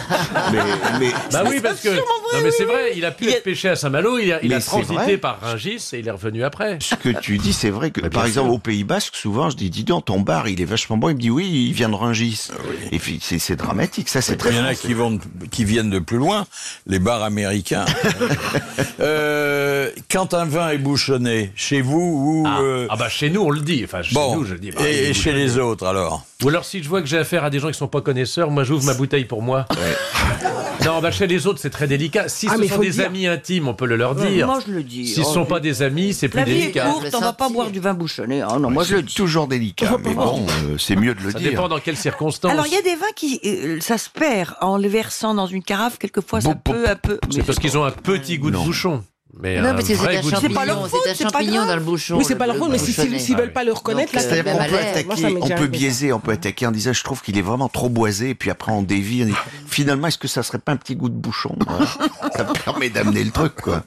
Speaker 5: mais-
Speaker 4: Bah oui, parce que. non, mais c'est vrai, il a pu être pêché à Saint-Malo, il a, il a
Speaker 5: Mais c'est
Speaker 4: transité
Speaker 5: vrai.
Speaker 4: par Ringis et il est revenu après.
Speaker 5: Ce que tu dis, c'est vrai que,
Speaker 4: Mais
Speaker 5: par
Speaker 4: bien
Speaker 5: exemple,
Speaker 4: sûr.
Speaker 5: au Pays Basque, souvent, je dis, dis donc, ton bar, il est vachement bon. Il me dit, oui, il vient de Rungis. Et puis, c'est c'est dramatique, ça, c'est très
Speaker 2: Il y en a
Speaker 5: français.
Speaker 2: qui, vont, qui viennent de plus loin, les bars américains. Euh, quand un vin est bouchonné, chez vous ou...
Speaker 4: Ah,
Speaker 2: euh,
Speaker 4: ah bah chez nous, on le dit. Enfin, chez
Speaker 2: bon,
Speaker 4: nous, je le dis. bah, il
Speaker 2: et,
Speaker 4: est
Speaker 2: et chez
Speaker 4: bouchonné.
Speaker 2: les autres alors
Speaker 4: Ou alors, si je vois que j'ai affaire à des gens qui sont pas connaisseurs, moi, j'ouvre ma bouteille pour moi. Non, bah chez les autres, c'est très délicat. Si
Speaker 12: Ah,
Speaker 4: ce
Speaker 12: mais
Speaker 4: sont
Speaker 12: faut le
Speaker 4: des
Speaker 12: dire.
Speaker 4: amis intimes, on peut le leur
Speaker 12: Ouais,
Speaker 4: dire.
Speaker 12: moi, je le dis.
Speaker 4: S'ils ne
Speaker 12: Oh,
Speaker 4: sont
Speaker 12: oui.
Speaker 4: pas des amis, c'est plus
Speaker 12: La vie est
Speaker 4: délicat.
Speaker 12: courte, hein. on va pas boire du vin bouchonné. Ah non, moi je le dis.
Speaker 5: Toujours délicat, mais bon, euh, c'est mieux de le
Speaker 4: Ça
Speaker 5: dire.
Speaker 4: dépend dans quelles circonstances.
Speaker 12: Alors il y a des vins qui, euh, ça se perd en le versant dans une carafe, quelquefois, ça peut un peu.
Speaker 4: C'est parce qu'ils ont un petit goût de bouchon. Mais
Speaker 6: Non,
Speaker 4: un
Speaker 6: parce que c'est
Speaker 4: vrai
Speaker 6: un
Speaker 4: goût de
Speaker 6: champignon,
Speaker 4: bouchon.
Speaker 6: c'est un champignon dans le bouchon.
Speaker 3: Oui, c'est pas
Speaker 6: le-
Speaker 3: leur faute, mais
Speaker 6: le
Speaker 3: si-
Speaker 6: bouchonnet.
Speaker 3: s'ils- s'ils veulent pas le reconnaître, là,
Speaker 6: C'est-à-dire
Speaker 3: c'est
Speaker 6: qu'on
Speaker 3: mal
Speaker 6: peut
Speaker 3: à l'aise. Moi, ça
Speaker 5: attaquer,
Speaker 3: m'est
Speaker 5: on
Speaker 3: déjà
Speaker 5: peut
Speaker 3: arrivé.
Speaker 5: biaiser, on peut attaquer en disant je trouve qu'il est vraiment trop boisé, et puis après on dévie. on dit, finalement, est-ce que ça serait pas un petit goût de bouchon voilà. Ça permet d'amener le truc, quoi.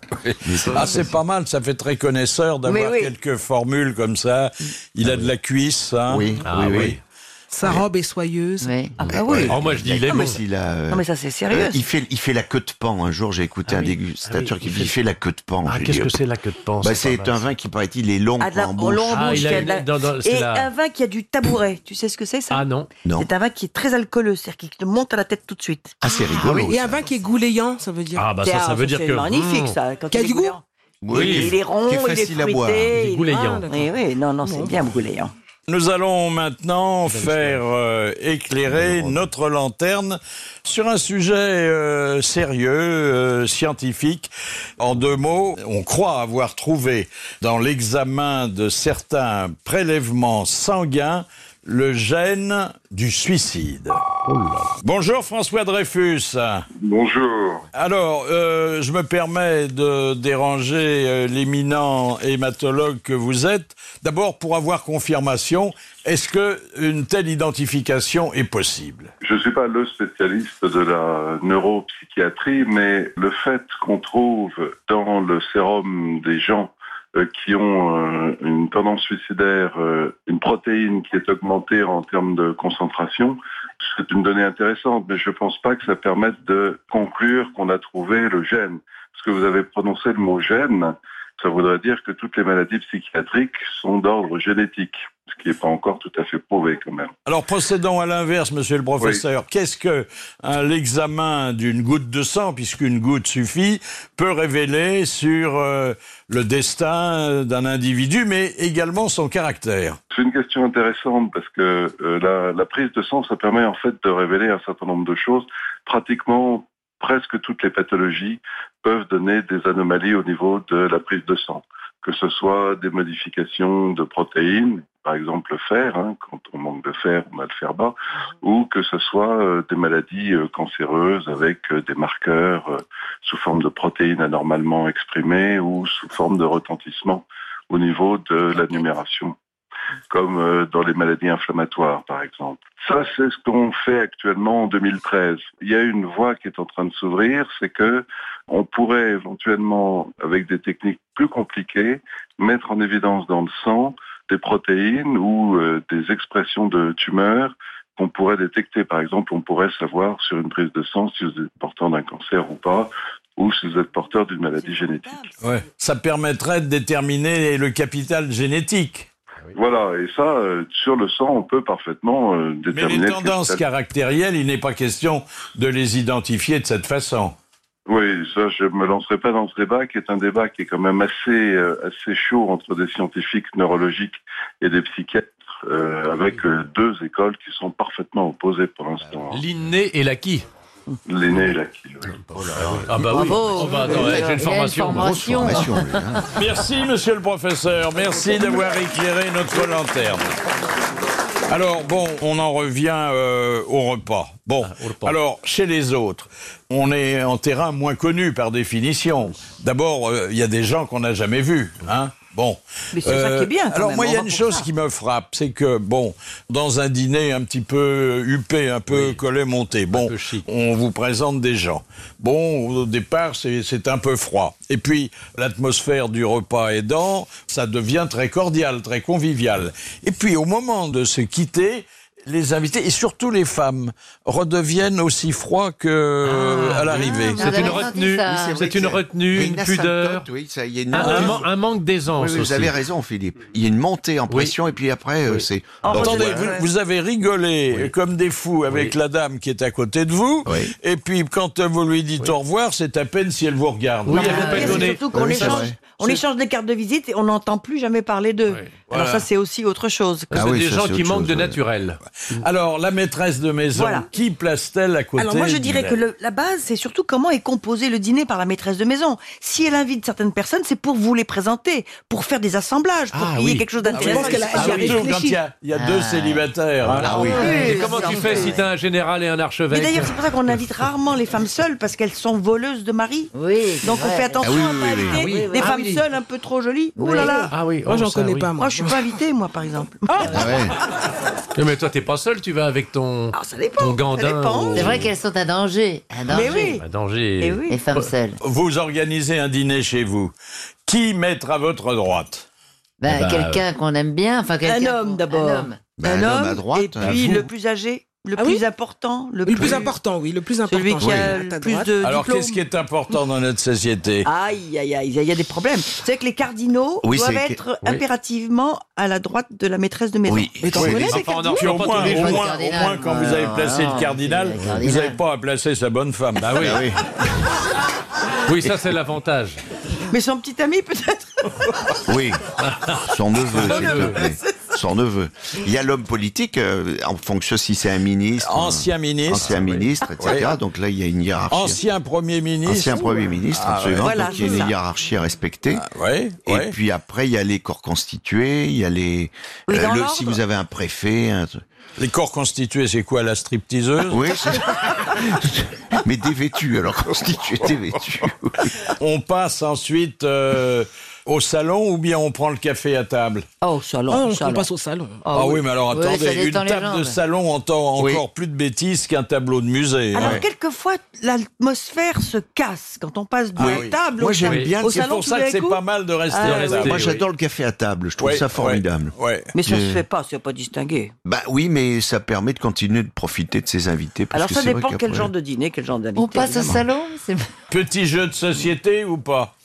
Speaker 2: Ah, c'est pas mal, ça fait très connaisseur d'avoir
Speaker 3: Mais oui.
Speaker 2: quelques formules comme ça. Il
Speaker 4: Ah
Speaker 2: a de la cuisse, hein.
Speaker 5: Oui, oui, oui.
Speaker 3: Sa robe est soyeuse.
Speaker 12: Ah, bah
Speaker 5: Ouais.
Speaker 12: oui.
Speaker 5: Ah,
Speaker 12: Ah, mais
Speaker 5: mais il a, euh,
Speaker 12: Non, mais ça, c'est sérieux. Ah
Speaker 5: euh, il, fait, il fait la queue de pan. Un jour, j'ai écouté un dégustateur qui dit il fait la queue de pan.
Speaker 4: Ah,
Speaker 5: J'ai
Speaker 4: qu'est-ce
Speaker 5: dit,
Speaker 4: que c'est la queue de pan
Speaker 5: bah,
Speaker 4: C'est
Speaker 5: C'est
Speaker 4: pas
Speaker 5: un
Speaker 4: mal.
Speaker 5: vin qui, paraît-il, est long
Speaker 12: Ah, de la-
Speaker 5: en bouche.
Speaker 12: long en bouche, qui a de la- Et un vin qui a du tabouret. Tu sais ce que c'est, ça
Speaker 4: Ah non.
Speaker 5: Non.
Speaker 12: C'est un vin qui est très alcooleux, c'est-à-dire qui te monte à la tête tout de suite.
Speaker 5: Ah, c'est rigolo.
Speaker 3: Il y a un vin qui est gouléant, ça veut dire.
Speaker 4: Ah, bah, ça, ça veut dire
Speaker 12: c'est
Speaker 4: que-
Speaker 12: magnifique,
Speaker 4: Mmh.
Speaker 12: ça. Quand
Speaker 3: Qui a
Speaker 12: il est
Speaker 3: du goût
Speaker 12: gouléant.
Speaker 2: Oui.
Speaker 12: Il est rond,
Speaker 2: Qui est
Speaker 12: il est
Speaker 2: facile à boire.
Speaker 12: fruité.
Speaker 2: Il est
Speaker 12: il est-
Speaker 2: gouléant.
Speaker 12: Ah, d'accord. Oui, oui, non, non, c'est bien gouléant.
Speaker 2: Nous allons maintenant faire euh, éclairer notre lanterne sur un sujet euh, sérieux, euh, scientifique. En deux mots, on croit avoir trouvé dans l'examen de certains prélèvements sanguins le gène du suicide. Bonjour François Dreyfus.
Speaker 8: Bonjour.
Speaker 2: Alors, euh, je me permets de déranger euh, l'éminent hématologue que vous êtes. D'abord, pour avoir confirmation, est-ce que une telle identification est possible
Speaker 8: Je ne suis pas le spécialiste de la neuropsychiatrie, mais le fait qu'on trouve dans le sérum des gens euh, qui ont euh, une tendance suicidaire, euh, une protéine qui est augmentée en termes de concentration, c'est une donnée intéressante, mais je ne pense pas que ça permette de conclure qu'on a trouvé le gène. Parce que vous avez prononcé le mot gène, ça voudrait dire que toutes les maladies psychiatriques sont d'ordre génétique, ce qui n'est pas encore tout à fait prouvé quand même.
Speaker 2: Alors, procédons à l'inverse, monsieur le professeur. Qu'est-ce que hein, l'examen d'une goutte de sang, puisqu'une goutte suffit, peut révéler sur euh, le destin d'un individu, mais également son caractère
Speaker 8: C'est une question intéressante parce que euh, la, la prise de sang, ça permet en fait de révéler un certain nombre de choses. Pratiquement, presque toutes les pathologies peuvent donner des anomalies au niveau de la prise de sang, que ce soit des modifications de protéines, par exemple le fer, hein, quand on manque de fer, on a le fer bas, ou que ce soit euh, des maladies euh, cancéreuses avec euh, des marqueurs euh, sous forme de protéines anormalement exprimées ou sous forme de retentissement au niveau de la numération comme euh, dans les maladies inflammatoires, par exemple. Ça, c'est ce qu'on fait actuellement en 2013. Il y a une voie qui est en train de s'ouvrir, c'est que on pourrait éventuellement, avec des techniques plus compliquées, mettre en évidence dans le sang des protéines ou euh, des expressions de tumeurs qu'on pourrait détecter. Par exemple, on pourrait savoir sur une prise de sang si vous êtes portant d'un cancer ou pas, ou si vous êtes porteur d'une maladie génétique.
Speaker 2: Ouais. Ça permettrait de déterminer le capital génétique.
Speaker 8: Voilà, et ça, euh, sur le sang, on peut parfaitement euh,
Speaker 2: Mais
Speaker 8: déterminer...
Speaker 2: les
Speaker 8: le
Speaker 2: tendances
Speaker 8: capital-
Speaker 2: caractérielles, il n'est pas question de les identifier de cette façon.
Speaker 8: Oui, ça, je me lancerai pas dans ce débat, qui est un débat qui est quand même assez, euh, assez chaud entre des scientifiques neurologiques et des psychiatres, euh, avec euh, deux écoles qui sont parfaitement opposées pour
Speaker 2: Bah
Speaker 8: l'instant.
Speaker 4: L'inné et l'acquis.
Speaker 8: L'aîné et l'acquis.
Speaker 2: Oh
Speaker 4: Ah bah oui. Oh bah attends, ouais, j'ai une formation. hein.
Speaker 2: Merci, monsieur le professeur. Merci d'avoir éclairé notre lanterne. Alors, bon, on en revient euh, au repas. Bon,
Speaker 4: Ah,
Speaker 2: alors, chez les autres, on est en terrain moins connu par définition. D'abord, euh, il y a des gens qu'on n'a jamais vus, hein Bon. Euh,
Speaker 12: Mais c'est ça qui est bien, quand
Speaker 2: alors,
Speaker 12: même,
Speaker 2: moi, il y
Speaker 12: on
Speaker 2: a
Speaker 12: va
Speaker 2: une
Speaker 12: pour
Speaker 2: chose
Speaker 12: ça.
Speaker 2: qui me frappe, c'est que, bon, dans un dîner un petit peu huppé, un peu collet-monté, bon, on vous présente des gens. Bon, au départ, c'est c'est un peu froid. Et puis, l'atmosphère du repas aidant, ça devient très cordial, très convivial. Et puis, au moment de se quitter, les invités, et surtout les femmes, redeviennent aussi froids que
Speaker 12: Ah,
Speaker 2: à l'arrivée.
Speaker 4: C'est une retenue, c'est une retenue,
Speaker 5: Mais
Speaker 4: une
Speaker 5: une
Speaker 4: pudeur,
Speaker 5: asymptote, oui, ça, il y a une-
Speaker 4: un, un man- un manque
Speaker 5: Oui,
Speaker 4: d'aisance
Speaker 5: oui, vous
Speaker 4: aussi.
Speaker 5: avez raison, Philippe. Il y a une montée en pression, et puis après, euh, c'est.
Speaker 12: Oh,
Speaker 2: Attendez,
Speaker 5: Voilà.
Speaker 2: vous, vous avez rigolé comme des fous avec la dame qui est à côté de vous, et puis quand euh, vous lui dites au revoir, c'est à peine si elle vous regarde.
Speaker 12: Non, mais Ah, c'est surtout qu'on échange, on
Speaker 2: Ah C'est-
Speaker 12: échange des cartes de visite et on n'entend plus jamais parler d'eux. Alors ça, c'est aussi autre chose.
Speaker 2: Ah
Speaker 4: c'est
Speaker 2: oui,
Speaker 4: des
Speaker 2: ça,
Speaker 4: gens
Speaker 2: c'est
Speaker 4: qui
Speaker 2: autre
Speaker 4: manquent
Speaker 2: chose,
Speaker 4: de
Speaker 2: ouais.
Speaker 4: naturel.
Speaker 2: Alors, la maîtresse de maison,
Speaker 12: Voilà.
Speaker 2: qui place-t-elle à côté
Speaker 12: Alors moi je
Speaker 2: du
Speaker 12: dirais
Speaker 2: maître
Speaker 12: que le- la base c'est surtout comment est composé le dîner par la maîtresse de maison. Si elle invite certaines personnes, c'est pour vous les présenter, pour faire des assemblages, pour
Speaker 4: Ah
Speaker 12: qu'il y ait quelque chose d'intéressant.
Speaker 2: Ah oui, surtout quand il y a, il y a deux célibataires. hein.
Speaker 4: Ah oui.
Speaker 12: Ah. oui,
Speaker 4: Et comment
Speaker 12: c'est
Speaker 4: tu
Speaker 12: un
Speaker 4: fais
Speaker 12: peu-
Speaker 4: si t'as un général et un
Speaker 12: Mais
Speaker 4: archevêque
Speaker 12: d'ailleurs, c'est pour ça qu'on invite rarement les femmes seules parce qu'elles sont voleuses de mari. Oui. Donc on
Speaker 6: vrai.
Speaker 12: fait attention
Speaker 6: Ah oui,
Speaker 12: à
Speaker 6: oui,
Speaker 12: pas
Speaker 6: oui,
Speaker 12: inviter
Speaker 6: oui. Ah oui,
Speaker 12: des
Speaker 6: oui.
Speaker 12: femmes
Speaker 6: Ah oui.
Speaker 12: seules un peu trop jolies.
Speaker 4: Oui.
Speaker 12: Oh là là.
Speaker 4: Ah oui, Moi, oh, j'en ça, connais oui. pas, moi.
Speaker 12: Moi, je suis pas invitée, moi, par exemple.
Speaker 4: Oui, Mais toi, t'es pas seul, tu vas avec ton,
Speaker 2: Ah,
Speaker 4: ton gandin. ou-
Speaker 6: C'est vrai qu'elles sont un danger. Un danger.
Speaker 4: Un danger.
Speaker 6: Eh oui. Les femmes seules.
Speaker 2: Vous organisez un dîner chez vous. Qui mettre à votre droite
Speaker 6: Ben,
Speaker 2: Eh ben,
Speaker 6: quelqu'un qu'on aime bien. Enfin,
Speaker 12: Un
Speaker 6: quelqu'un
Speaker 12: homme
Speaker 6: qu'on-
Speaker 12: d'abord.
Speaker 6: un homme.
Speaker 2: Ben,
Speaker 12: un
Speaker 2: un
Speaker 12: homme
Speaker 2: homme à droite,
Speaker 12: Et
Speaker 6: Ah
Speaker 2: à
Speaker 12: puis
Speaker 2: vous.
Speaker 12: le plus âgé, le plus important, le,
Speaker 3: Le plus important, oui, le plus important.
Speaker 12: Celui qui a
Speaker 3: Oui.
Speaker 12: le plus de
Speaker 2: Alors,
Speaker 12: diplômes. Ah.
Speaker 2: qu'est-ce qui est important dans notre société
Speaker 12: Aïe, aïe, aïe, il y a des problèmes. C'est vrai que les cardinaux
Speaker 2: Oui,
Speaker 12: doivent
Speaker 2: c'est-
Speaker 12: être
Speaker 2: oui.
Speaker 12: impérativement à la droite de la maîtresse de maison.
Speaker 2: Oui. Mais t'en Oui, connais des- des enfin, on en cardinaux reprend
Speaker 12: au
Speaker 2: pas
Speaker 12: moins,
Speaker 2: tous les
Speaker 12: au
Speaker 2: jours.
Speaker 12: moins-
Speaker 2: Oh, Au moins, quand vous avez placé Ah,
Speaker 4: Ah,
Speaker 2: le cardinal, vous n'avez pas à placer sa bonne femme. Ah oui.
Speaker 4: Bah Oui, ça, c'est l'avantage.
Speaker 12: Mais son petit ami, peut-être
Speaker 5: Oui, son neveu,
Speaker 12: Son
Speaker 5: s'il
Speaker 12: neveu,
Speaker 5: te plaît. Son neveu. Il y a l'homme politique, euh, en fonction si c'est un ministre.
Speaker 2: Ancien
Speaker 5: un-
Speaker 2: ministre.
Speaker 5: Ancien ministre, etc.
Speaker 2: Oui.
Speaker 5: Donc là, il y a une hiérarchie.
Speaker 2: Ancien Premier ministre.
Speaker 5: Ancien Premier ministre,
Speaker 2: Ah,
Speaker 5: absolument.
Speaker 2: ouais.
Speaker 5: donc il y a une hiérarchie à respecter.
Speaker 2: Ah, ouais, ouais.
Speaker 5: Et puis après, il y a les corps constitués, il y a les.
Speaker 2: Oui, dans
Speaker 5: Euh, le-
Speaker 2: l'ordre.
Speaker 5: si vous avez un préfet. un-
Speaker 2: Les corps constitués, c'est quoi la stripteaseuse
Speaker 5: Oui, c'est- mais dévêtus, alors constitués, dévêtus.
Speaker 2: On passe ensuite euh, au salon ou bien on prend le café à table
Speaker 12: Ah, au salon.
Speaker 3: Ah, on- salon. on passe au salon.
Speaker 2: Ah, oui. mais alors
Speaker 3: Oui, ça
Speaker 2: attendez, une
Speaker 3: détend les
Speaker 2: table de
Speaker 3: jambes.
Speaker 2: salon entend
Speaker 3: Oui.
Speaker 2: encore plus de bêtises qu'un tableau de musée.
Speaker 12: Alors,
Speaker 2: hein.
Speaker 12: quelquefois, l'atmosphère se casse quand on passe de
Speaker 2: Ah
Speaker 12: la
Speaker 2: oui.
Speaker 12: table
Speaker 2: Moi,
Speaker 12: au
Speaker 2: j'aime
Speaker 12: salon-
Speaker 2: bien,
Speaker 12: au
Speaker 2: c'est
Speaker 12: salon
Speaker 2: pour ça
Speaker 12: tout d'un
Speaker 2: que c'est
Speaker 12: coup.
Speaker 2: pas mal de rester
Speaker 12: Ah,
Speaker 2: dans les
Speaker 12: oui.
Speaker 2: arbres.
Speaker 5: Moi,
Speaker 2: oui.
Speaker 5: j'adore le café à table, je trouve
Speaker 2: Ouais,
Speaker 5: ça
Speaker 2: ouais,
Speaker 5: formidable.
Speaker 2: ouais.
Speaker 12: Mais ça
Speaker 5: Euh,
Speaker 12: se fait pas, c'est pas distingué.
Speaker 5: Bah oui, mais ça permet de continuer de profiter de ses invités. Parce
Speaker 12: Alors,
Speaker 5: que
Speaker 12: ça
Speaker 5: c'est vrai
Speaker 12: dépend quel
Speaker 5: qu'après-
Speaker 12: genre de dîner, quel genre d'invité.
Speaker 6: On passe au
Speaker 12: évidemment.
Speaker 6: salon c'est-
Speaker 2: Petit jeu de société ou pas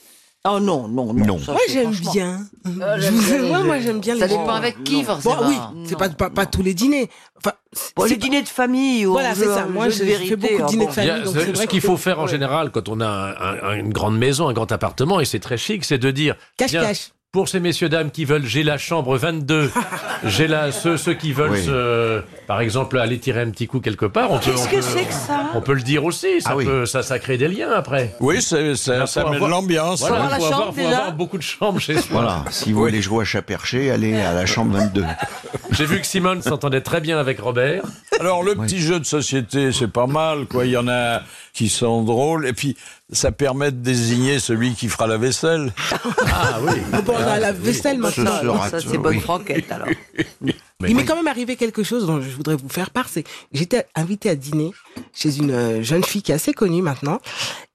Speaker 12: Oh non, non, non.
Speaker 5: Non.
Speaker 12: ça,
Speaker 3: Moi
Speaker 12: c'est
Speaker 3: j'aime
Speaker 12: franchement-
Speaker 3: bien.
Speaker 6: Oh, j'aime bien les
Speaker 3: Moi, moi
Speaker 6: jeux.
Speaker 3: j'aime bien les
Speaker 6: Ça
Speaker 3: jeux.
Speaker 6: dépend avec qui,
Speaker 3: Non.
Speaker 6: forcément.
Speaker 3: Bon, oui, c'est pas, pas, pas tous les dîners. Enfin,
Speaker 12: Bon,
Speaker 3: c'est
Speaker 12: les
Speaker 3: pas-
Speaker 12: dîners de famille ou
Speaker 3: Voilà,
Speaker 12: en
Speaker 3: c'est
Speaker 12: jeu-
Speaker 3: ça.
Speaker 12: en
Speaker 3: Moi,
Speaker 12: jeu de
Speaker 3: je- je fais
Speaker 12: vérité,
Speaker 3: beaucoup de
Speaker 12: ah
Speaker 3: dîners
Speaker 12: bon.
Speaker 3: de famille,
Speaker 4: Il y a
Speaker 3: donc
Speaker 4: ce-
Speaker 3: c'est vrai
Speaker 4: ce
Speaker 3: que
Speaker 4: qu'il
Speaker 3: c'est-
Speaker 4: faut faire en
Speaker 3: ouais.
Speaker 4: général quand on a un- un- une grande maison, un grand appartement, et c'est très chic, c'est de dire
Speaker 3: Cache,
Speaker 4: bien,
Speaker 3: cache.
Speaker 4: Pour ces messieurs dames qui veulent, j'ai la chambre 22. j'ai là ceux, ceux qui veulent,
Speaker 5: Oui.
Speaker 4: se- par exemple, aller tirer un petit coup quelque part. On peut,
Speaker 12: Qu'est-ce
Speaker 4: on
Speaker 12: que
Speaker 4: peut-
Speaker 12: c'est que ça
Speaker 4: on peut le dire aussi. Ça,
Speaker 5: Ah oui.
Speaker 4: peut- ça, ça crée des liens après.
Speaker 2: Oui, c'est- ça, ça
Speaker 4: faut
Speaker 2: met de
Speaker 4: avoir-
Speaker 2: l'ambiance.
Speaker 4: Voilà,
Speaker 2: hein.
Speaker 4: faut,
Speaker 12: chambre,
Speaker 4: avoir, faut
Speaker 12: déjà
Speaker 4: avoir beaucoup de chambres chez soi.
Speaker 5: Voilà, si vous voulez jouer à chat perché, allez à la chambre 22.
Speaker 4: J'ai vu que Simone s'entendait très bien avec Robert.
Speaker 2: Alors le petit jeu de société, c'est pas mal, quoi. Il y en a qui sont drôles, et puis ça permet de désigner celui qui fera la vaisselle.
Speaker 4: Ah oui.
Speaker 3: Bon, on a la vaisselle maintenant.
Speaker 5: sera
Speaker 3: Alors,
Speaker 12: Ça, c'est bonne franquette, alors.
Speaker 3: Il m'est quand même arrivé quelque chose dont je voudrais vous faire part. C'est que j'étais invitée à dîner chez une euh, jeune fille qui est assez connue maintenant.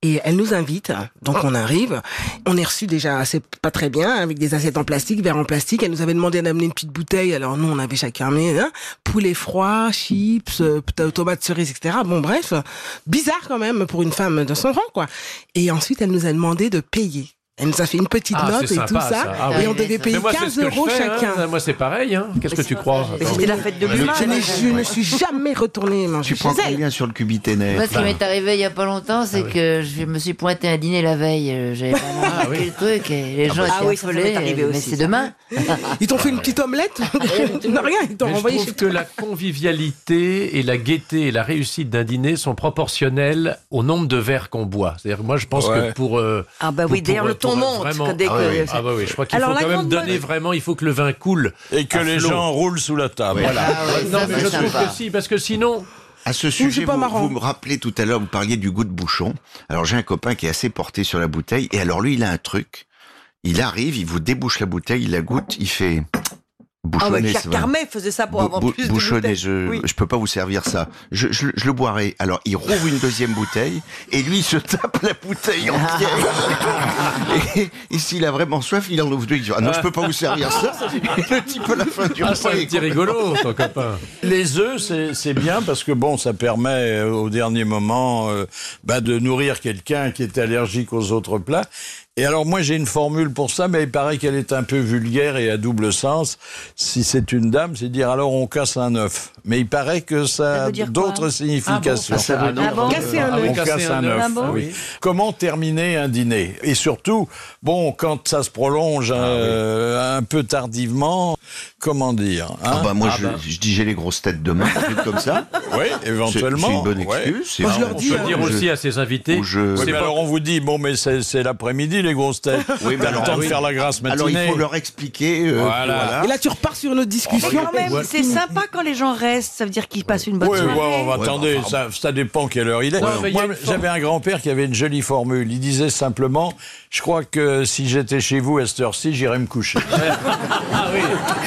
Speaker 3: Et elle nous invite. Donc on arrive. On est reçu déjà assez pas très bien hein, avec des assiettes en plastique, verres en plastique. Elle nous avait demandé d'amener une petite bouteille. Alors nous, on avait chacun mis hein, poulet froid, chips, euh, pota- tomates cerises, etc. Bon, bref. Bizarre quand même pour une femme de son rang, quoi. Et ensuite, elle nous a demandé de payer. Elle nous a fait une petite
Speaker 4: Ah,
Speaker 3: note
Speaker 4: c'est
Speaker 3: et
Speaker 4: sympa,
Speaker 3: tout ça.
Speaker 4: Ah
Speaker 3: et
Speaker 4: oui.
Speaker 3: on devait
Speaker 4: Mais
Speaker 3: payer
Speaker 4: moi, c'est
Speaker 3: 15
Speaker 4: ce que je
Speaker 3: euros
Speaker 4: fais, hein.
Speaker 3: chacun.
Speaker 4: Moi, c'est pareil. hein. Qu'est-ce que tu crois
Speaker 12: Mais c'était la fête de
Speaker 4: Mais le
Speaker 12: l'humain.
Speaker 3: Je n'ai- je ne suis jamais retournée manger
Speaker 5: Tu
Speaker 3: chez
Speaker 5: prends
Speaker 3: elle.
Speaker 5: combien sur le Bah, cubiténaire
Speaker 6: Moi, ce qui m'est arrivé il y a pas longtemps, c'est que je me suis pointé à dîner la veille. euh, J'avais vraiment
Speaker 4: Ah
Speaker 6: manqué le truc et les gens
Speaker 12: Ah bah, ah
Speaker 6: étaient
Speaker 12: oui, ça, ça m'est
Speaker 6: affolés.
Speaker 12: arrivé
Speaker 6: euh,
Speaker 12: aussi,
Speaker 6: Mais c'est
Speaker 12: ça.
Speaker 6: demain.
Speaker 3: Ils t'ont fait une petite omelette Non, rien, ils t'ont
Speaker 4: Mais je
Speaker 3: renvoyé
Speaker 4: trouve
Speaker 3: chez
Speaker 4: que la convivialité et la gaieté et la réussite d'un dîner sont proportionnelles au nombre de verres qu'on boit. C'est-à-dire, moi, je pense
Speaker 2: Ouais.
Speaker 4: que pour euh,
Speaker 12: Ah bah oui,
Speaker 4: pour-
Speaker 12: d'ailleurs,
Speaker 4: pour-
Speaker 12: le ton
Speaker 4: pour
Speaker 12: monte,
Speaker 4: vraiment-
Speaker 12: que dès
Speaker 4: ah,
Speaker 12: que-
Speaker 4: oui. Ah, bah oui, je crois qu'il faut
Speaker 12: Alors,
Speaker 4: quand
Speaker 12: la
Speaker 4: même
Speaker 12: grande
Speaker 4: donner
Speaker 12: mode-
Speaker 4: vraiment. Il faut que le vin coule
Speaker 2: Et que
Speaker 4: à
Speaker 2: les
Speaker 4: flot.
Speaker 2: gens roulent sous la table.
Speaker 5: Voilà.
Speaker 4: Non,
Speaker 6: Ça,
Speaker 4: mais
Speaker 6: c'est
Speaker 4: je trouve
Speaker 6: sympa.
Speaker 4: que si, parce que sinon,
Speaker 5: À ce
Speaker 3: c'est
Speaker 5: sujet,
Speaker 3: pas
Speaker 5: vous,
Speaker 3: marrant.
Speaker 5: vous me rappelez tout à l'heure, vous parliez du goût de bouchon. Alors j'ai un copain qui est assez porté sur la bouteille, et alors lui, il a un truc. Il arrive, il vous débouche la bouteille, il la goûte, il fait
Speaker 12: Ah bah,
Speaker 5: bouchonner
Speaker 12: Pierre
Speaker 5: ce vin.
Speaker 12: Carmet faisait ça pour
Speaker 5: Bou-
Speaker 12: avoir
Speaker 5: bou-
Speaker 12: plus de
Speaker 5: bouchonner,
Speaker 12: bouteilles.
Speaker 5: je,
Speaker 12: Oui.
Speaker 5: je peux pas vous servir ça. Je, je- je le boirai. Alors il rouvre une deuxième bouteille et lui il se tape la bouteille entière. et et s'il a vraiment soif, il en ouvre deux. Il dit ah non je peux pas vous servir ça. Et le type à la fin du
Speaker 4: ah,
Speaker 5: repas
Speaker 4: c'est un
Speaker 5: il est
Speaker 4: petit rigolo, ton copain.
Speaker 2: Les œufs, c'est c'est bien parce que bon, ça permet euh, au dernier moment euh, bah, de nourrir quelqu'un qui est allergique aux autres plats. Et alors moi j'ai une formule pour ça, mais il paraît qu'elle est un peu vulgaire et à double sens. Si c'est une dame, c'est dire alors on casse un œuf. Mais il paraît que ça,
Speaker 12: veut
Speaker 2: a
Speaker 12: dire
Speaker 2: d'autres
Speaker 12: quoi
Speaker 2: significations.
Speaker 12: Ah bon, ça veut dire- Ah bon Casser un
Speaker 2: Ah,
Speaker 12: œuf.
Speaker 2: on casse
Speaker 12: Casser un
Speaker 2: un œuf.
Speaker 12: œuf. Ah bon
Speaker 2: oui. Comment terminer un dîner Et surtout, bon, quand ça se prolonge
Speaker 12: Ah
Speaker 2: euh, un peu tardivement, comment dire hein
Speaker 5: Ah bah moi
Speaker 2: Ah
Speaker 5: je,
Speaker 2: bah.
Speaker 5: je dis j'ai les grosses têtes demain, un truc comme ça.
Speaker 2: Oui, éventuellement.
Speaker 5: C'est- C'est une bonne
Speaker 2: ouais.
Speaker 5: excuse. c'est-
Speaker 4: on peut
Speaker 5: hein.
Speaker 4: dire aussi à ses invités.
Speaker 2: hein. Oui,
Speaker 4: c'est
Speaker 2: mais
Speaker 4: pas-
Speaker 2: alors on vous dit, bon, mais c'est c'est l'après-midi, les grosses têtes.
Speaker 5: Oui, mais
Speaker 2: T'as
Speaker 5: alors,
Speaker 2: le temps de
Speaker 5: oui.
Speaker 2: faire la grasse matinée.
Speaker 5: Alors, il faut leur expliquer. euh,
Speaker 2: voilà.
Speaker 3: Et là, tu repars sur une autre discussion.
Speaker 12: Oh, Quand même, c'est sympa quand les gens restent, ça veut dire qu'ils passent une bonne
Speaker 2: Oui,
Speaker 12: soirée.
Speaker 2: ouais, ouais, attendez, ça, ça dépend quelle heure il est.
Speaker 12: Ouais, mais il y
Speaker 2: Moi,
Speaker 12: a une forme-
Speaker 2: j'avais un grand-père qui avait une jolie formule. Il disait simplement Je crois que si j'étais chez vous à cette heure-ci, j'irais me coucher.
Speaker 4: Ah oui,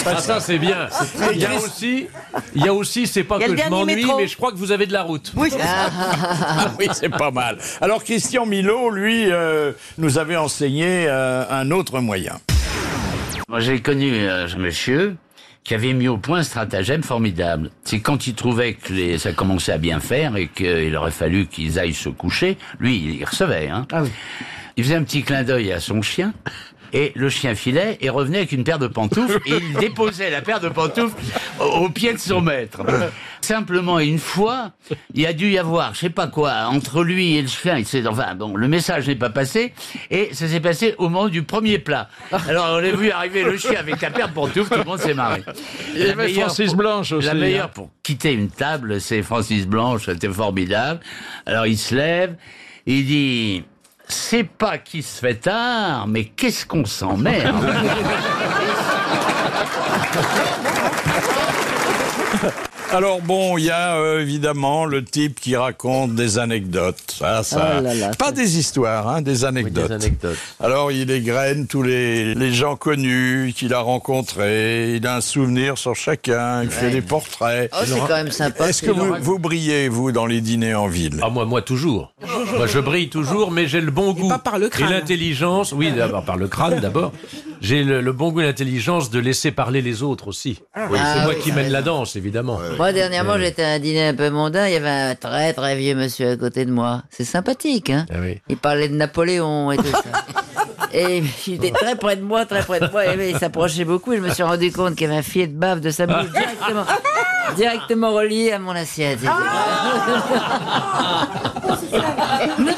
Speaker 4: Ah, ça c'est bien.
Speaker 2: très
Speaker 4: Il y a
Speaker 2: bien.
Speaker 4: aussi, il y a aussi, c'est pas
Speaker 2: Il y a
Speaker 4: que
Speaker 2: le
Speaker 4: je
Speaker 2: dernier
Speaker 4: m'ennuie,
Speaker 2: métro.
Speaker 4: mais je crois que vous avez de la route.
Speaker 2: Oui, Ah oui c'est pas mal. Alors, Christian Milo, lui, euh, nous avait enseigné euh, un autre moyen.
Speaker 14: Moi, j'ai connu euh, un monsieur qui avait mis au point un stratagème formidable. C'est quand il trouvait que les- ça commençait à bien faire et qu'il aurait fallu qu'ils aillent se coucher, lui, il recevait. Hein. Il faisait un petit clin d'œil à son chien. Et le chien filait et revenait avec une paire de pantoufles et il déposait la paire de pantoufles au, au pied de son maître. Simplement une fois, il a dû y avoir, je sais pas quoi, entre lui et le chien. Il s'est, enfin bon, le message n'est pas passé et ça s'est passé au moment du premier plat. Alors on a vu arriver le chien avec la paire de pantoufles, tout le monde s'est marré.
Speaker 4: Il y
Speaker 14: La
Speaker 4: avait
Speaker 14: meilleure
Speaker 4: Francis
Speaker 14: pour-
Speaker 4: Blanche aussi,
Speaker 14: La meilleure
Speaker 4: hein.
Speaker 14: pour quitter une table, c'est Francis Blanche, c'était formidable. Alors il se lève, il dit. C'est pas qu'il se fait tard, mais qu'est-ce qu'on s'emmerde
Speaker 2: Alors bon, il y a euh, évidemment le type qui raconte des anecdotes. Ah, ça,
Speaker 4: Oh là là,
Speaker 2: pas des histoires, hein, des anecdotes. Alors il égrène tous les, les gens connus qu'il a rencontrés. Il a un souvenir sur chacun. Il fait des portraits.
Speaker 6: Oh, c'est quand même sympa.
Speaker 2: Est-ce que vous, vous brillez vous dans les dîners en ville
Speaker 4: Ah moi, moi toujours. Moi, je brille toujours, mais j'ai le bon goût
Speaker 3: par le crâne.
Speaker 4: et l'intelligence. Oui, d'abord par le crâne d'abord. J'ai le, le bon goût et l'intelligence de laisser parler les autres aussi.
Speaker 6: oui.
Speaker 4: c'est
Speaker 6: Ah
Speaker 4: moi
Speaker 6: oui,
Speaker 4: qui
Speaker 6: t'as
Speaker 4: mène la danse, évidemment.
Speaker 6: Moi, dernièrement,
Speaker 4: Euh,
Speaker 6: j'étais à un dîner un peu mondain, il y avait un très très vieux monsieur à côté de moi. C'est sympathique, hein Il parlait de Napoléon et tout ça. Et il était très près de moi, très près de moi, et il s'approchait beaucoup, et je me suis rendu compte qu'il y avait un filet de bave de sa bouche directement, directement relié à mon assiette. non,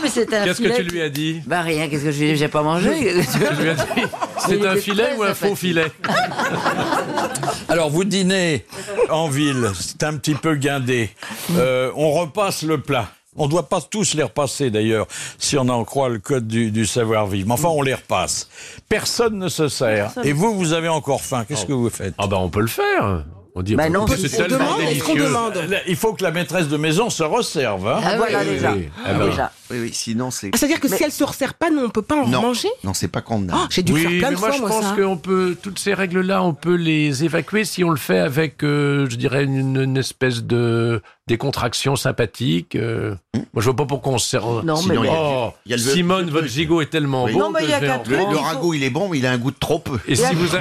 Speaker 6: mais c'était un
Speaker 4: Qu'est-ce
Speaker 6: filet
Speaker 4: que tu lui as dit
Speaker 6: Bah rien, qu'est-ce que je lui ai dit J'ai pas mangé.
Speaker 4: Tu lui as dit,
Speaker 6: Il
Speaker 4: C'est un
Speaker 6: était
Speaker 4: filet
Speaker 6: très
Speaker 4: ou un faux
Speaker 6: sympathique.
Speaker 4: filet
Speaker 2: Alors, vous dînez en ville, c'est un petit peu guindé. Euh, on repasse le plat. On ne doit pas tous les repasser d'ailleurs, si on en croit le code du, du savoir-vivre. Mais enfin, on les repasse. Personne ne se sert.
Speaker 4: Personne.
Speaker 2: Et vous, vous avez encore faim. Qu'est-ce que vous faites Ah
Speaker 4: ben, on peut le faire. On dit,
Speaker 2: bah
Speaker 4: Bah non, écoutez, c'est on tellement demande, est-ce qu'on délicieux. demande
Speaker 2: Il faut que la maîtresse de maison se resserve. hein.
Speaker 6: Ah, voilà,
Speaker 5: oui,
Speaker 6: déjà.
Speaker 5: oui.
Speaker 2: Ah, bah.
Speaker 5: Oui, oui, sinon c'est.
Speaker 3: Ah, C'est-à-dire que si elle se resserre pas, nous, on peut pas en
Speaker 5: Non.
Speaker 3: manger
Speaker 5: Non, c'est pas convenable.
Speaker 3: Ah, j'ai dû
Speaker 4: oui,
Speaker 3: faire plein
Speaker 4: mais
Speaker 3: de
Speaker 4: moi
Speaker 3: fois,
Speaker 4: je
Speaker 3: moi,
Speaker 4: pense
Speaker 3: ça.
Speaker 4: qu'on peut toutes ces règles-là, on peut les évacuer si on le fait avec, euh, je dirais, une, une espèce de décontraction sympathique. euh. moi, je vois pas pourquoi on se sert.
Speaker 5: Non, Sinon, mais il y a-
Speaker 4: Oh,
Speaker 5: il y a le-
Speaker 4: Simone, votre gigot est tellement
Speaker 5: Oui.
Speaker 4: beau.
Speaker 5: Non, mais
Speaker 4: que
Speaker 5: il y a
Speaker 4: je vais
Speaker 5: qu'à
Speaker 4: en
Speaker 5: trouver,
Speaker 4: prendre.
Speaker 5: Le il faut- ragoût, il est bon, mais il a un goût de trop peu.
Speaker 4: Et
Speaker 5: Il y a-
Speaker 4: si vous, a-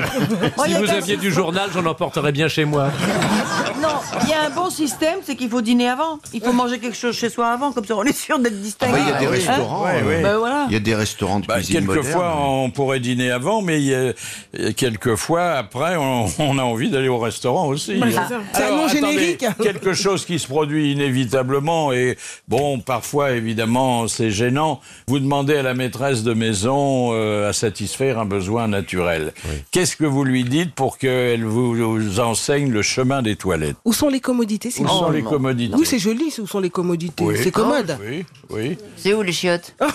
Speaker 12: Oh, il
Speaker 4: si
Speaker 12: y a
Speaker 4: vous
Speaker 12: qu'à-
Speaker 4: aviez du journal, j'en emporterais bien chez moi.
Speaker 12: Non, il y a un bon système, c'est qu'il faut dîner avant. Il faut manger quelque chose chez soi avant, comme ça on est sûr d'être distingué.
Speaker 5: Ah bah, il y a des
Speaker 12: Hein
Speaker 5: restaurants.
Speaker 12: Ouais,
Speaker 5: euh,
Speaker 12: ouais.
Speaker 3: Bah,
Speaker 12: Ben voilà.
Speaker 5: Il y a des restaurants de
Speaker 2: Bah,
Speaker 5: cuisine
Speaker 2: quelquefois,
Speaker 5: moderne.
Speaker 2: on pourrait dîner avant, mais il y a- euh, quelquefois, après, on, on a envie d'aller au restaurant aussi.
Speaker 3: Bah,
Speaker 2: hein.
Speaker 3: c'est ça. C'est un
Speaker 2: Alors,
Speaker 3: nom
Speaker 2: attendez,
Speaker 3: générique.
Speaker 2: quelque chose qui se produit inévitablement, et bon, parfois, évidemment, c'est gênant. Vous demandez à la maîtresse de maison euh, à satisfaire un besoin naturel. Qu'est-ce que vous lui dites pour qu'elle vous, vous enseigne le chemin des toilettes
Speaker 3: Où sont les commodités
Speaker 2: Où
Speaker 3: sinon
Speaker 2: sont les commodités
Speaker 3: Oui, c'est joli, c'est où sont les commodités
Speaker 2: Oui.
Speaker 3: C'est commode.
Speaker 2: Oui, oui.
Speaker 6: C'est où les chiottes
Speaker 12: Oh,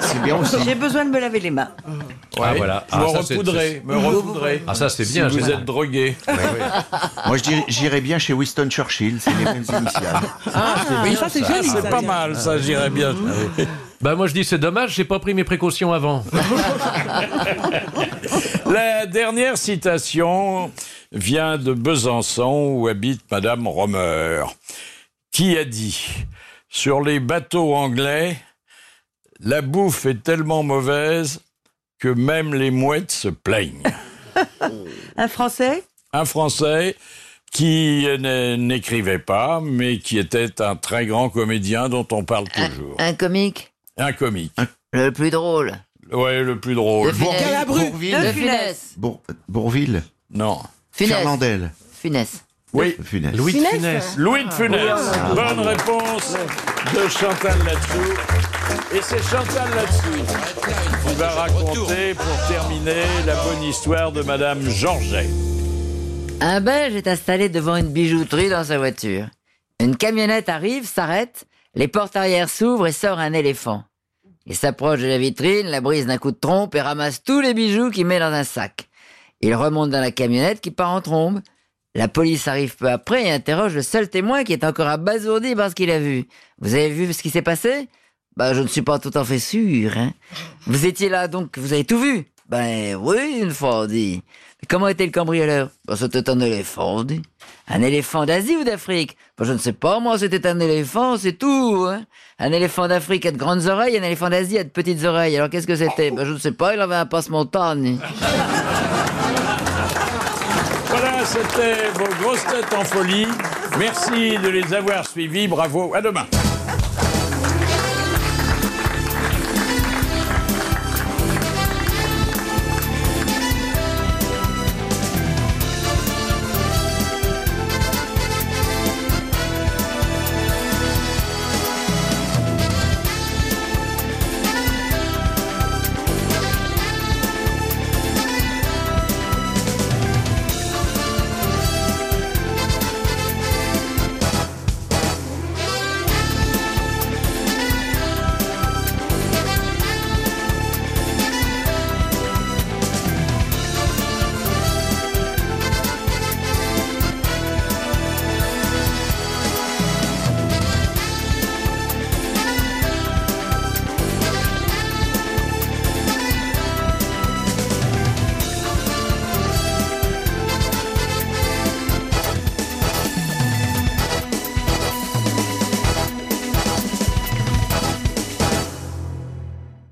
Speaker 2: C'est bien aussi.
Speaker 12: Ah, J'ai besoin de me laver les mains.
Speaker 4: Ah, voilà.
Speaker 2: Je me
Speaker 4: Ah, ça, c'est-
Speaker 2: repoudrez,
Speaker 4: c'est-
Speaker 2: me repoudrez.
Speaker 4: Ah, ça, c'est
Speaker 2: Si
Speaker 4: bien,
Speaker 2: vous
Speaker 4: génial.
Speaker 2: êtes drogué.
Speaker 5: Moi, je dirais- j'irais bien chez Winston Churchill, c'est les mêmes initiales.
Speaker 2: Ah,
Speaker 4: bien, ça, c'est ça. joli,
Speaker 2: C'est
Speaker 4: ça,
Speaker 2: pas
Speaker 4: bien.
Speaker 2: mal, ça, j'irais bien.
Speaker 4: Bah moi je dis c'est dommage, j'ai pas pris mes précautions avant.
Speaker 2: La dernière citation vient de Besançon où habite Madame Romer, qui a dit Sur les bateaux anglais, la bouffe est tellement mauvaise que même les mouettes se plaignent.
Speaker 12: Un Français
Speaker 2: Un Français qui n- n'écrivait pas, mais qui était un très grand comédien dont on parle toujours.
Speaker 6: Un comique
Speaker 2: Un comique.
Speaker 6: Le plus drôle.
Speaker 2: Ouais, le plus drôle.
Speaker 6: De Funès. Galabru.
Speaker 5: Bourvil.
Speaker 6: De Funès.
Speaker 5: Bour- Bourvil.
Speaker 20: Non.
Speaker 6: Funès.
Speaker 5: Fernandel.
Speaker 6: Funès.
Speaker 5: Oui.
Speaker 20: Louis de Funès. Funès.
Speaker 2: Louis de Funès.
Speaker 20: Ah.
Speaker 2: Bonne réponse de Chantal là-dessous. Et c'est Chantal là-dessous qui va raconter pour terminer la bonne histoire de Madame Georget.
Speaker 6: Un Belge est installé devant une bijouterie dans sa voiture. Une camionnette arrive, s'arrête, les portes arrière s'ouvrent et sort un éléphant. Il s'approche de la vitrine, la brise d'un coup de trompe et ramasse tous les bijoux qu'il met dans un sac. Il remonte dans la camionnette qui part en trombe. La police arrive peu après et interroge le seul témoin qui est encore abasourdi par ce qu'il a vu. Vous avez vu ce qui s'est passé Bah, je ne suis pas tout à fait sûr. hein. Vous étiez là donc, vous avez tout vu Ben oui, une fois on dit. Mais comment était le cambrioleur ben, C'était un éléphant, on dit. Un éléphant d'Asie ou d'Afrique ben, Je ne sais pas, moi c'était un éléphant, c'est tout. hein. Un éléphant d'Afrique a de grandes oreilles, un éléphant d'Asie a de petites oreilles. Alors qu'est-ce que c'était ben, Je ne sais pas, il avait un passe-montagne.
Speaker 2: Voilà, c'était vos grosses têtes en folie. Merci de les avoir suivis. Bravo. À demain.